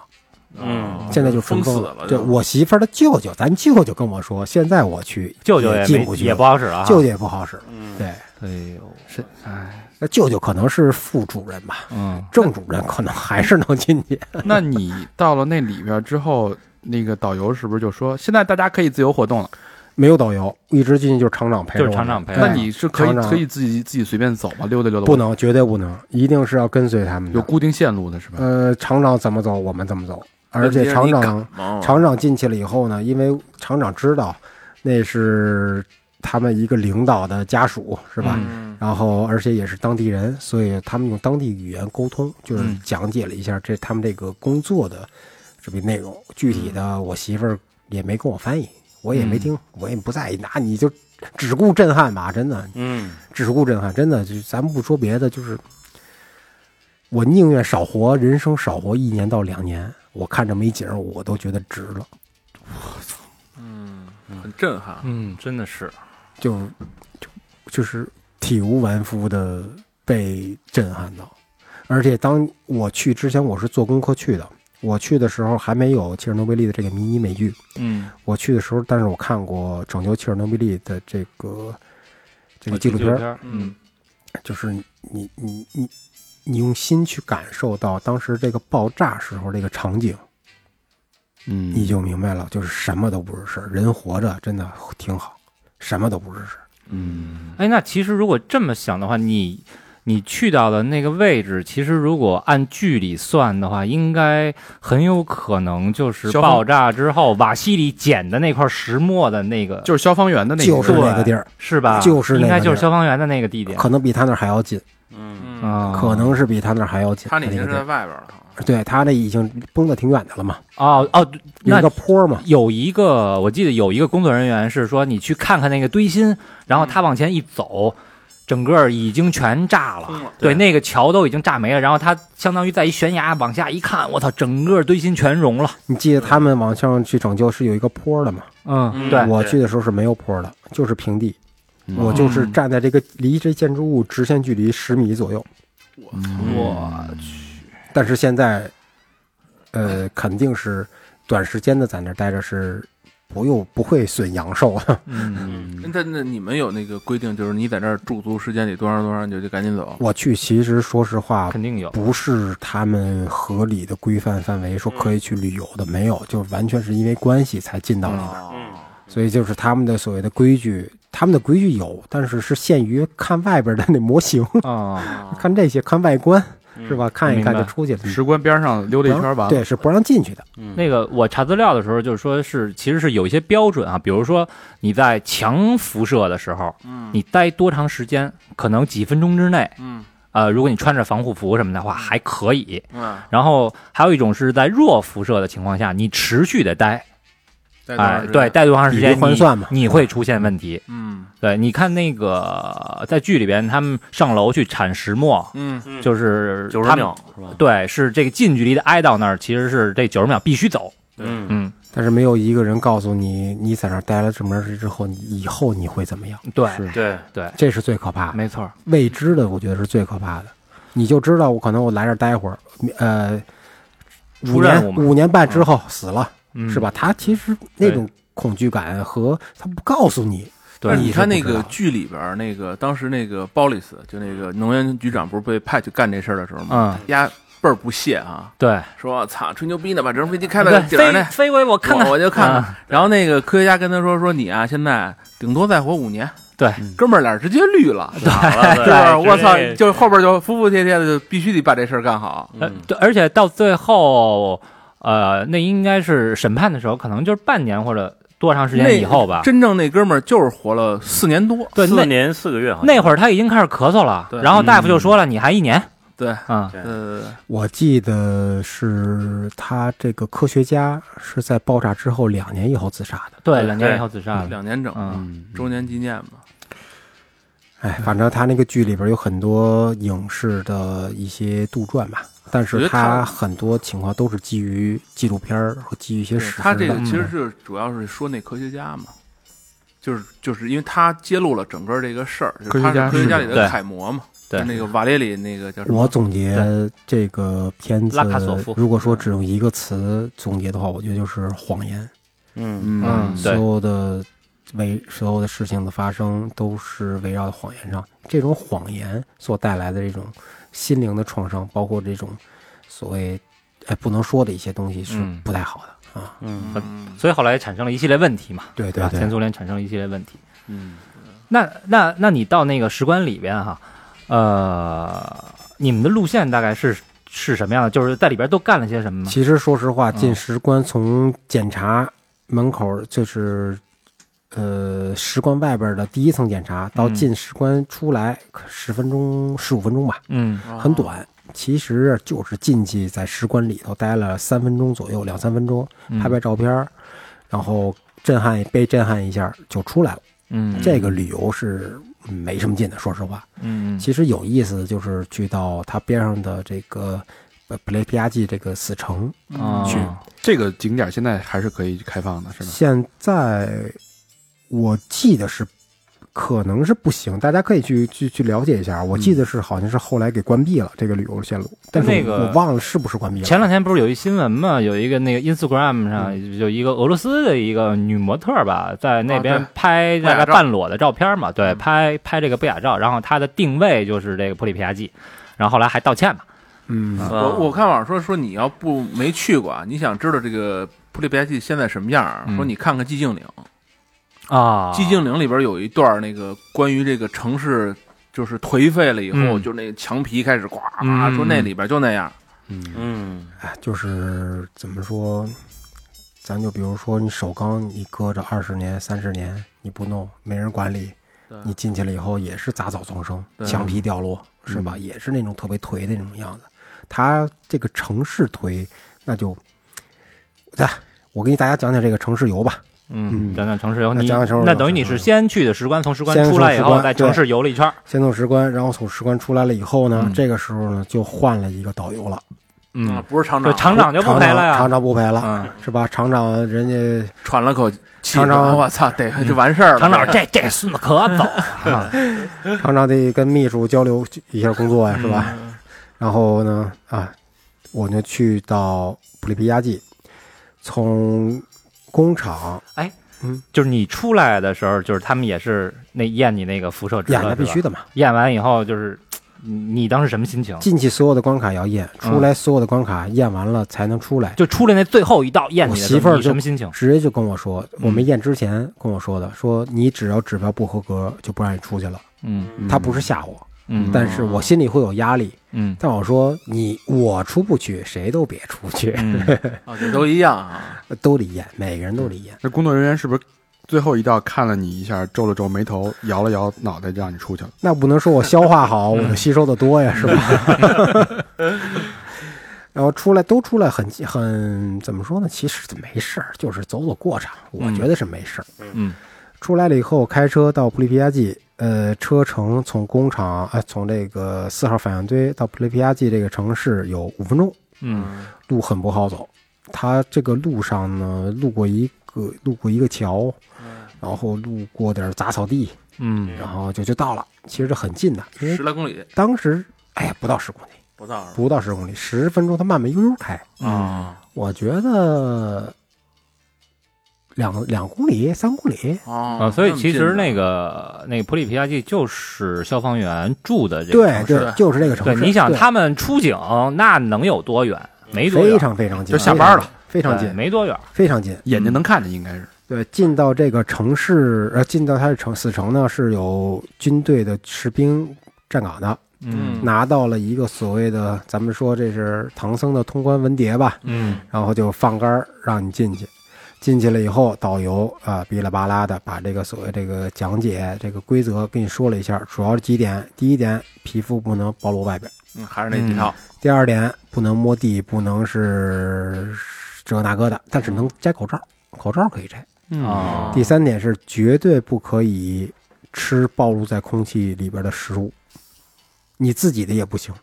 Speaker 7: 嗯
Speaker 5: 现在就
Speaker 3: 哦封
Speaker 5: 纯
Speaker 3: 死
Speaker 5: 封
Speaker 3: 了，
Speaker 5: 对
Speaker 3: 就
Speaker 5: 我媳妇儿的舅舅，咱舅舅跟我说，现在我去
Speaker 6: 舅舅
Speaker 5: 也
Speaker 6: 也
Speaker 5: 进
Speaker 6: 没
Speaker 5: 不去了，
Speaker 6: 也不好使了啊，
Speaker 5: 舅舅也不好使了。对，
Speaker 6: 哎呦，
Speaker 1: 是哎，
Speaker 5: 那舅舅可能是副主任吧，
Speaker 6: 嗯，
Speaker 5: 正主任可能还是能进去。
Speaker 1: 那你到了那里边之后，那个导游是不是就说现在大家可以自由活动了？
Speaker 5: 没有导游，一直进去就是厂长陪着我
Speaker 6: 就
Speaker 5: 们。
Speaker 6: 是厂长陪着
Speaker 5: 对
Speaker 1: 那你是可以
Speaker 5: 厂长
Speaker 1: 可以自己自己随便走吗？溜达溜达？
Speaker 5: 哎不，能，绝对不能，一定是要跟随他们
Speaker 1: 有
Speaker 5: 的。
Speaker 1: 固定线路的是吧？
Speaker 5: 呃，厂长怎么走，我们怎么走。而且
Speaker 3: 长
Speaker 5: 厂长，
Speaker 1: 哦
Speaker 5: 厂长进去了以后呢，因为厂长知道那是他们一个领导的家属，是吧？
Speaker 3: 嗯
Speaker 5: 然后，而且也是当地人，所以他们用当地语言沟通，就是
Speaker 3: 嗯
Speaker 5: 讲解了一下这他们这个工作的这个内容。具体
Speaker 3: 嗯
Speaker 5: 的，我媳妇儿也没跟我翻译，我也没听，我也不在意。那你就只顾震撼吧，真的，
Speaker 7: 嗯，
Speaker 5: 只顾震撼，真的。就咱们不说别的，就是我宁愿少活人生少活一年到两年，我看这么一景儿，我都觉得值了。
Speaker 3: 哦很震撼。
Speaker 6: 嗯，真的是，
Speaker 5: 就就就是体无完肤的被震撼到。而且当我去之前，我是做功课去的。我去的时候还没有切尔诺贝利的这个迷你美剧。
Speaker 3: 嗯，
Speaker 5: 我去的时候，但是我看过《拯救切尔诺贝利》的这个这个纪录
Speaker 6: 纪
Speaker 5: 片
Speaker 6: 录
Speaker 5: 儿，
Speaker 6: 片儿，
Speaker 3: 嗯
Speaker 5: 就是你你你你用心去感受到当时这个爆炸时候这个场景，
Speaker 1: 嗯，
Speaker 5: 你就明白了，就是什么都不是事儿。人活着真的挺好，什么都不是事儿。
Speaker 1: 嗯，
Speaker 6: 哎，那其实如果这么想的话，你你去到的那个位置，其实如果按距离算的话，应该很有可能就是
Speaker 1: 消防
Speaker 6: 爆炸之后瓦西里捡的那块石磨的那个，
Speaker 1: 就是消防员的那
Speaker 5: 就
Speaker 1: 个
Speaker 5: 是
Speaker 1: 是吧
Speaker 5: 那个地儿，
Speaker 6: 是吧？
Speaker 5: 就是那个
Speaker 6: 应该就
Speaker 5: 地
Speaker 6: 是
Speaker 5: 儿
Speaker 6: 消防员的那个地点
Speaker 5: 可能比他那儿还要近。
Speaker 7: 嗯
Speaker 3: 嗯，
Speaker 6: 啊，
Speaker 5: 可能是比他那儿还要近。
Speaker 3: 他那已
Speaker 5: 那
Speaker 3: 经
Speaker 5: 个
Speaker 3: 是在
Speaker 5: 地儿
Speaker 3: 外边了，
Speaker 5: 对他那已经崩的挺远的了嘛，
Speaker 6: 哦哦，对
Speaker 5: 有一
Speaker 6: 那
Speaker 5: 个坡嘛，
Speaker 6: 有一个我记得有一个工作人员是说，你去看看那个堆芯，然后他往前一走。整个已经全炸了，
Speaker 3: 疯了
Speaker 6: 对
Speaker 2: 对
Speaker 6: 那个桥都已经炸没了。然后他相当于在一悬崖往下一看，我操，整个堆心全融了。
Speaker 5: 你记得他们往上去拯救是有一个坡的吗？
Speaker 6: 嗯，
Speaker 3: 嗯
Speaker 6: 对，
Speaker 5: 我去的时候是没有坡的，就是平地。我就是
Speaker 6: 嗯
Speaker 5: 站在这个离这建筑物直线距离十米左右，
Speaker 3: 嗯
Speaker 6: 我
Speaker 5: 但是现在，呃，肯定是短时间的在那儿待着是不用不会损阳寿啊的。
Speaker 3: 嗯，那那你们有那个规定，就是你在这儿驻足时间得多长多长，你就就赶紧走。
Speaker 5: 我去，其实说实话，
Speaker 6: 肯定有。
Speaker 5: 不是他们合理的规范范围
Speaker 6: 嗯
Speaker 5: 说可以去旅游的，没有，就是完全是因为关系才进到里
Speaker 6: 哦
Speaker 5: 面，
Speaker 3: 嗯，
Speaker 5: 所以就是他们的所谓的规矩，他们的规矩有，但是是限于看外边的那模型，
Speaker 6: 啊，
Speaker 5: 看这些，看外观。是吧？看一看就
Speaker 6: 嗯明白嗯
Speaker 5: 出去了，
Speaker 1: 石棺边上溜达一圈吧。
Speaker 5: 嗯对，是不让进去的。
Speaker 3: 嗯
Speaker 6: 那个我查资料的时候，就是说是其实是有一些标准啊，比如说你在强辐射的时候，你待多长时间，可能几分钟之内，
Speaker 3: 嗯，
Speaker 6: 呃，如果你穿着防护服什么的话还可以。
Speaker 3: 啊，
Speaker 6: 然后还有一种是在弱辐射的情况下，你持续的待，
Speaker 3: 再多长
Speaker 6: 哎
Speaker 3: 时，间
Speaker 6: 对，，待多长时
Speaker 5: 比
Speaker 6: 间
Speaker 5: 例换
Speaker 6: 你
Speaker 5: 算嘛
Speaker 6: 你会出现问题。
Speaker 3: 嗯
Speaker 6: 对，你看那个在剧里边，他们上楼去铲石墨，
Speaker 3: 嗯
Speaker 6: 就是
Speaker 7: 九十
Speaker 6: 他们
Speaker 7: 秒是吧？
Speaker 6: 对，是这个近距离的挨到那儿，其实是这九十秒必须走。
Speaker 7: 嗯，
Speaker 6: 嗯，
Speaker 5: 但是没有一个人告诉你，你在那儿待了这么长时间之后，你以后你会怎么样？
Speaker 6: 对，
Speaker 7: 对，
Speaker 5: 这是最可怕的，
Speaker 6: 没错儿。
Speaker 5: 未知的，我觉得是最可怕的。你就知道，我可能我来这儿待会儿，呃，
Speaker 6: 出
Speaker 5: 五
Speaker 6: 任务
Speaker 5: 年
Speaker 6: 嘛
Speaker 5: 五年半之后死了，
Speaker 6: 嗯
Speaker 5: 是吧？他其实那种恐惧感和他不告诉你，
Speaker 6: 对
Speaker 3: 但是你看那
Speaker 5: 你是不
Speaker 3: 个
Speaker 5: 知道
Speaker 3: 剧里边儿，那个当时那个鲍里斯，就那个能源局长，不是被派去干这事儿的时候吗？
Speaker 6: 嗯，
Speaker 3: 丫倍儿不屑啊，
Speaker 6: 对，
Speaker 3: 说操，吹牛逼呢，把直升飞机开到
Speaker 6: 对，
Speaker 3: 顶儿
Speaker 6: 飞
Speaker 3: 呢，
Speaker 6: 飞回我看看
Speaker 3: 我，我就看看
Speaker 6: 啊。
Speaker 3: 然后那个科学家跟他说说你啊，现在顶多再活五年。
Speaker 6: 对，嗯
Speaker 3: 哥们儿俩直接绿了，是吧？
Speaker 7: 对
Speaker 3: 我操，
Speaker 7: 直接
Speaker 3: 就是后边就服服帖帖的，就必须得把这事儿干好。
Speaker 7: 嗯
Speaker 6: 呃对，而且到最后，呃，那应该是审判的时候，可能就是半年或者多长时
Speaker 3: 那
Speaker 6: 间以后吧。
Speaker 3: 真正那哥们儿就是活了四年多，
Speaker 6: 对，
Speaker 7: 四
Speaker 6: 那
Speaker 7: 年四个月好像
Speaker 6: 那会儿他已经开始咳嗽了，
Speaker 3: 对嗯
Speaker 6: 然后大夫就说了，你还一年。
Speaker 3: 对，
Speaker 6: 嗯，
Speaker 3: 呃，
Speaker 5: 我记得是他这个科学家是在爆炸之后两年以后自杀的。
Speaker 6: 对，两年以后自杀了。
Speaker 3: 两年整，
Speaker 6: 啊嗯
Speaker 3: 周年纪念嘛，
Speaker 5: 哎，
Speaker 3: 嗯
Speaker 5: 反正他那个剧里边有很多影视的一些杜撰吧，但
Speaker 3: 我觉
Speaker 5: 是
Speaker 3: 得他
Speaker 5: 他很多情况都是基于纪录片儿和基于一些
Speaker 3: 对
Speaker 5: 史实
Speaker 3: 他这个
Speaker 5: 的
Speaker 3: 其实就是主要是说那科学家嘛，就是就是因为他揭露了整个这个事儿，就是
Speaker 1: 科学
Speaker 3: 他是
Speaker 1: 家
Speaker 3: 科学
Speaker 1: 是
Speaker 3: 家里的
Speaker 6: 对
Speaker 3: 楷模嘛，
Speaker 6: 对
Speaker 3: 就那个瓦列里那个叫什
Speaker 5: 我
Speaker 3: 么？
Speaker 5: 总结呃这个片子
Speaker 6: 拉卡索夫，
Speaker 5: 如果说只用一个词总结的话，我觉得就是谎言。
Speaker 7: 嗯
Speaker 3: 嗯
Speaker 6: 嗯，
Speaker 5: 所
Speaker 6: 对
Speaker 5: 有的围所有的事情的发生都是围绕谎言上，这种谎言所带来的这种心灵的创伤，包括这种所谓哎不能说的一些东西是
Speaker 6: 嗯
Speaker 5: 不太好的啊。
Speaker 7: 嗯
Speaker 3: 嗯
Speaker 6: 所以后来产生了一系列问题嘛，
Speaker 5: 对
Speaker 6: 吧？啊前苏联产生了一系列问题。
Speaker 3: 嗯，
Speaker 6: 那那那你到那个使馆里边哈，呃，你们的路线大概是是什么样的？就是在里边都干了些什么呢？
Speaker 5: 其实说实话，进
Speaker 6: 嗯
Speaker 5: 石棺从检查门口就是。呃，石棺外边的第一层检查到
Speaker 6: 嗯
Speaker 5: 进石棺出来十分钟、十五分钟吧，
Speaker 6: 嗯
Speaker 5: 很短。其实就是进去在石棺里头待了三分钟左右，两三分钟，
Speaker 6: 嗯
Speaker 5: 拍拍照片儿，然后震撼被震撼一下就出来了。
Speaker 6: 嗯
Speaker 5: 这个旅游是没什么劲的，说实话。
Speaker 6: 嗯
Speaker 5: 其实有意思的就是去到它边上的这个呃布雷皮亚季这个死城，
Speaker 6: 啊
Speaker 5: 去
Speaker 1: 这个景点现在还是可以开放的，是吧？
Speaker 5: 现在我记得是可能是不行，大家可以去去去了解一下。我记得是好像是后来给关闭了这个旅游线路，但是我,、
Speaker 6: 那个
Speaker 5: 我忘了是不是关闭了。
Speaker 6: 前两天不是有一新闻嘛？有一个那个 Instagram 上有一个俄罗斯的一个女模特吧，在那边
Speaker 3: 啊
Speaker 6: 拍
Speaker 3: 不雅
Speaker 6: 大概
Speaker 3: 照
Speaker 6: 半裸的照片嘛，对，拍拍这个不雅照，然后她的定位就是这个普里皮亚季，然后后来还道歉嘛，
Speaker 5: 嗯，
Speaker 1: 啊
Speaker 3: 哦我我看网上说说你要不没去过啊，你想知道这个普利皮亚季现在什么样儿，
Speaker 6: 嗯
Speaker 3: 说你看看寂静岭。
Speaker 6: 啊，
Speaker 3: 寂静岭里边有一段那个关于这个城市就是颓废了以后，
Speaker 6: 嗯
Speaker 3: 就那墙皮开始呱，
Speaker 6: 嗯
Speaker 3: 说那里边就那样。
Speaker 7: 嗯
Speaker 5: 哎，就是怎么说，咱就比如说你首钢你搁着二十年、三十年，你不弄，没人管理，你进去了以后也是杂草丛生，
Speaker 3: 对
Speaker 5: 墙皮掉落，是吧？也是那种特别颓的那种样子。它这个城市颓，那就，来，我给大家讲讲这个城市游吧。
Speaker 6: 嗯，
Speaker 5: 嗯
Speaker 6: 讲讲城市游，
Speaker 5: 那
Speaker 6: 你
Speaker 5: 讲讲城市游嗯
Speaker 6: 那等于你是先去的石关，从石关
Speaker 5: 先
Speaker 6: 出来
Speaker 5: 从
Speaker 6: 以
Speaker 5: 石
Speaker 6: 后，
Speaker 5: 关
Speaker 6: 在城市游了一圈儿，
Speaker 5: 先从石关，然后从石关出来了以后呢，
Speaker 6: 嗯
Speaker 5: 这个时候呢就换了一个导游了，
Speaker 3: 啊
Speaker 6: 嗯，
Speaker 3: 不是厂
Speaker 6: 这
Speaker 3: 长，
Speaker 6: 厂长就不
Speaker 5: 厂
Speaker 6: 陪了
Speaker 5: 长厂
Speaker 6: 呀，
Speaker 5: 长不陪了，
Speaker 6: 嗯，
Speaker 5: 是吧？厂长人家
Speaker 3: 喘了口气，
Speaker 5: 厂长
Speaker 3: 我操，得就完事儿了。
Speaker 6: 厂长这这孙子可走了，
Speaker 5: 常常得跟秘书交流一下工作
Speaker 6: 嗯
Speaker 5: 呀，是吧？然后呢，啊，我就去到普利皮亚季，从工厂
Speaker 6: 就是你出来的时候，就是他们也是那验你那个辐射值
Speaker 5: 演的
Speaker 6: 了，
Speaker 5: 必
Speaker 6: 是吧
Speaker 5: 须的嘛，
Speaker 6: 验完以后就是你你当时什么心情？
Speaker 5: 进去所有的关卡要验，
Speaker 6: 嗯
Speaker 5: 出来所有的关卡验完了才能出来。
Speaker 6: 就出来那最后一道验你的
Speaker 5: 我
Speaker 6: 时
Speaker 5: 媳妇
Speaker 6: 候，
Speaker 5: 儿
Speaker 6: 你
Speaker 5: 就
Speaker 6: 什么心情？
Speaker 5: 直接就跟我说，
Speaker 6: 嗯
Speaker 5: 我没验之前跟我说的，说你只要指标不合格就不让你出去了。
Speaker 6: 嗯
Speaker 5: 他不是吓我，
Speaker 6: 嗯
Speaker 5: 但是我心里会有压力。
Speaker 6: 嗯
Speaker 5: 但我说你我出不去，谁都别出去，
Speaker 6: 嗯，
Speaker 3: 啊，这都一样啊。
Speaker 5: 都得验，每个人都得验。
Speaker 1: 那工作人员是不是最后一道看了你一下，皱了皱眉头，摇了摇脑袋，让你出去了？
Speaker 5: 那不能说我消化好，我就吸收的多呀，是吧？ 然后出来都出来很很怎么说呢？其实没事儿，就是走走过场，我
Speaker 6: 嗯
Speaker 5: 觉得是没事儿。
Speaker 6: 嗯，
Speaker 5: 出来了以后开车到普利皮亚季，呃，车程从工厂呃从这个四号反应堆到普利皮亚季这个城市有五分钟，
Speaker 6: 嗯，
Speaker 5: 路很不好走。它这个路上呢，路过一个路过一个桥，然后路过点儿杂草地，
Speaker 6: 嗯
Speaker 5: 然后就就到了。其实这很近的，因为
Speaker 3: 十来公里
Speaker 5: 当时哎呀，不到十公里，
Speaker 6: 嗯
Speaker 3: 不到是吧
Speaker 5: 不到十公里，十分钟，它慢慢悠悠开。
Speaker 3: 啊
Speaker 5: 我觉得两两公里、三公里，
Speaker 3: 啊
Speaker 6: 啊，所以其实
Speaker 3: 个
Speaker 6: 那个那个普里皮亚季就是消防员住的这个
Speaker 5: 对
Speaker 6: 城市，
Speaker 5: 对，
Speaker 6: 啊
Speaker 5: 就是这个城市。
Speaker 6: 你想
Speaker 5: 对嗯
Speaker 6: 他们出警那能有多远？没多远，
Speaker 5: 非常非常近，
Speaker 1: 就下班了
Speaker 5: 非常，非常
Speaker 6: 对
Speaker 5: 近，
Speaker 6: 没多远。
Speaker 5: 非常近。
Speaker 1: 眼睛能看见，应该是。
Speaker 5: 对，进到这个城市，呃，进到它的城死城呢，是有军队的士兵站岗的，
Speaker 3: 嗯
Speaker 5: 拿到了一个所谓的，咱们说这是唐僧的通关文牒吧，
Speaker 6: 嗯
Speaker 5: 然后就放杆儿让你进去。进去了以后，导游啊、哔啦吧啦的把这个所谓这个讲解这个规则跟你说了一下，主要是几点：第一点，皮肤不能暴露外表；
Speaker 3: 嗯还是那几套，
Speaker 5: 第二点，不能摸地，不能是这个那个的，但是能摘口罩，口罩可以摘。嗯
Speaker 6: 啊，
Speaker 5: 第三点是绝对不可以吃暴露在空气里边的食物，你自己的也不行。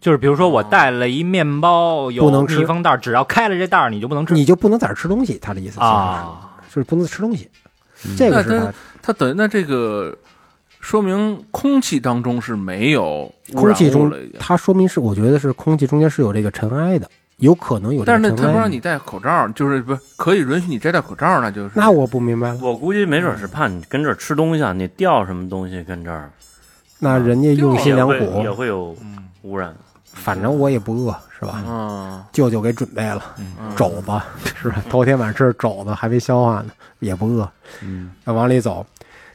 Speaker 6: 就是比如说我带了一面包，有
Speaker 5: 不能吃
Speaker 6: 密封袋，只要开了这袋儿，你就不能吃
Speaker 5: 你就不能在这儿吃东西，他的意思其实是
Speaker 6: 啊。
Speaker 5: 就是不能吃东西，
Speaker 7: 嗯
Speaker 5: 这个是
Speaker 3: 那
Speaker 5: 他
Speaker 3: 跟它等于那这个说明空气当中是没有污
Speaker 5: 空
Speaker 3: 染
Speaker 5: 气
Speaker 3: 物
Speaker 5: 中
Speaker 3: 了已经，
Speaker 5: 它说明是我觉得是空气中间是有这个尘埃的，有可能有这
Speaker 3: 但
Speaker 5: 个
Speaker 3: 是
Speaker 5: 尘
Speaker 3: 那
Speaker 5: 埃的。
Speaker 3: 他不让你戴口罩，就是不是可以允许你摘戴口罩，那就是
Speaker 5: 那我不明白了，
Speaker 7: 我估计没准是怕你跟这儿吃东西啊，你掉什么东西跟这儿，
Speaker 5: 那人家用心
Speaker 7: 也
Speaker 5: 良
Speaker 7: 会也
Speaker 5: 苦，
Speaker 7: 会有污染。
Speaker 5: 反正我也不饿，是吧？
Speaker 3: 嗯
Speaker 5: 舅舅给准备了肘子，是吧？头天晚上吃的肘子还没消化呢，也不饿。嗯，那往里走，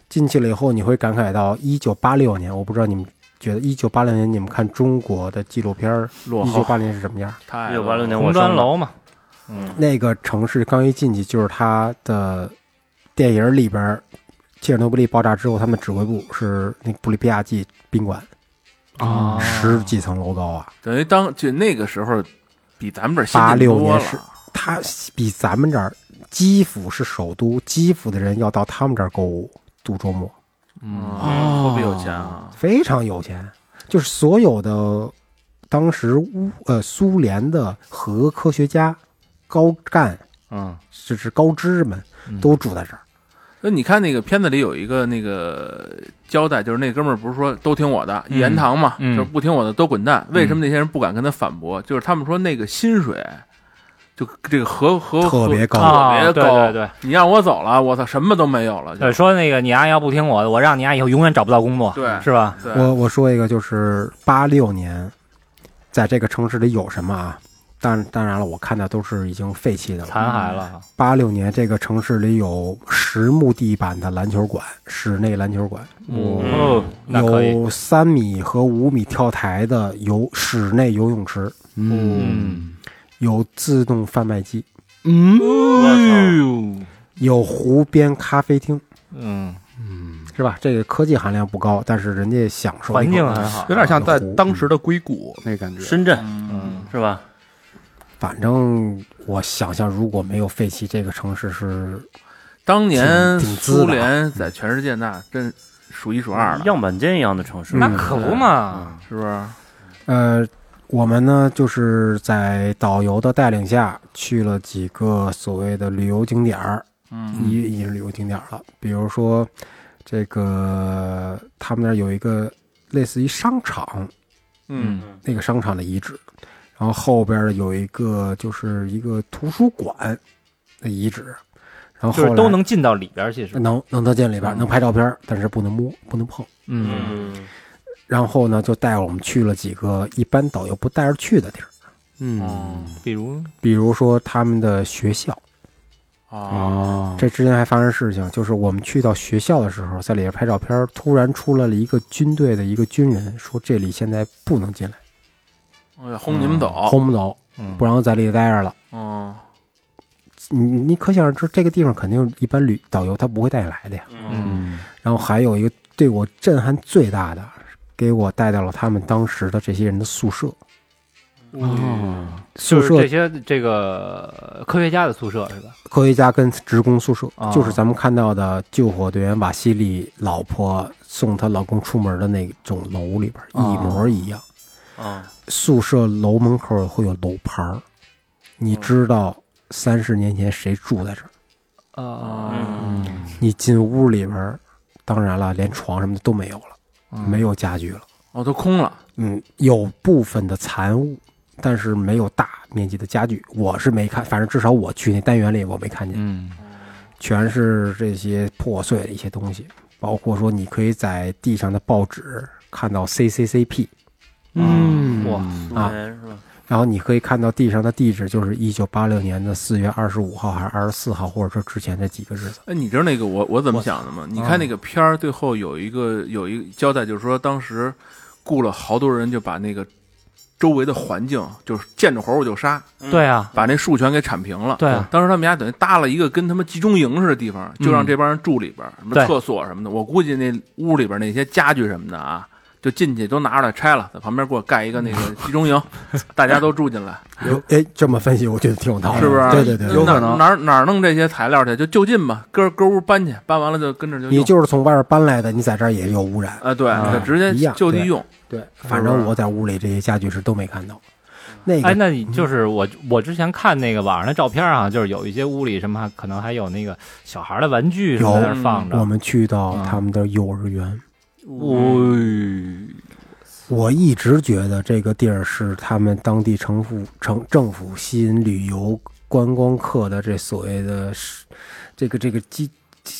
Speaker 5: 进去了以后，你会感慨到一九八六年，我不知道你们觉得一九八六年你们看中国的纪录片儿，
Speaker 3: 落
Speaker 5: 一九
Speaker 3: 后
Speaker 5: 八零是什么样？
Speaker 3: 太
Speaker 7: 一九八六年
Speaker 6: 红
Speaker 7: 我
Speaker 6: 砖
Speaker 7: 上
Speaker 6: 楼嘛，
Speaker 3: 嗯
Speaker 5: 那个城市刚一进去就是他的电影里边儿，切尔诺贝利爆炸之后，他们指挥部是那布里皮亚季宾馆
Speaker 6: 啊
Speaker 5: 十几层楼高啊，
Speaker 3: 等于当就那个时候比咱们这儿先进
Speaker 5: 86
Speaker 3: 多了
Speaker 5: 年是它比咱们这儿基辅是首都，基辅的人要到他们这儿购物度周末，
Speaker 3: 嗯，特别有钱啊，
Speaker 5: 非常有钱，就是所有的当时乌呃苏联的核科学家高干，
Speaker 6: 嗯，
Speaker 5: 就是高知们都住在这儿。
Speaker 3: 那你看那个片子里有一个那个交代，就是那哥们儿不是说都听我的，一言堂嘛，
Speaker 6: 嗯
Speaker 3: 就是不听我的都滚蛋。为什么那些人不敢跟他反驳？就是他们说那个薪水，就这个和和
Speaker 5: 特别高
Speaker 3: 特
Speaker 6: 啊
Speaker 3: 别
Speaker 6: 对
Speaker 3: 高。
Speaker 6: 对对，
Speaker 3: 你让我走了，我操，什么都没有了。就
Speaker 6: 对，说那个你啊要不听我的，我让你啊以后永远找不到工作，
Speaker 3: 对
Speaker 6: 是吧？
Speaker 3: 对，
Speaker 5: 我我说一个，就是八六年，在这个城市里有什么啊？当当然了，我看的都是已经废弃的了。
Speaker 6: 残骸了，
Speaker 5: 八六年这个城市里有实木地板的篮球馆，室内篮球馆，
Speaker 6: 哦，那可以，
Speaker 5: 嗯有三米和五米跳台的游室内游泳池，
Speaker 6: 嗯，
Speaker 5: 有自动贩卖机，哎
Speaker 3: 嗯，
Speaker 5: 有湖边咖啡厅，
Speaker 6: 嗯，
Speaker 5: 是吧？这个科技含量不高，但是人家享受
Speaker 6: 环境啊很好
Speaker 1: 啊有，点像嗯在当时的硅谷那感觉。
Speaker 7: 深圳
Speaker 6: 嗯
Speaker 7: 是吧？
Speaker 5: 反正我想象，如果没有废弃这个城市是
Speaker 3: 当年
Speaker 5: 挺挺滋的
Speaker 3: 苏联在全世界那真数一数二了，
Speaker 7: 样板间一样的城市，
Speaker 6: 嗯那可不嘛，
Speaker 3: 是不啊是？
Speaker 5: 呃，我们呢就是在导游的带领下去了几个所谓的旅游景点儿，
Speaker 3: 嗯
Speaker 5: 一已经旅游景点儿了，比如说这个他们那儿有一个类似于商场，
Speaker 3: 嗯
Speaker 5: 那个商场的遗址，然后后边儿有一个就是一个图书馆的遗址，然后
Speaker 6: 嗯就
Speaker 5: 后
Speaker 6: 是
Speaker 5: 来
Speaker 6: 都能嗯进到里边儿，其实，
Speaker 5: 能能得见里边儿，能拍照片儿，但是不能摸，不能碰。
Speaker 6: 嗯，
Speaker 7: 嗯，
Speaker 5: 然后呢，就带我们去了几个一般导游不带着去的地儿，嗯
Speaker 1: 嗯
Speaker 6: 哦，比如
Speaker 5: 比如说他们的学校。嗯
Speaker 3: 啊，
Speaker 2: 哦，
Speaker 5: 这之前还发生事情，就是我们去到学校的时候，在里边拍照片儿，突然出来了一个军队的一个军人，说这里现在不能进来，
Speaker 3: 我得轰你们走，
Speaker 5: 轰不走，
Speaker 6: 嗯
Speaker 5: 不让在里待着了。
Speaker 3: 嗯
Speaker 5: 你你可想而知，这个地方肯定一般旅导游他不会带你来的呀。
Speaker 6: 嗯
Speaker 5: 然后还有一个对我震撼最大的，给我带到了他们当时的这些人的宿舍，宿
Speaker 6: 就嗯是
Speaker 5: 舍
Speaker 6: 这些这个科学家的宿舍是吧？
Speaker 5: 科学家跟职工宿舍，
Speaker 6: 啊
Speaker 5: 就是咱们看到的救火队员瓦西里老婆送她老公出门的那种楼里边儿一模一样。
Speaker 6: 哦
Speaker 7: 啊，
Speaker 5: 宿舍楼门口会有楼牌儿，
Speaker 6: 嗯
Speaker 5: 你知道三十年前谁住在这儿？
Speaker 6: 啊，
Speaker 5: 你进屋里边儿，当然了，连床什么的都没有了，
Speaker 3: 嗯
Speaker 5: 没有家具了。
Speaker 3: 哦，都空了，
Speaker 5: 嗯，有部分的残物，但是没有大面积的家具。我是没看，反正至少我去那单元里我没看见，
Speaker 2: 嗯，
Speaker 5: 全是这些破碎的一些东西，包括说你可以在地上的报纸看到 CCCP，
Speaker 3: 嗯
Speaker 6: 哇，
Speaker 7: 苏联是吧？
Speaker 5: 然后你可以看到地上的地址就是一九八六年的四月二十五号还是二十四号，或者说之前这几个日子。
Speaker 3: 哎，你知道那个我我怎么想的吗？你看那个片儿最后有一个有一个交代，就是说当时雇了好多人，就把那个周围的环境，就是见着活儿我就杀，
Speaker 6: 对啊，
Speaker 3: 把那树全给铲平了。
Speaker 6: 对啊
Speaker 3: 当时他们家等于搭了一个跟他们集中营似的地方，就让这帮人住里边儿，什么
Speaker 6: 对
Speaker 3: 厕所什么的。我估计那屋里边那些家具什么的啊，就进去都拿出来拆了，在旁边给我盖一个那个集中营，大家都住进来，
Speaker 5: 有哎，这么分析我觉得挺有道理，
Speaker 3: 是不是？
Speaker 5: 对对对，
Speaker 3: 哪哪儿哪儿弄这些材料去？就就近吧，搁搁屋搬去，搬完了就跟着就
Speaker 5: 你
Speaker 3: 用。
Speaker 5: 就是从外边搬来的，你在这儿也有污染。
Speaker 3: 啊，对，就直
Speaker 5: 一
Speaker 3: 接
Speaker 5: 样
Speaker 3: 就地
Speaker 5: 对
Speaker 3: 用。
Speaker 5: 对，反正我在屋里这些家具是都没看到。那个
Speaker 6: 哎，那你就是我，我之前看那个网上的照片啊，就是有一些屋里什么，可能还有那个小孩的玩具什么在那儿放
Speaker 5: 嗯我
Speaker 6: 着。
Speaker 5: 们去到他们的幼儿园，
Speaker 3: 嗯
Speaker 5: 我一直觉得这个地儿是他们当地城府城政府吸引旅游观光客的这所谓的是这个这个激，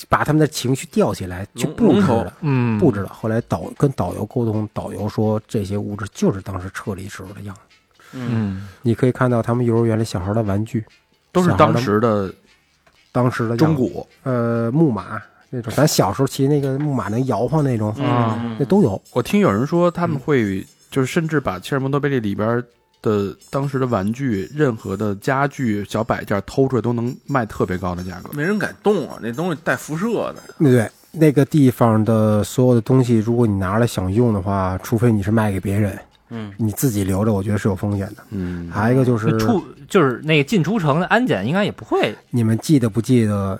Speaker 5: 把他们的情绪吊起来去
Speaker 3: 龙
Speaker 5: 布置
Speaker 3: 龙头
Speaker 5: 的。
Speaker 6: 嗯，
Speaker 5: 布置的，后来导跟导游沟通，导游说这些物质就是当时撤离时候的样子。
Speaker 2: 嗯，
Speaker 5: 你可以看到他们幼儿园里小孩的玩具，
Speaker 1: 都是
Speaker 5: 小孩的
Speaker 1: 当时的
Speaker 5: 当时的样子
Speaker 1: 中古，
Speaker 5: 呃木马那种，咱小时候骑那个木马能摇晃那种，
Speaker 7: 嗯
Speaker 5: 那都有。
Speaker 1: 我听有人说他们会就是甚至把切尔蒙多贝利里边的当时的玩具、任何的家具、小摆件偷出来都能卖特别高的价格。
Speaker 3: 没人敢动啊，那东西带辐射的。
Speaker 5: 对对，那个地方的所有的东西，如果你拿来想用的话，除非你是卖给别人，
Speaker 7: 嗯，
Speaker 5: 你自己留着，我觉得是有风险的。
Speaker 1: 嗯，
Speaker 5: 还有一个就是，
Speaker 6: 出就是那个进出城的安检应该也不会
Speaker 5: 你们记得不记得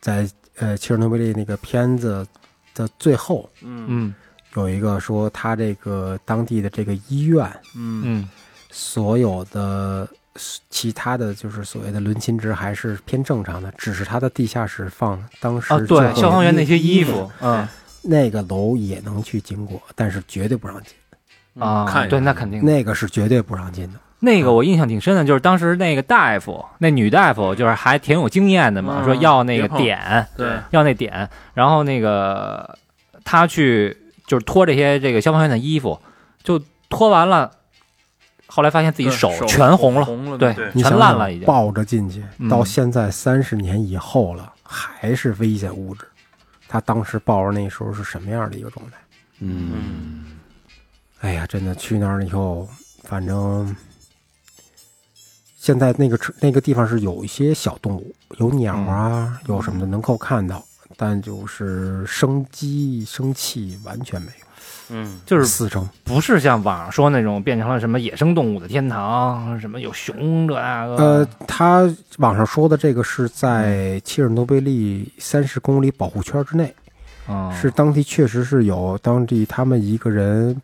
Speaker 5: 在，呃切尔诺贝利那个片子的最后，
Speaker 6: 嗯
Speaker 5: 有一个说他这个当地的这个医院，
Speaker 3: 嗯
Speaker 6: 嗯
Speaker 5: 所有的呃其他的就是所谓的伦琴值还是偏正常的，只是它的地下室放当时
Speaker 6: 啊，
Speaker 5: 最
Speaker 6: 对，
Speaker 5: 后
Speaker 6: 消防员
Speaker 5: 的
Speaker 6: 那些衣服
Speaker 5: 嗯
Speaker 3: 啊，
Speaker 5: 那个楼也能去经过，但是绝对不让进，
Speaker 6: 啊，
Speaker 3: 嗯看一
Speaker 6: 对，
Speaker 3: 下
Speaker 6: 那肯定的。
Speaker 5: 那个是绝对不让进的。
Speaker 6: 那个我印象挺深的，就是当时那个大夫，那女大夫就是还挺有经验的嘛，
Speaker 3: 嗯
Speaker 6: 说要那
Speaker 3: 别
Speaker 6: 个
Speaker 3: 碰
Speaker 6: 点，
Speaker 3: 对，
Speaker 6: 要那点，然后那个他去就是脱这些这个消防员的衣服，就脱完了，后来发现自己
Speaker 3: 对
Speaker 6: 手
Speaker 3: 手
Speaker 6: 全红了，
Speaker 3: 红了
Speaker 6: 对
Speaker 3: 对，
Speaker 5: 你想想
Speaker 6: 全烂了已经
Speaker 5: 抱着进去
Speaker 6: 嗯，
Speaker 5: 到现在三十年以后了，还是危险物质。他当时抱着那时候是什么样的一个状态？
Speaker 7: 嗯，
Speaker 5: 哎呀，真的去那儿以后，反正现
Speaker 6: 嗯
Speaker 5: 在那个城那个地方是有一些小动物，有鸟啊，有什么的能够看到，但就是生机生气完全没有，
Speaker 7: 嗯，
Speaker 6: 就是
Speaker 5: 死生。
Speaker 6: 不是像网上说那种变成了什么野生动物的天堂，什么有熊这那个，
Speaker 5: 呃，他网上说的这个是在切尔诺贝利三十公里保护圈之内，
Speaker 6: 嗯
Speaker 5: 是当地确实是有当地他们一个人，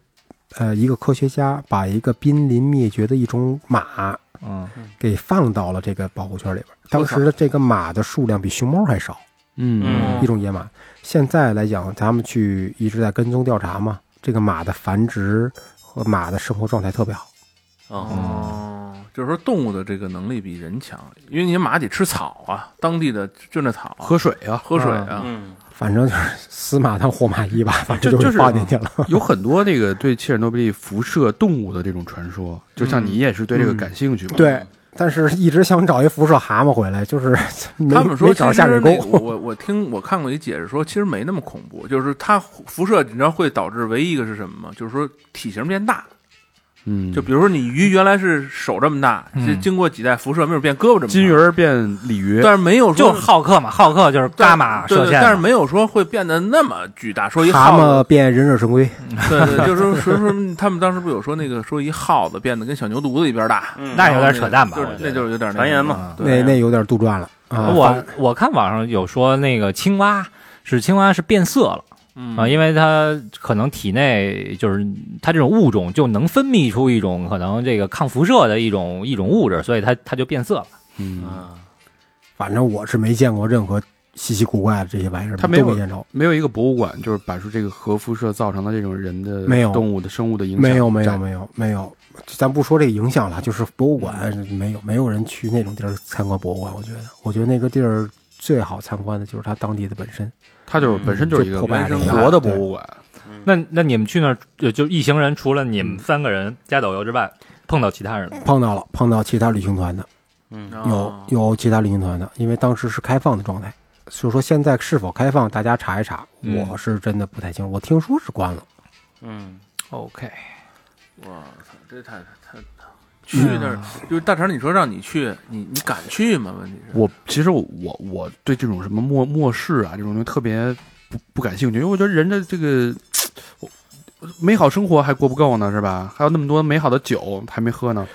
Speaker 5: 呃，一个科学家把一个濒临灭绝的一种马
Speaker 6: 嗯
Speaker 5: 给放到了这个保护圈里边儿。当时的这个马的数量比熊猫还少，
Speaker 7: 嗯
Speaker 5: 一种野马。现在来讲，咱们去一直在跟踪调查嘛，这个马的繁殖和马的生活状态特别好。
Speaker 3: 哦，
Speaker 6: 嗯
Speaker 3: 就是说动物的这个能力比人强，因为你马得吃草啊，当地的就那草啊，
Speaker 1: 喝水 啊，
Speaker 3: 喝水啊，
Speaker 7: 嗯，
Speaker 5: 反正就是死马当活马 医吧，反正
Speaker 1: 就
Speaker 5: 就
Speaker 1: 就是
Speaker 5: 报进去
Speaker 3: 啊
Speaker 5: 了。
Speaker 1: 有很多这个对切尔诺贝利辐射动物的这种传说，就像你也是嗯对这个感兴趣嘛？
Speaker 5: 对，但是一直想找一辐射蛤蟆回来，就是 没
Speaker 3: 他们说
Speaker 5: 没
Speaker 3: 其
Speaker 5: 找下
Speaker 3: 实
Speaker 5: 水
Speaker 3: 那个
Speaker 5: 沟。
Speaker 3: 我我我听我看过一解释说，其实没那么恐怖，就是它辐射，你知道会导致唯一一个是什么吗？就是说体型变大，
Speaker 1: 嗯，
Speaker 3: 就比如说你鱼原来是手这么大，
Speaker 6: 嗯
Speaker 3: 这经过几代辐射，没准变胳膊这么大，
Speaker 1: 金鱼儿变鲤鱼，
Speaker 3: 但是没有
Speaker 6: 就
Speaker 3: 说
Speaker 6: 是浩克嘛，浩克就是伽马
Speaker 3: 对
Speaker 6: 射
Speaker 3: 对，
Speaker 6: 线嘛，
Speaker 3: 但是没有说会变得那么巨大。 说一
Speaker 5: 蛤
Speaker 3: 耗
Speaker 5: 蟆
Speaker 3: 子，
Speaker 5: 变忍者神龟，
Speaker 3: 对对，就是说说说他们当时不有说那个说一耗子变得跟小牛犊子一边大，
Speaker 7: 嗯
Speaker 6: 那有点扯淡吧？
Speaker 3: 就是
Speaker 6: 我觉得
Speaker 3: 那就是有点那个
Speaker 7: 传言嘛，
Speaker 3: 啊
Speaker 5: 那那有点杜撰了啊！
Speaker 6: 我我看网上有说那个青蛙是青蛙是变色了
Speaker 3: 嗯
Speaker 6: 啊，因为它可能体内就是它这种物种就能分泌出一种可能这个抗辐射的一种一种物质，所以它它就变色了。
Speaker 1: 嗯，
Speaker 7: 啊，
Speaker 5: 反正我是没见过任何稀奇古怪的这些玩意儿，
Speaker 1: 他没
Speaker 5: 没
Speaker 1: 有
Speaker 5: 都见着。
Speaker 1: 没有一个博物馆就是摆出这个核辐射造成的这种人的
Speaker 5: 没有
Speaker 1: 动物的生物的影响，
Speaker 5: 没有没有没有没有，咱不说这个影响了，就是博物馆
Speaker 1: 嗯
Speaker 5: 没有没有人去那种地儿参观博物馆。我觉得，我觉得那个地儿最好参观的就是它当地的本身。
Speaker 1: 它就是本身就是一个
Speaker 5: 嗯就破败
Speaker 1: 原
Speaker 5: 了
Speaker 1: 生活的博物馆，
Speaker 6: 那那你们去那儿就就一行人，除了你
Speaker 5: 嗯
Speaker 6: 们三个人加导游之外，碰到其他人了吗？
Speaker 5: 碰到了碰到其他旅行团的，
Speaker 7: 嗯，
Speaker 5: 有
Speaker 1: 啊
Speaker 3: 哦
Speaker 5: 有其他旅行团的，因为当时是开放的状态，所以说现在是否开放，大家查一查。
Speaker 6: 嗯
Speaker 5: 我是真的不太清楚，我听说是关了。
Speaker 7: 嗯，
Speaker 6: OK，
Speaker 3: 哇操，这太太太去那儿就是大成，你说让你去，你你敢去吗？问题是，
Speaker 1: 我其实我我我对这种什么末末世啊这种东西特别不不感兴趣，因为我觉得人的这个我美好生活还过不够呢，是吧？还有那么多美好的酒还没喝呢，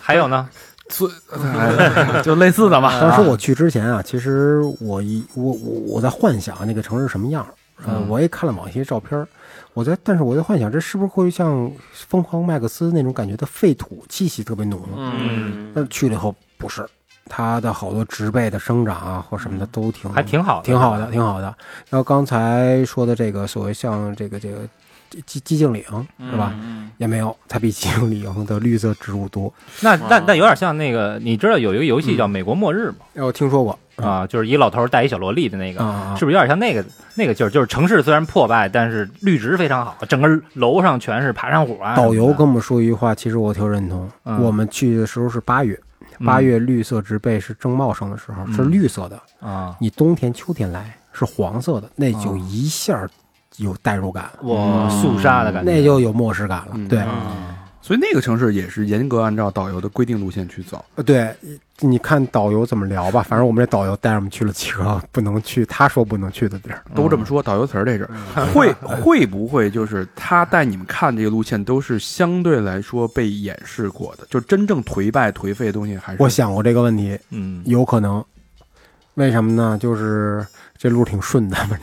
Speaker 6: 还有呢？
Speaker 1: 所以哎就类似的嘛。
Speaker 5: 当时我去之前啊，其实我一我我我在幻想那个城市什么样儿，呃，我也看了网一些照片儿，我在，但是我在幻想这是不是会像《疯狂麦克斯》那种感觉的废土气息特别浓？
Speaker 7: 嗯
Speaker 5: 但是去了以后不是，它的好多植被的生长啊或什么的都挺
Speaker 6: 还挺好的，
Speaker 5: 挺好的，挺好的。然后刚才说的这个所谓像这个这个寂寂静岭
Speaker 3: 嗯
Speaker 5: 是吧？也没有，它比寂静岭的绿色植物多。
Speaker 6: 那那那有点像那个，你知道有一个游戏叫《美国末日》吗？
Speaker 5: 哎我听说过
Speaker 6: 啊，就是一老头带一小萝莉的那个，
Speaker 5: 啊，
Speaker 6: 是不是有点像那个那个劲儿？就是城市虽然破败，但是绿植非常好，整个楼上全是爬山虎啊什么的。
Speaker 5: 导游跟我们说一句话，其实我挺认同。
Speaker 6: 嗯
Speaker 5: 我们去的时候是八月，
Speaker 6: 嗯
Speaker 5: 八月绿色植被是正茂盛的时候，
Speaker 6: 嗯
Speaker 5: 是绿色的。
Speaker 6: 啊，
Speaker 5: 你冬天、秋天来是黄色
Speaker 6: 嗯
Speaker 5: 的，那就一下有代入感了，
Speaker 6: 我肃杀的感觉，
Speaker 5: 那就有末世感了。
Speaker 1: 嗯
Speaker 5: 对，
Speaker 1: 所以那个城市也是严格按照导游的规定路线去走。
Speaker 5: 呃对，你看导游怎么聊吧。反正我们这导游带我们去了几个不能去，他说不能去的地儿。
Speaker 1: 都这么说，导游词儿这是、嗯 会会不会就是他带你们看这个路线都是相对来说被掩饰过的，就真正颓败颓废的东西还是
Speaker 5: 我想过这个问题，
Speaker 6: 嗯，
Speaker 5: 有可能，为什么呢？就是这路挺顺的， 反正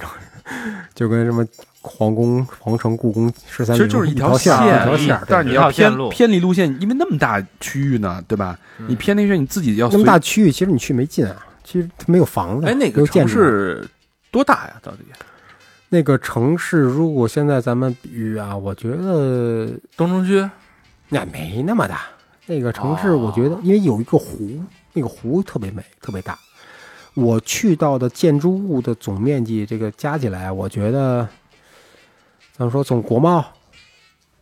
Speaker 5: 就跟什么皇宫、皇城、故宫十三
Speaker 1: 其
Speaker 5: 陵
Speaker 1: 实就是
Speaker 5: 一
Speaker 1: 一条
Speaker 5: 线啊儿，一条
Speaker 1: 嗯
Speaker 5: 线儿。对
Speaker 1: 但是你要
Speaker 6: 一条线
Speaker 1: 偏
Speaker 6: 路嗯
Speaker 1: 偏离路线，因为那么大区域呢，对吧？你偏离路线，你自己要
Speaker 5: 那
Speaker 1: 随
Speaker 5: 么大区域，其实你去没劲啊。其实它没有房子，
Speaker 3: 哎，那
Speaker 5: 没
Speaker 3: 个
Speaker 5: 有建
Speaker 3: 城
Speaker 5: 筑，
Speaker 3: 市多大呀？到底
Speaker 5: 那个城市，如果现在咱们比喻啊，我觉得
Speaker 3: 东城区？
Speaker 5: 那没那么大。那个城市，我觉得因为有一个湖，那个湖特别美，特别大。我去到的建筑物的总面积，这个加起来，我觉得，咱们说从国贸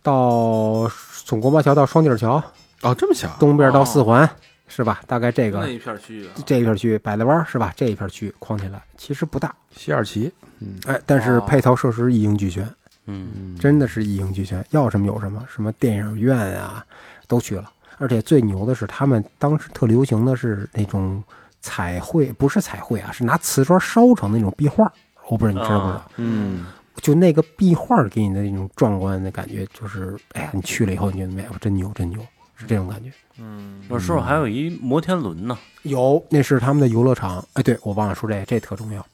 Speaker 5: 到从国贸桥到双井桥，
Speaker 1: 哦这么小，
Speaker 5: 东边到四环，是吧？大概
Speaker 3: 那
Speaker 5: 这个
Speaker 3: 一片区域啊，
Speaker 5: 这一片区，百乐湾是吧？这一片区框起来其实不大，
Speaker 1: 西二旗，嗯
Speaker 5: 哎，但是配套设施一应俱全，
Speaker 7: 嗯，
Speaker 1: 嗯，
Speaker 5: 真的是一应俱全，要什么有什么，什么电影院啊都去了。而且最牛的是，他们当时特流行的是那种彩绘，不是彩绘啊，是拿瓷砖烧成那种壁画，我不知道你知道不知道。
Speaker 7: 啊
Speaker 2: 嗯，
Speaker 5: 就那个壁画给你的那种壮观的感觉，就是哎呀，你去了以后你觉得哎呦真牛真牛，是这种感觉。
Speaker 1: 嗯
Speaker 7: 有时候还有一摩天轮呢，
Speaker 5: 有，那是他们的游乐场。哎，对我忘了说这，这特重要。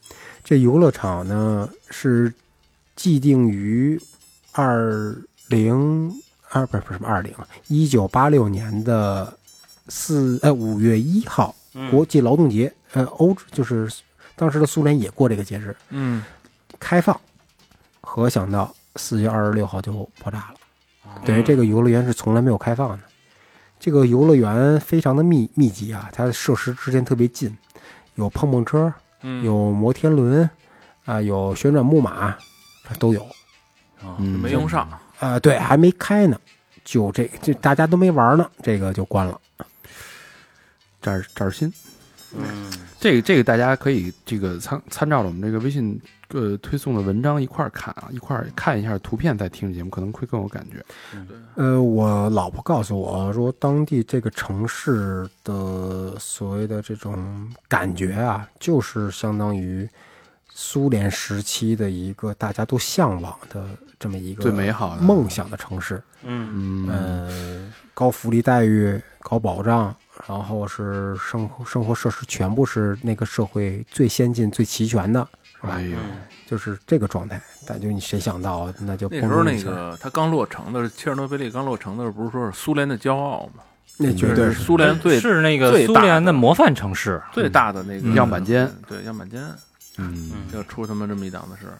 Speaker 5: 这游乐场呢是既定于二零二不是不是什么二零啊一九八六年的四哎五月一号国际劳动节，呃，欧就是当时的苏联也过这个节日，嗯，开放。可想到四月二十六号就爆炸了，等于这个游乐园是从来没有开放的。这个游乐园非常的密密集啊，它的设施之间特别近，有碰碰车，
Speaker 3: 嗯
Speaker 5: 有摩天轮，啊、有旋转木马，都有。
Speaker 1: 嗯，
Speaker 3: 没用上，
Speaker 5: 啊、对，还没开呢，就这这大家都没玩呢，这个就关了。
Speaker 1: 这儿这儿新。嗯，这个这个大家可以这个参参照着我们这个微信呃推送的文章一块儿看啊，一块儿看一下图片再听节目，可能会更有感觉。
Speaker 5: 呃，我老婆告诉我说，当地这个城市的所谓的这种感觉啊，就是相当于苏联时期的一个大家都向往的这么一个
Speaker 1: 最美好的
Speaker 5: 梦想的城市。
Speaker 7: 嗯，
Speaker 1: 嗯，
Speaker 5: 嗯，高福利待遇、高保障，然后是生活生活设施全部是那个社会最先进、最齐全的，是吧？
Speaker 1: 哎呦，
Speaker 7: 嗯
Speaker 5: 就是这个状态。但就你谁想到，那就
Speaker 3: 那时候
Speaker 5: 崩一
Speaker 3: 那
Speaker 5: 下
Speaker 3: 个他刚落成的时候切尔诺贝利刚落成的时候，不是说是苏联的骄傲吗？
Speaker 1: 嗯
Speaker 5: 那绝对
Speaker 3: 是苏联最
Speaker 6: 是那个
Speaker 3: 最
Speaker 6: 苏
Speaker 3: 大
Speaker 6: 联
Speaker 3: 的
Speaker 6: 的模范城市。
Speaker 3: 最大的那个
Speaker 1: 嗯样板间，
Speaker 3: 对样板间，
Speaker 1: 嗯，
Speaker 3: 要出他妈这么一档子事儿，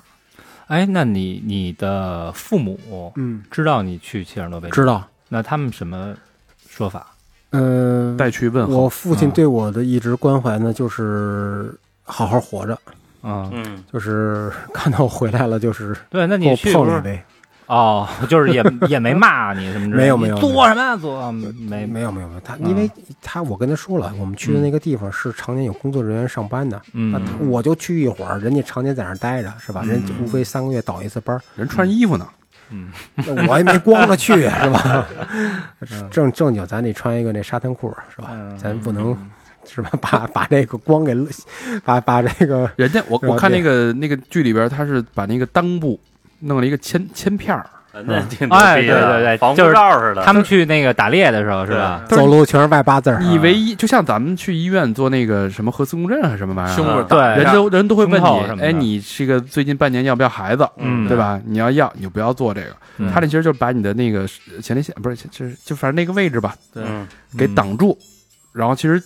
Speaker 6: 哎，那你你的父母
Speaker 5: 嗯，
Speaker 6: 知道你去切尔诺贝利？
Speaker 5: 知道。
Speaker 6: 那他们什么说法？
Speaker 5: 呃，
Speaker 1: 带去问候，
Speaker 5: 我父
Speaker 6: 嗯
Speaker 5: 亲对我的一直关怀呢，就是好好活着，
Speaker 6: 嗯，
Speaker 7: 嗯，
Speaker 5: 就是看到我回来了，就是
Speaker 6: 对，那
Speaker 5: 给
Speaker 6: 你
Speaker 5: 我
Speaker 6: 去
Speaker 5: 泡
Speaker 6: 不
Speaker 5: 了
Speaker 6: 是
Speaker 5: 一杯。
Speaker 6: 哦， 就是也也没骂你什么之类的，
Speaker 5: 没有没有
Speaker 6: 你做什么呀做嗯没嗯
Speaker 5: 没有没有没有，他因为他我跟他说了，我们去的那个地方是常年有工作人员上班的，那
Speaker 6: 嗯
Speaker 5: 他我就去一会儿，人家常年在那儿待着，是吧？人无非三个月倒一次 班儿，
Speaker 1: 人穿衣服呢，
Speaker 5: 那我也没光着去，是 吧？
Speaker 6: 嗯
Speaker 5: 正正经咱得穿一个那沙滩裤，是吧？
Speaker 3: 嗯
Speaker 5: 咱不能
Speaker 6: 嗯
Speaker 5: 是吧？把把这个光给勒把把这个
Speaker 1: 人家我
Speaker 5: 对吧
Speaker 1: 我看那个那个剧里边，他是把那个裆部弄了一个铅铅片儿，
Speaker 7: 那挺牛
Speaker 6: 哎
Speaker 7: 逼的
Speaker 6: 对对对
Speaker 7: 防
Speaker 6: 就
Speaker 7: 护
Speaker 6: 是
Speaker 7: 罩
Speaker 3: 啊
Speaker 7: 似的，
Speaker 6: 他们去那个打猎的时候是吧？
Speaker 5: 走路全是外八字儿，
Speaker 1: 你唯一就像咱们去医院做那个什么核磁共振还是什么玩意儿啊，
Speaker 3: 胸部
Speaker 6: 对
Speaker 3: 大
Speaker 1: 人都人都会问
Speaker 6: 胸口什么
Speaker 1: 你，
Speaker 6: 的
Speaker 1: 哎，你这个最近半年要不要孩子？
Speaker 6: 嗯
Speaker 1: 对吧？你要要，你就不要做这个。
Speaker 6: 嗯
Speaker 1: 他这其实就是把你的那个呃前列腺，不是，就是就反正那个位置吧，
Speaker 7: 嗯，
Speaker 1: 给挡住，然后其实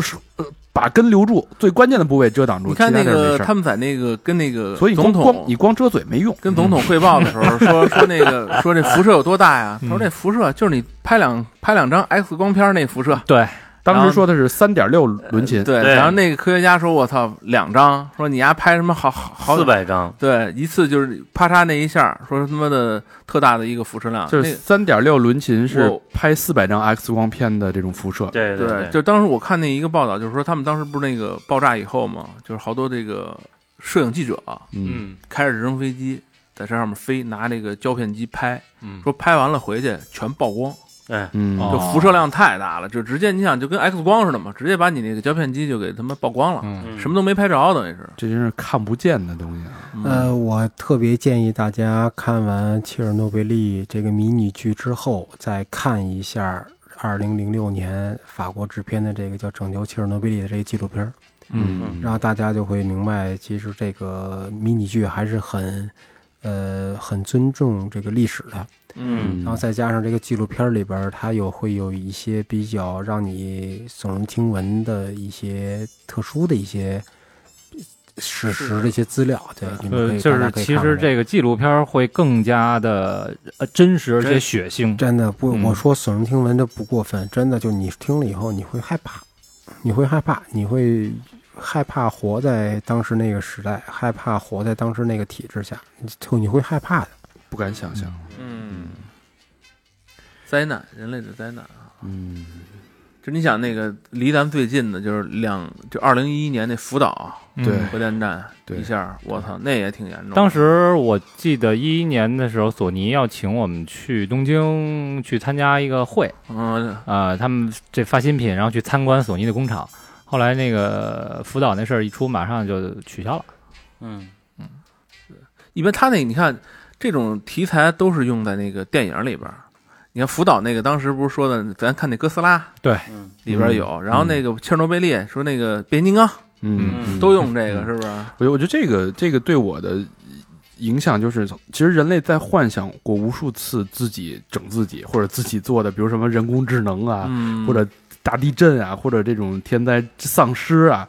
Speaker 1: 是呃把根留住，最关键的部位遮挡住。
Speaker 3: 你看那
Speaker 1: 其他地儿没
Speaker 3: 个
Speaker 1: 事儿
Speaker 3: 他们在那个跟那个
Speaker 1: 所以你光
Speaker 3: 总统
Speaker 1: 光你光遮嘴没用，
Speaker 3: 跟总统汇报的时 候说说那个说这辐射有多大
Speaker 1: 嗯
Speaker 3: 呀？他说这辐射就是你拍两拍两张 X 光片儿那辐射。
Speaker 6: 嗯对，
Speaker 1: 当时说的是三点六伦琴，
Speaker 3: 对，
Speaker 7: 对
Speaker 3: 然后那个科学家说：“我操，两张，说你丫拍什么好好好
Speaker 7: 四百张，
Speaker 3: 对，一次就是啪嚓那一下，说他妈的特大的一个辐射量，
Speaker 1: 就是三点六伦琴是
Speaker 3: 我
Speaker 1: 拍四百张 X 光片的这种辐射。
Speaker 7: 对
Speaker 3: 那个
Speaker 7: 对，
Speaker 3: 就当时我看那一个报道，就是说他们当时不是那个爆炸以后嘛，就是好多这个摄影记者啊
Speaker 1: 嗯，
Speaker 3: 开着直升飞机在这上面飞，拿那个胶片机拍，
Speaker 7: 嗯
Speaker 3: 说拍完了回去全曝光，
Speaker 7: 哎，
Speaker 1: 嗯
Speaker 3: 就辐射量太大了，就直接你想就跟 X 光似的嘛，直接把你那个胶片机就给他妈曝光了，
Speaker 7: 嗯
Speaker 3: 什么都没拍着，等于是。嗯
Speaker 1: 这真是看不见的东西啊！
Speaker 6: 嗯
Speaker 5: 呃，我特别建议大家看完《切尔诺贝利》这个迷你剧之后，再看一下2006年法国制片的这个叫《拯救切尔诺贝利》的这个纪录片儿，
Speaker 1: 嗯
Speaker 5: 然后大家就会明白，其实这个迷你剧还是很，呃，很尊重这个历史的。
Speaker 7: 嗯
Speaker 5: 然后再加上这个纪录片儿里边儿，它有会有一些比较让你耸人听闻的一些特殊的一些史实的一些资料，对，你们可
Speaker 6: 呃，
Speaker 5: 以
Speaker 6: 就
Speaker 5: 大
Speaker 6: 是
Speaker 5: 家可以
Speaker 6: 其
Speaker 5: 看
Speaker 6: 实
Speaker 5: 看
Speaker 6: 这个纪录片会更加的呃真实而且血腥。
Speaker 5: 真的不，
Speaker 6: 嗯
Speaker 5: 我说耸人听闻这不过分，真的就你听了以后你会害怕，你会害怕，你会害怕活在当时那个时代，害怕活在当时那个体制下，你就你会害怕的。
Speaker 1: 不敢想象。
Speaker 3: 嗯，灾难，人类的灾难。啊
Speaker 1: 嗯，
Speaker 3: 就你想那个离咱们最近的，就是两，就二零一一年那福岛
Speaker 1: 对
Speaker 3: 核电站
Speaker 1: 对
Speaker 3: 一下，我操，那也挺严重的。
Speaker 6: 嗯当时我记得一一年的时候，索尼要请我们去东京去参加一个会，
Speaker 3: 嗯，
Speaker 6: 呃，他们这发新品，然后去参观索尼的工厂。后来那个福岛那事儿一出，马上就取消了。
Speaker 7: 嗯，
Speaker 3: 一般他那你看这种题材都是用在那个电影里边儿。你看福岛那个当时不是说的，咱看那哥斯拉
Speaker 1: 对
Speaker 7: 嗯
Speaker 3: 里边有，然后那个切尔诺贝利说那个变形金刚
Speaker 1: 嗯，啊
Speaker 7: 嗯，
Speaker 3: 都用这个是不是？
Speaker 1: 我觉得我觉得这个这个对我的影响就是，其实人类在幻想过无数次自己整自己或者自己做的，比如什么人工智能啊，
Speaker 3: 嗯，
Speaker 1: 或者大地震啊，或者这种天灾丧尸啊。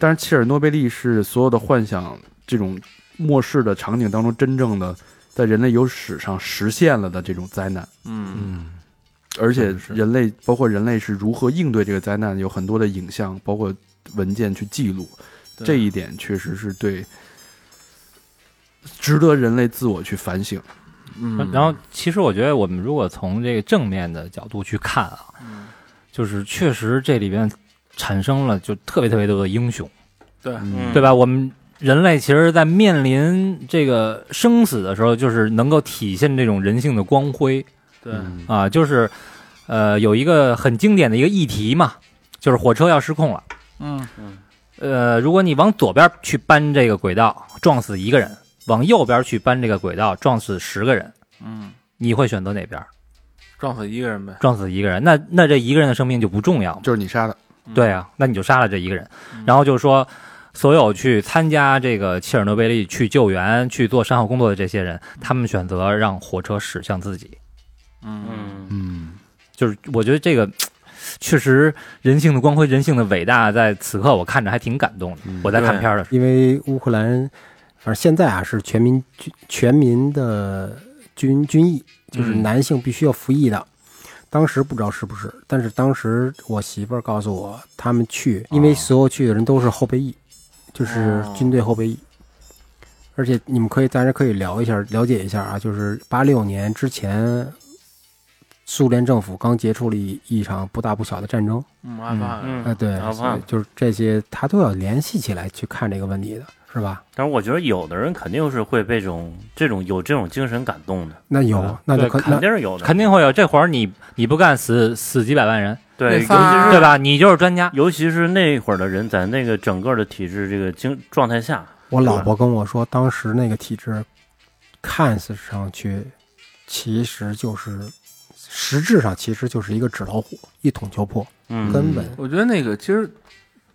Speaker 1: 但是切尔诺贝利是所有的幻想这种末世的场景当中真正的在人类有史上实现了的这种灾难，
Speaker 3: 嗯
Speaker 1: 而且
Speaker 3: 是
Speaker 1: 人类包括人类是如何应对这个灾难，有很多的影像，包括文件去记录，
Speaker 3: 对
Speaker 1: 这一点确实是对。值得人类自我去反省。
Speaker 3: 嗯，
Speaker 6: 然后，其实我觉得我们如果从这个正面的角度去看啊，就是确实这里边产生了就特别特别多的英雄，
Speaker 3: 对
Speaker 7: 嗯
Speaker 6: 对吧？我们人类其实，在面临这个生死的时候，就是能够体现这种人性的光辉
Speaker 3: 对
Speaker 1: 嗯
Speaker 6: 啊，就是呃，有一个很经典的一个议题嘛，就是火车要失控了。
Speaker 3: 嗯
Speaker 6: 呃，如果你往左边去搬这个轨道，撞死一个人；往右边去搬这个轨道，撞死十个人，
Speaker 3: 嗯，
Speaker 6: 你会选择哪边？
Speaker 3: 撞死一个人呗，
Speaker 6: 撞死一个人，那那这一个人的生命就不重要嘛？
Speaker 1: 就是你杀的，
Speaker 3: 嗯
Speaker 6: 对啊，那你就杀了这一个人，然后就说所有去参加这个切尔诺贝利去救援、去做善后工作的这些人，他们选择让火车驶向自己。
Speaker 3: 嗯
Speaker 7: 嗯
Speaker 1: 嗯，
Speaker 6: 就是我觉得这个确实人性的光辉、人性的伟大，在此刻我看着还挺感动的。
Speaker 3: 嗯
Speaker 6: 我在看片儿的时
Speaker 5: 因为乌克兰，反正现在啊是全民军全民的军军役，就是
Speaker 3: 嗯
Speaker 5: 男性必须要服役的。当时不知道是不是，但是当时我媳妇儿告诉我，他们去，因为所有去的人都是后备役，就是军队后备役。而且你们可以，大家可以聊一下，了解一下啊，就是八六年之前，苏联政府刚结束了一一场不大不小的战争。
Speaker 3: 嗯，阿富汗，
Speaker 7: 嗯
Speaker 5: 啊，对，
Speaker 7: 阿富
Speaker 5: 所以
Speaker 7: 汗。
Speaker 5: 就是这些，他都要联系起来去看这个问题的，是吧？
Speaker 7: 但是我觉得有的人肯定是会被这种这种有这种精神感动的，
Speaker 5: 那有，那就
Speaker 6: 对
Speaker 5: 可
Speaker 7: 肯
Speaker 5: 那
Speaker 7: 定是有
Speaker 6: 候，
Speaker 7: 的，
Speaker 6: 肯定会有这会儿你你不干死死几百万人，
Speaker 7: 对，
Speaker 3: 那
Speaker 7: 尤
Speaker 3: 仨
Speaker 7: 其是
Speaker 6: 对吧？你就是专家。
Speaker 7: 尤其是那会儿的人，在那个整个的体制这个精状态下，
Speaker 5: 我老婆跟我说，当时那个体制看似上去，其实就是实质上其实就是一个纸老虎，一捅就破，
Speaker 7: 嗯，
Speaker 5: 根本
Speaker 3: 我觉得那个其实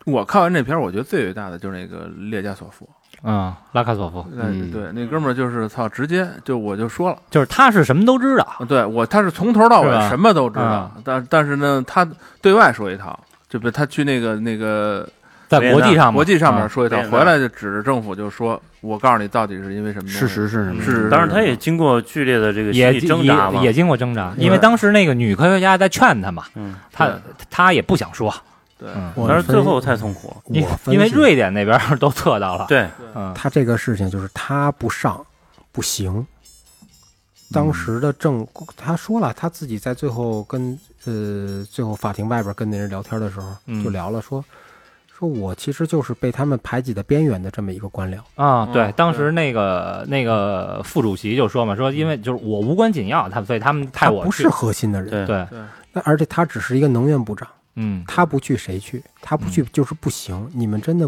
Speaker 3: 我看完这片儿，我觉得最伟大的就是那个列加索夫，
Speaker 6: 嗯，拉卡索夫
Speaker 3: 对对，那哥们儿就是操，直接就我就说了，
Speaker 6: 就是他是什么都知道，
Speaker 3: 对我他是从头到
Speaker 6: 是吧
Speaker 3: 尾什么都知道
Speaker 6: 啊，
Speaker 3: 但但是呢，他对外说一套，就比如他去那个那个
Speaker 6: 在
Speaker 7: 维也
Speaker 6: 国际
Speaker 7: 纳
Speaker 6: 上嘛
Speaker 3: 国际上面
Speaker 6: 嗯
Speaker 3: 说一套，
Speaker 7: 对
Speaker 3: 回来就指着政府就说，我告诉你到底是因为什么东西
Speaker 1: 事实是什么？
Speaker 3: 是
Speaker 7: 当然他也经过剧烈的这个心
Speaker 6: 也
Speaker 7: 理挣扎嘛
Speaker 6: 也，也经过挣扎，
Speaker 3: 对
Speaker 6: 因为当时那个女科学家在劝他嘛，
Speaker 7: 嗯，
Speaker 6: 他他也不想说，
Speaker 3: 对，
Speaker 6: 嗯，
Speaker 5: 我
Speaker 7: 但是
Speaker 5: 分
Speaker 7: 最后太痛苦了，
Speaker 6: 因
Speaker 5: 我分
Speaker 6: 因为
Speaker 5: 析
Speaker 6: 瑞典那边儿都测到了，，
Speaker 7: 对，
Speaker 6: 嗯，
Speaker 5: 他这个事情就是他不上不行。当时的政，他说了他自己在最后跟呃最后法庭外边跟那人聊天的时候，
Speaker 6: 嗯
Speaker 5: 就聊了说说我其实就是被他们排挤的边缘的这么一个官僚。
Speaker 6: 啊，对，
Speaker 3: 嗯
Speaker 6: 当时那个那个副主席就说嘛，说因为就是我无关紧要，他所以他们派
Speaker 5: 他
Speaker 6: 我
Speaker 5: 不
Speaker 6: 去
Speaker 5: 是核心的人，
Speaker 7: 对
Speaker 6: 对，
Speaker 5: 那而且他只是一个能源部长，
Speaker 6: 嗯，
Speaker 5: 他不去谁去？他不去就是不行。你们真的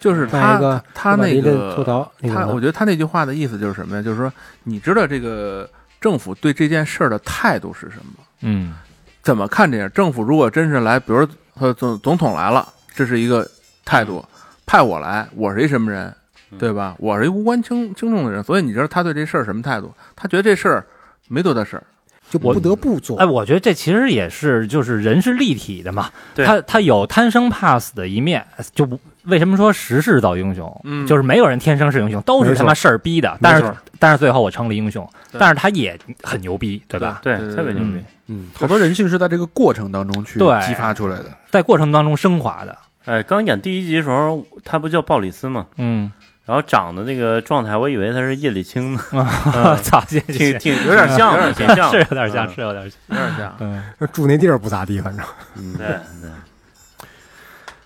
Speaker 3: 就是
Speaker 5: 办一
Speaker 3: 他
Speaker 5: 个
Speaker 3: 他那
Speaker 5: 吐
Speaker 3: 个
Speaker 5: 槽那
Speaker 3: 他，我
Speaker 5: 个
Speaker 3: 觉得他那句话的意思就是什么呀？就是说，你知道这个政府对这件事儿的态度是什么？
Speaker 6: 嗯，
Speaker 3: 怎么看这样？政府如果真是来，比如呃总总统来了，这是一个态度；派我来，我是一什么人，对吧？我是一无关轻轻重的人，所以你知道他对这事儿什么态度？他觉得这事儿没多大事儿，
Speaker 5: 就
Speaker 6: 我
Speaker 5: 不得不做
Speaker 6: 哎，。我觉得这其实也是就是人是立体的嘛，
Speaker 7: 对
Speaker 6: 他他有贪生怕死的一面，就不为什么说时势造英雄？
Speaker 3: 嗯
Speaker 6: 就是没有人天生是英雄，都是
Speaker 5: 没错
Speaker 6: 他妈事儿逼的。但
Speaker 5: 没
Speaker 6: 是但是最后我成了英雄，
Speaker 3: 对
Speaker 6: 但是他也很牛逼，对吧？
Speaker 7: 对
Speaker 3: 对，
Speaker 7: 特别牛
Speaker 6: 嗯
Speaker 7: 逼，
Speaker 1: 嗯，好多人性是在这个过程当中去
Speaker 6: 对
Speaker 1: 激发出来的。
Speaker 6: 在过程当中升华的，
Speaker 7: 哎，刚演第一集的时候，他不叫鲍里斯嘛，
Speaker 6: 嗯，
Speaker 7: 然后长得那个状态，我以为他是叶利钦呢，
Speaker 6: 我嗯 操，谢
Speaker 7: 嗯挺
Speaker 6: 谢，
Speaker 7: 挺有点像的，挺 像
Speaker 6: 是
Speaker 7: 的，
Speaker 6: 有点像，
Speaker 7: 嗯
Speaker 6: 是有点像，
Speaker 3: 有点像。
Speaker 6: 嗯，
Speaker 5: 住那地儿不咋地，反正
Speaker 1: 嗯
Speaker 7: 对对，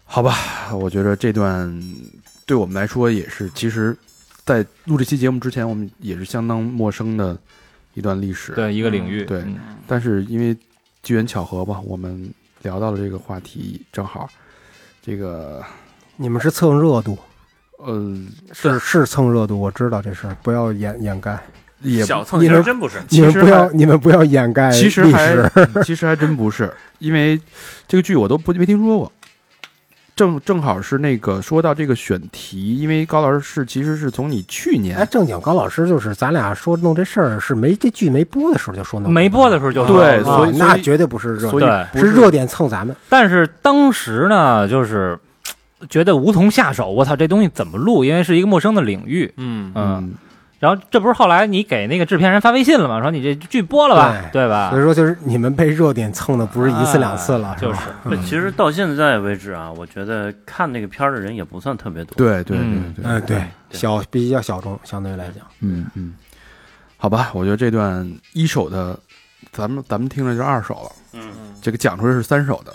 Speaker 1: 好吧，我觉得这段对我们来说也是，其实，在录这期节目之前，我们也是相当陌生的一段历史。，
Speaker 6: 对一个领域，
Speaker 1: 对
Speaker 6: 嗯
Speaker 1: 但是因为机缘巧合吧，我们聊到了这个话题，正好这个
Speaker 5: 你们是蹭热度，
Speaker 3: 呃，
Speaker 5: 是是蹭热度，我知道这事儿，不要掩掩盖。
Speaker 1: 也
Speaker 7: 小蹭
Speaker 5: 你
Speaker 7: 其实
Speaker 5: 们
Speaker 7: 真不是，
Speaker 5: 你们
Speaker 1: 其实
Speaker 5: 不要，
Speaker 1: 还
Speaker 5: 你们不要掩盖
Speaker 1: 其实
Speaker 5: 历史。
Speaker 1: 还其实还真不是，因为这个剧我都不没听说过。正正好是那个说到这个选题，因为高老师是其实是从你去
Speaker 5: 哎，
Speaker 1: 年
Speaker 5: 正经高老师就是咱俩说弄这事儿是没这剧没播的时候就说弄，
Speaker 6: 没播的时候就
Speaker 1: 对
Speaker 6: 弄了
Speaker 5: 啊
Speaker 1: 所以
Speaker 5: 那绝对不是热
Speaker 1: 所
Speaker 5: 点，
Speaker 1: 以
Speaker 6: 对
Speaker 1: 不
Speaker 5: 是热点蹭咱们。
Speaker 6: 但是当时呢，就是嘖觉得无从下手，我操，这东西怎么录？因为是一个陌生的领域，
Speaker 1: 嗯
Speaker 6: 嗯然后这不是后来你给那个制片人发微信了吗？说你这剧播了吧，对
Speaker 1: 啊
Speaker 6: 吧
Speaker 5: 所？以说就是你们被热点蹭的不是一次两次了，
Speaker 6: 就是是
Speaker 5: 吧
Speaker 7: 不其实到现在为止啊，我觉得看那个片儿的人也不算特别多。，
Speaker 1: 对对对
Speaker 6: 嗯
Speaker 1: 对，
Speaker 5: 嗯，对，
Speaker 7: 对
Speaker 5: 小比较小众，相对来讲，
Speaker 1: 嗯嗯，好吧，我觉得这段一手的，咱们咱们听着就是二手了，
Speaker 7: 嗯，
Speaker 1: 这个讲出来是三手的，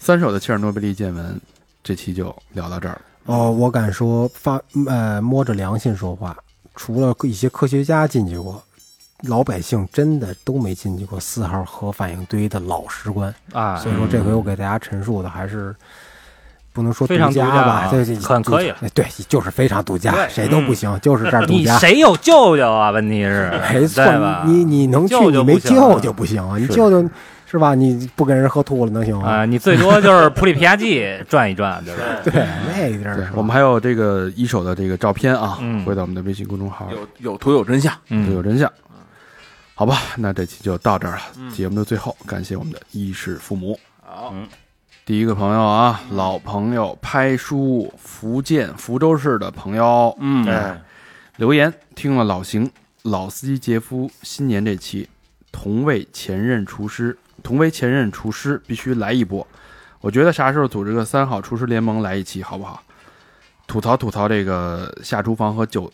Speaker 1: 三手的切尔诺贝利见闻，这期就聊到这儿了。
Speaker 5: 哦，我敢说发呃摸着良心说话，除了一些科学家进去过，老百姓真的都没进去过四号核反应堆的老石棺，
Speaker 6: 啊，
Speaker 5: 所以说这回我给大家陈述的还是。不能说
Speaker 6: 非常
Speaker 5: 家
Speaker 6: 独家
Speaker 5: 吧，
Speaker 6: 啊
Speaker 5: 对对，
Speaker 6: 很可以
Speaker 5: 对，对，就是非常独家，
Speaker 6: 对嗯
Speaker 5: 谁都不行，就是这儿独
Speaker 6: 你
Speaker 5: 家。
Speaker 6: 谁有舅舅啊？问题是，
Speaker 5: 没错
Speaker 6: 对吧，？
Speaker 5: 你你能去，
Speaker 6: 救
Speaker 5: 你
Speaker 6: 就
Speaker 5: 没
Speaker 6: 不行
Speaker 5: 救
Speaker 6: 了
Speaker 5: 就不行啊！你救救是吧？你不给人喝吐了能行
Speaker 6: 啊、
Speaker 5: 吗？
Speaker 6: 你最多就是普里皮亚季转一转，对吧？
Speaker 5: 对，那地儿
Speaker 1: 对
Speaker 5: 是吧
Speaker 1: 我们还有这个一手的这个照片啊，
Speaker 6: 嗯
Speaker 1: 回到我们的微信公众号
Speaker 3: 嗯有有图有真相，
Speaker 1: 对，
Speaker 6: 嗯，
Speaker 1: 有真相。好吧，那这期就到这儿了。节目的最后，感谢我们的衣食父母。
Speaker 3: 好
Speaker 7: 嗯
Speaker 1: 第一个朋友啊，老朋友拍书，福建福州市的朋友，
Speaker 3: 嗯
Speaker 1: 哎，留言听了老邢、老司机杰夫新年这期，同为前任厨师，同为前任厨师必须来一波。我觉得啥时候组织个三好厨师联盟来一期好不好？吐槽吐槽这个下厨房和酒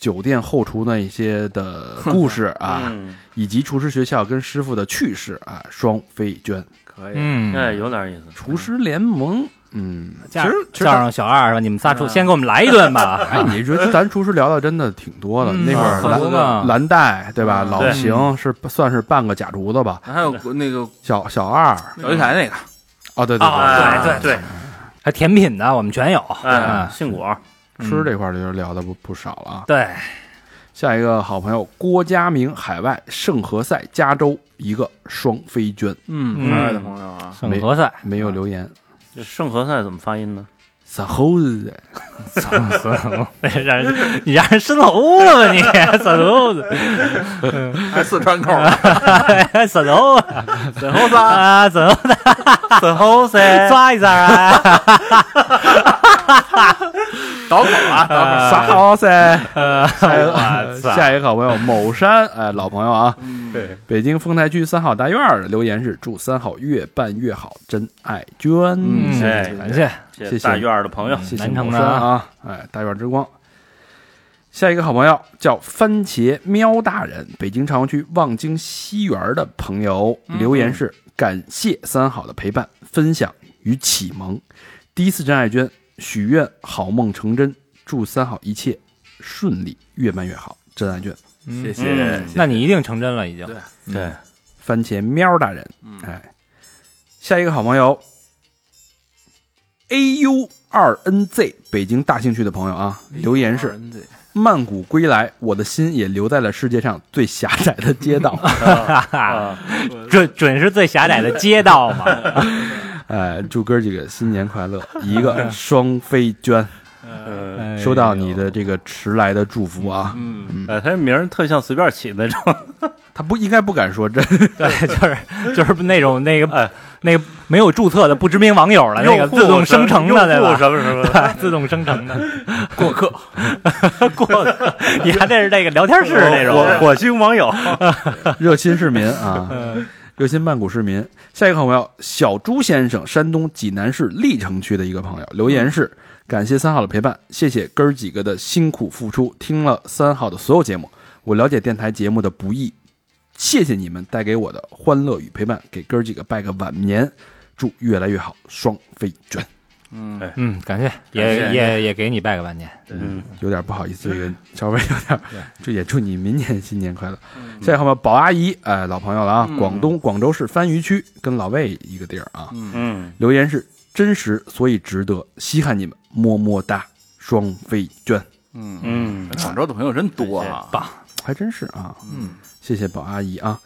Speaker 1: 酒店后厨那一些的故事啊，
Speaker 7: 嗯，
Speaker 1: 以及厨师学校跟师傅的趣事啊，双飞娟
Speaker 3: 可以，
Speaker 6: 嗯，
Speaker 7: 哎，有点意思。
Speaker 1: 厨师联盟，嗯，其
Speaker 6: 叫
Speaker 1: 实其实
Speaker 6: 叫上小二吧，你们仨
Speaker 5: 嗯
Speaker 6: 出，先给我们来一 顿吧。
Speaker 1: 哎，你说咱厨师聊的真的挺多的，那会儿
Speaker 6: 嗯很多嘛
Speaker 1: 蓝蓝带对吧？
Speaker 3: 嗯
Speaker 1: 老
Speaker 7: 对
Speaker 1: 邢是算是半个假厨子吧，
Speaker 3: 还有那个
Speaker 1: 小小二
Speaker 3: 小鱼台那个，
Speaker 1: 哦，对对
Speaker 6: 啊
Speaker 1: 对
Speaker 7: 哎对，
Speaker 6: 还甜品呢，我们全有。
Speaker 7: 哎，
Speaker 6: 嗯
Speaker 7: 杏果儿，
Speaker 1: 吃这块儿就聊的不不少了啊。
Speaker 6: 对，
Speaker 1: 下一个好朋友郭家明，海外圣何塞加州一个双飞娟，
Speaker 3: 嗯，
Speaker 6: 嗯
Speaker 3: 海外的朋友啊，
Speaker 6: 省合赛，
Speaker 1: 没有留言。
Speaker 7: 这圣何塞怎么发音呢？
Speaker 1: 撒猴子，
Speaker 6: 让人你让人伸头了吧你， 伸头子，哎
Speaker 3: 还四川口，啊
Speaker 6: 伸头子， 伸头子啊，伸头子，
Speaker 7: 圣何塞，
Speaker 6: 抓一下啊，
Speaker 3: 倒口啊，倒口，
Speaker 1: 呃撒猴子。下一
Speaker 6: 我
Speaker 1: 个，
Speaker 6: 操
Speaker 1: 下一个好朋友某山，哎，老朋友啊，
Speaker 3: 对，
Speaker 1: 北京丰台区三好大院儿的留言是：祝三好越办越好，真爱娟。
Speaker 6: 嗯
Speaker 1: 谢
Speaker 7: 哎
Speaker 1: 谢
Speaker 6: 感谢，
Speaker 1: 谢谢嗯
Speaker 7: 大院儿的朋友，
Speaker 1: 哎谢谢
Speaker 6: 南城
Speaker 1: 某
Speaker 6: 的
Speaker 1: 山啊，哎，大院之光。下一个好朋友叫番茄喵大人，北京朝阳区望京西园儿的朋友留言是：感谢三好的陪伴、分享与启蒙。第一次真爱娟，许愿好梦成真，祝三好一切顺利，越办越好。真爱娟，
Speaker 3: 谢谢
Speaker 7: 嗯，
Speaker 6: 那你一定成真了，已经
Speaker 3: 对。
Speaker 7: 对，
Speaker 1: 番茄喵大人，哎，下一个好朋友，A U 二 N Z，北京大兴区的朋友啊，留言
Speaker 3: 哎
Speaker 1: 是：
Speaker 3: 嗯
Speaker 1: 曼谷归来，我的心也留在了世界上最狭窄的街道。
Speaker 6: 哈哈，准准是最狭窄的街道嘛。
Speaker 1: 哎，祝哥几个新年快乐！一个双飞娟，
Speaker 7: 呃，
Speaker 1: 收到你的这个迟来的祝福啊，
Speaker 3: 嗯，
Speaker 7: 呃，他这名儿特像随便起的那种，
Speaker 1: 他不应该不敢说这，
Speaker 6: 对，就是就是那种那个、
Speaker 7: 哎
Speaker 6: 那个没有注册的不知名网友了，那个
Speaker 7: 用户
Speaker 6: 自动生成的，对
Speaker 7: 用户
Speaker 6: 吧？
Speaker 7: 什么什么的，
Speaker 6: 对，自动生成的 过客，过客，你还这是那个聊天室那
Speaker 7: 火
Speaker 6: 种，
Speaker 7: 火星网友，
Speaker 1: 热心市民啊，热心曼谷市民。下一个好朋友小朱先生，山东济南市历城区的一个朋友，留言是：感谢三好的陪伴，谢谢哥儿几个的辛苦付出。听了三好的所有节目，我了解电台节目的不易，谢谢你们带给我的欢乐与陪伴，给哥儿几个拜个晚年，祝越来越好，双飞卷。
Speaker 6: 嗯，感谢，
Speaker 7: 感
Speaker 6: 也
Speaker 7: 谢
Speaker 6: 也也给你拜个晚年，
Speaker 7: 嗯，
Speaker 1: 有点不好意思，这个稍微有点，这也祝你明年新年快乐。下一个好朋友宝阿姨，哎，老朋友了啊，广东广州市番禺区跟老魏一个地儿啊。
Speaker 7: 嗯，
Speaker 1: 留言是真实，所以值得，稀罕你们，么么哒，双飞娟，
Speaker 3: 嗯
Speaker 7: 嗯，
Speaker 3: 广州的朋友真多啊，
Speaker 6: 棒，
Speaker 1: 还真是啊，
Speaker 3: 嗯，
Speaker 1: 谢谢宝阿姨啊。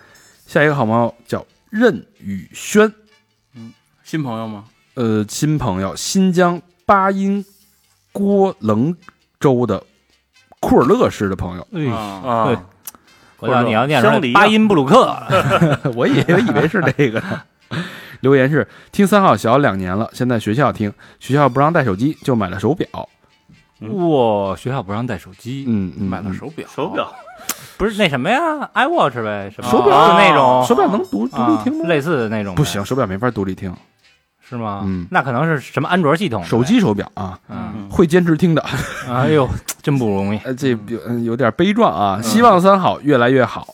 Speaker 1: 下一个好朋友叫任宇轩，
Speaker 3: 新朋友吗？
Speaker 1: 呃，新朋友，新疆巴音郭楞州的库尔勒市的朋友，
Speaker 6: 哎，
Speaker 3: 啊，
Speaker 7: 啊
Speaker 6: 对，我让你要念
Speaker 7: 香
Speaker 6: 成
Speaker 7: 梨啊
Speaker 6: 巴音布鲁克，
Speaker 1: 我以为以为是这个 呢。留言是听三好小两年了，现在学校听，学校不让带手机，就买了手表。
Speaker 6: 哇，学校不让带手机，
Speaker 1: 嗯，嗯
Speaker 3: 买了
Speaker 1: 嗯
Speaker 3: 手表，
Speaker 7: 手表，
Speaker 6: 不是那什么呀，iWatch 呗，什么
Speaker 1: 手表啊
Speaker 6: 就那种
Speaker 1: 手表能独独
Speaker 6: 啊
Speaker 1: 立听吗？
Speaker 6: 类似的那种呗
Speaker 1: 不行，手表没法独立听，
Speaker 6: 是吗？
Speaker 1: 嗯
Speaker 6: 那可能是什么安卓系统的呗
Speaker 1: 手，机手表啊，
Speaker 6: 嗯，
Speaker 1: 会坚持听的。
Speaker 6: 哎呦， 真不容易，
Speaker 1: 呃，这有嗯有点悲壮啊。希望三好越来越好，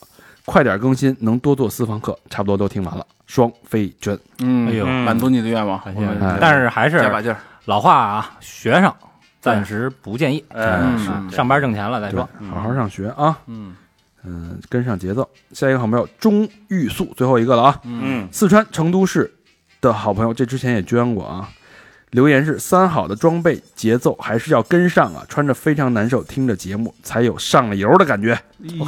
Speaker 1: 快点更新，能多做私房课。差不多都听完了，双飞娟，
Speaker 3: 嗯，
Speaker 6: 哎呦
Speaker 3: 满足你的愿望，
Speaker 6: 感
Speaker 3: 我
Speaker 6: 谢
Speaker 3: 们
Speaker 1: 哎
Speaker 6: 但是还
Speaker 3: 加把
Speaker 6: 是
Speaker 3: 劲儿，
Speaker 6: 老话啊，学生暂时不建议，
Speaker 7: 哎，
Speaker 3: 是
Speaker 6: 嗯上班挣钱了再
Speaker 1: 对
Speaker 6: 说。，
Speaker 1: 好好上学啊，
Speaker 3: 嗯
Speaker 1: 嗯，跟上节奏。下一个好朋友钟玉素，最后一个了啊。
Speaker 7: 嗯，
Speaker 1: 四川成都市的好朋友，这之前也捐过啊。留言是三好的装备节奏还是要跟上啊，穿着非常难受，听着节目才有上了油的感觉。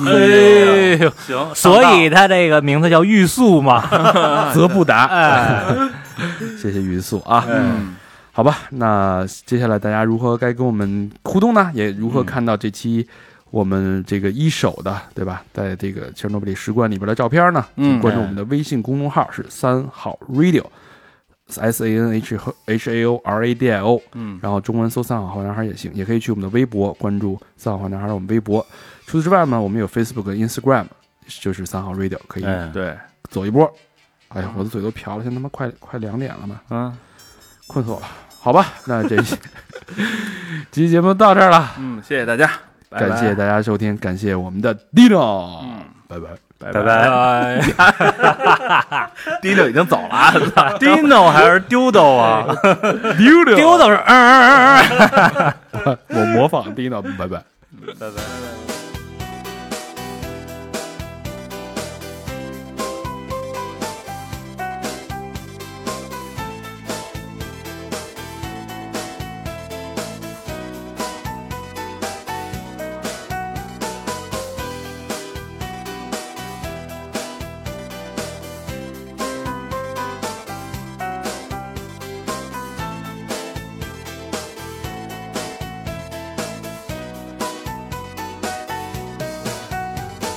Speaker 6: 哎呦，
Speaker 7: 行，
Speaker 6: 所以他这个名字叫玉素嘛，
Speaker 3: 啊
Speaker 1: 泽不达，
Speaker 6: 哎，
Speaker 1: 谢谢云素啊。
Speaker 3: 嗯，
Speaker 1: 好吧，那接下来大家如何该跟我们互动呢？也如何看到这期我们这个一手的，对吧？在这个切尔诺贝利石棺里边的照片呢？
Speaker 3: 嗯
Speaker 1: 请关注我们的微信公众号是三好 radio，S A N H 和 H A O R A D I O，
Speaker 3: 嗯
Speaker 1: 然后中文搜“三好坏男孩”也行，也可以去我们的微博关注“三好坏男孩”的我们微博。除此之外呢，我们有 Facebook 跟 Instagram，就是三好 radio，可以
Speaker 7: 哎，
Speaker 3: 对，
Speaker 1: 走一波。哎呀，我的嘴都瓢了，现在他妈快快两点了嘛。
Speaker 7: 嗯，
Speaker 1: 困死我了。好吧，那这这期节目到 这儿了，
Speaker 3: 嗯，谢谢大家，拜拜
Speaker 1: 感谢大家收听，感谢我们的 Dino，、拜拜。
Speaker 3: 拜
Speaker 7: 拜拜。
Speaker 3: 第六已经走了啊，
Speaker 7: Dino 还是丢豆啊？
Speaker 1: 丢丢
Speaker 6: 丢的是，嗯嗯嗯嗯。
Speaker 1: 我模仿 Dino，拜拜。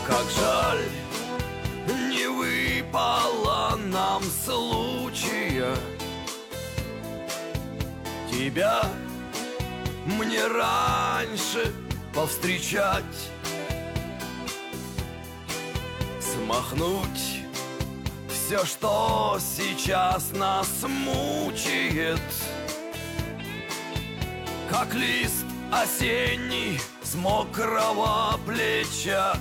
Speaker 8: Как жаль, не выпало нам случая Тебя мне раньше повстречать Смахнуть все, что сейчас нас мучает Как лист осенний с мокрого плеча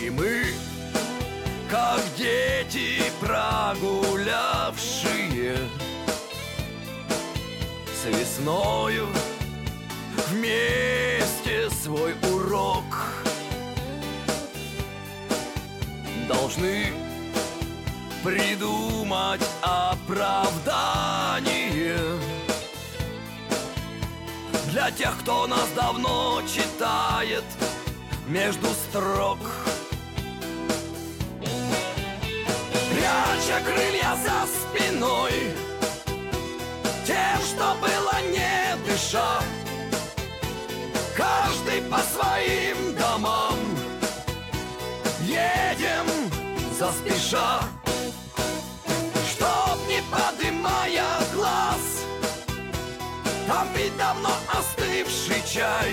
Speaker 8: И мы, как дети прогулявшие С весною вместе свой урок Должны придумать оправдание Для тех, кто нас давно читает между строк Пряча крылья за спиной Тем, что было не дыша Каждый по своим домам Едем заспеша Чтоб не подымая глаз Там ведь давно остывший чай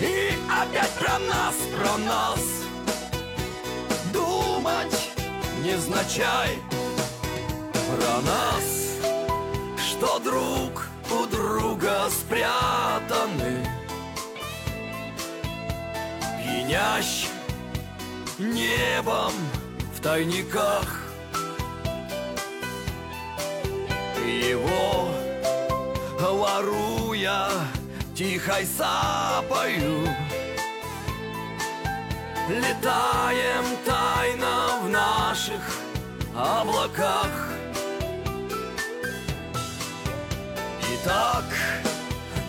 Speaker 8: и опять про нас, про нас Думать невзначай Про нас, что друг у друга спрятаны Пьянящ небом в тайниках Его воруя тихой сапою Летаем тайно в наших облаках
Speaker 6: так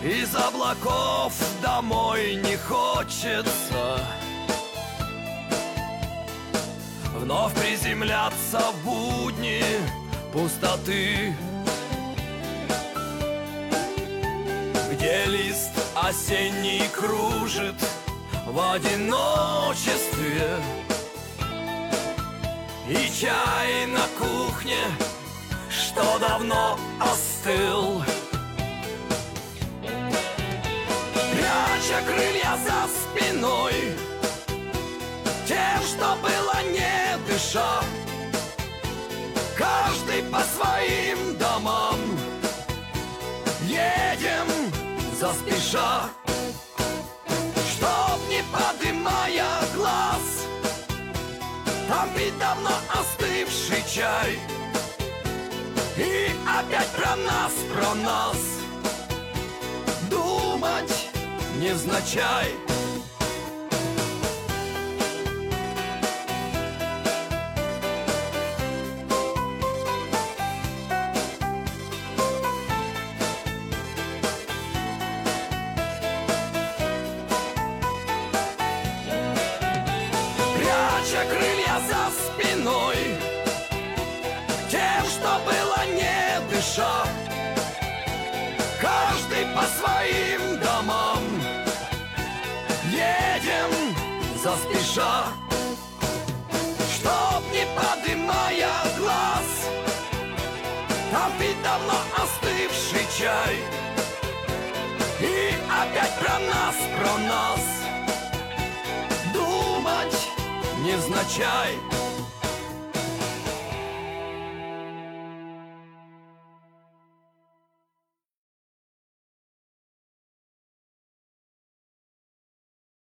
Speaker 6: Из облаков домой не хочется Вновь приземляться в будни пустоты Где лист осенний кружит в одиночестве И чай на кухне, что давно остыл Пряча крылья за спиной Тем, что было не дыша Каждый по своим домам Едем заспеша Чтоб не подымая глаз Там пить давно остывший чай И опять про нас, про нас Думать невзначай пряча крылья за спиной Тем, что было не дыша Каждый по своим домам Едем заспеша Чтоб не подымая глаз Там ведь давно остывший чай И опять про нас, про нас думать невзначай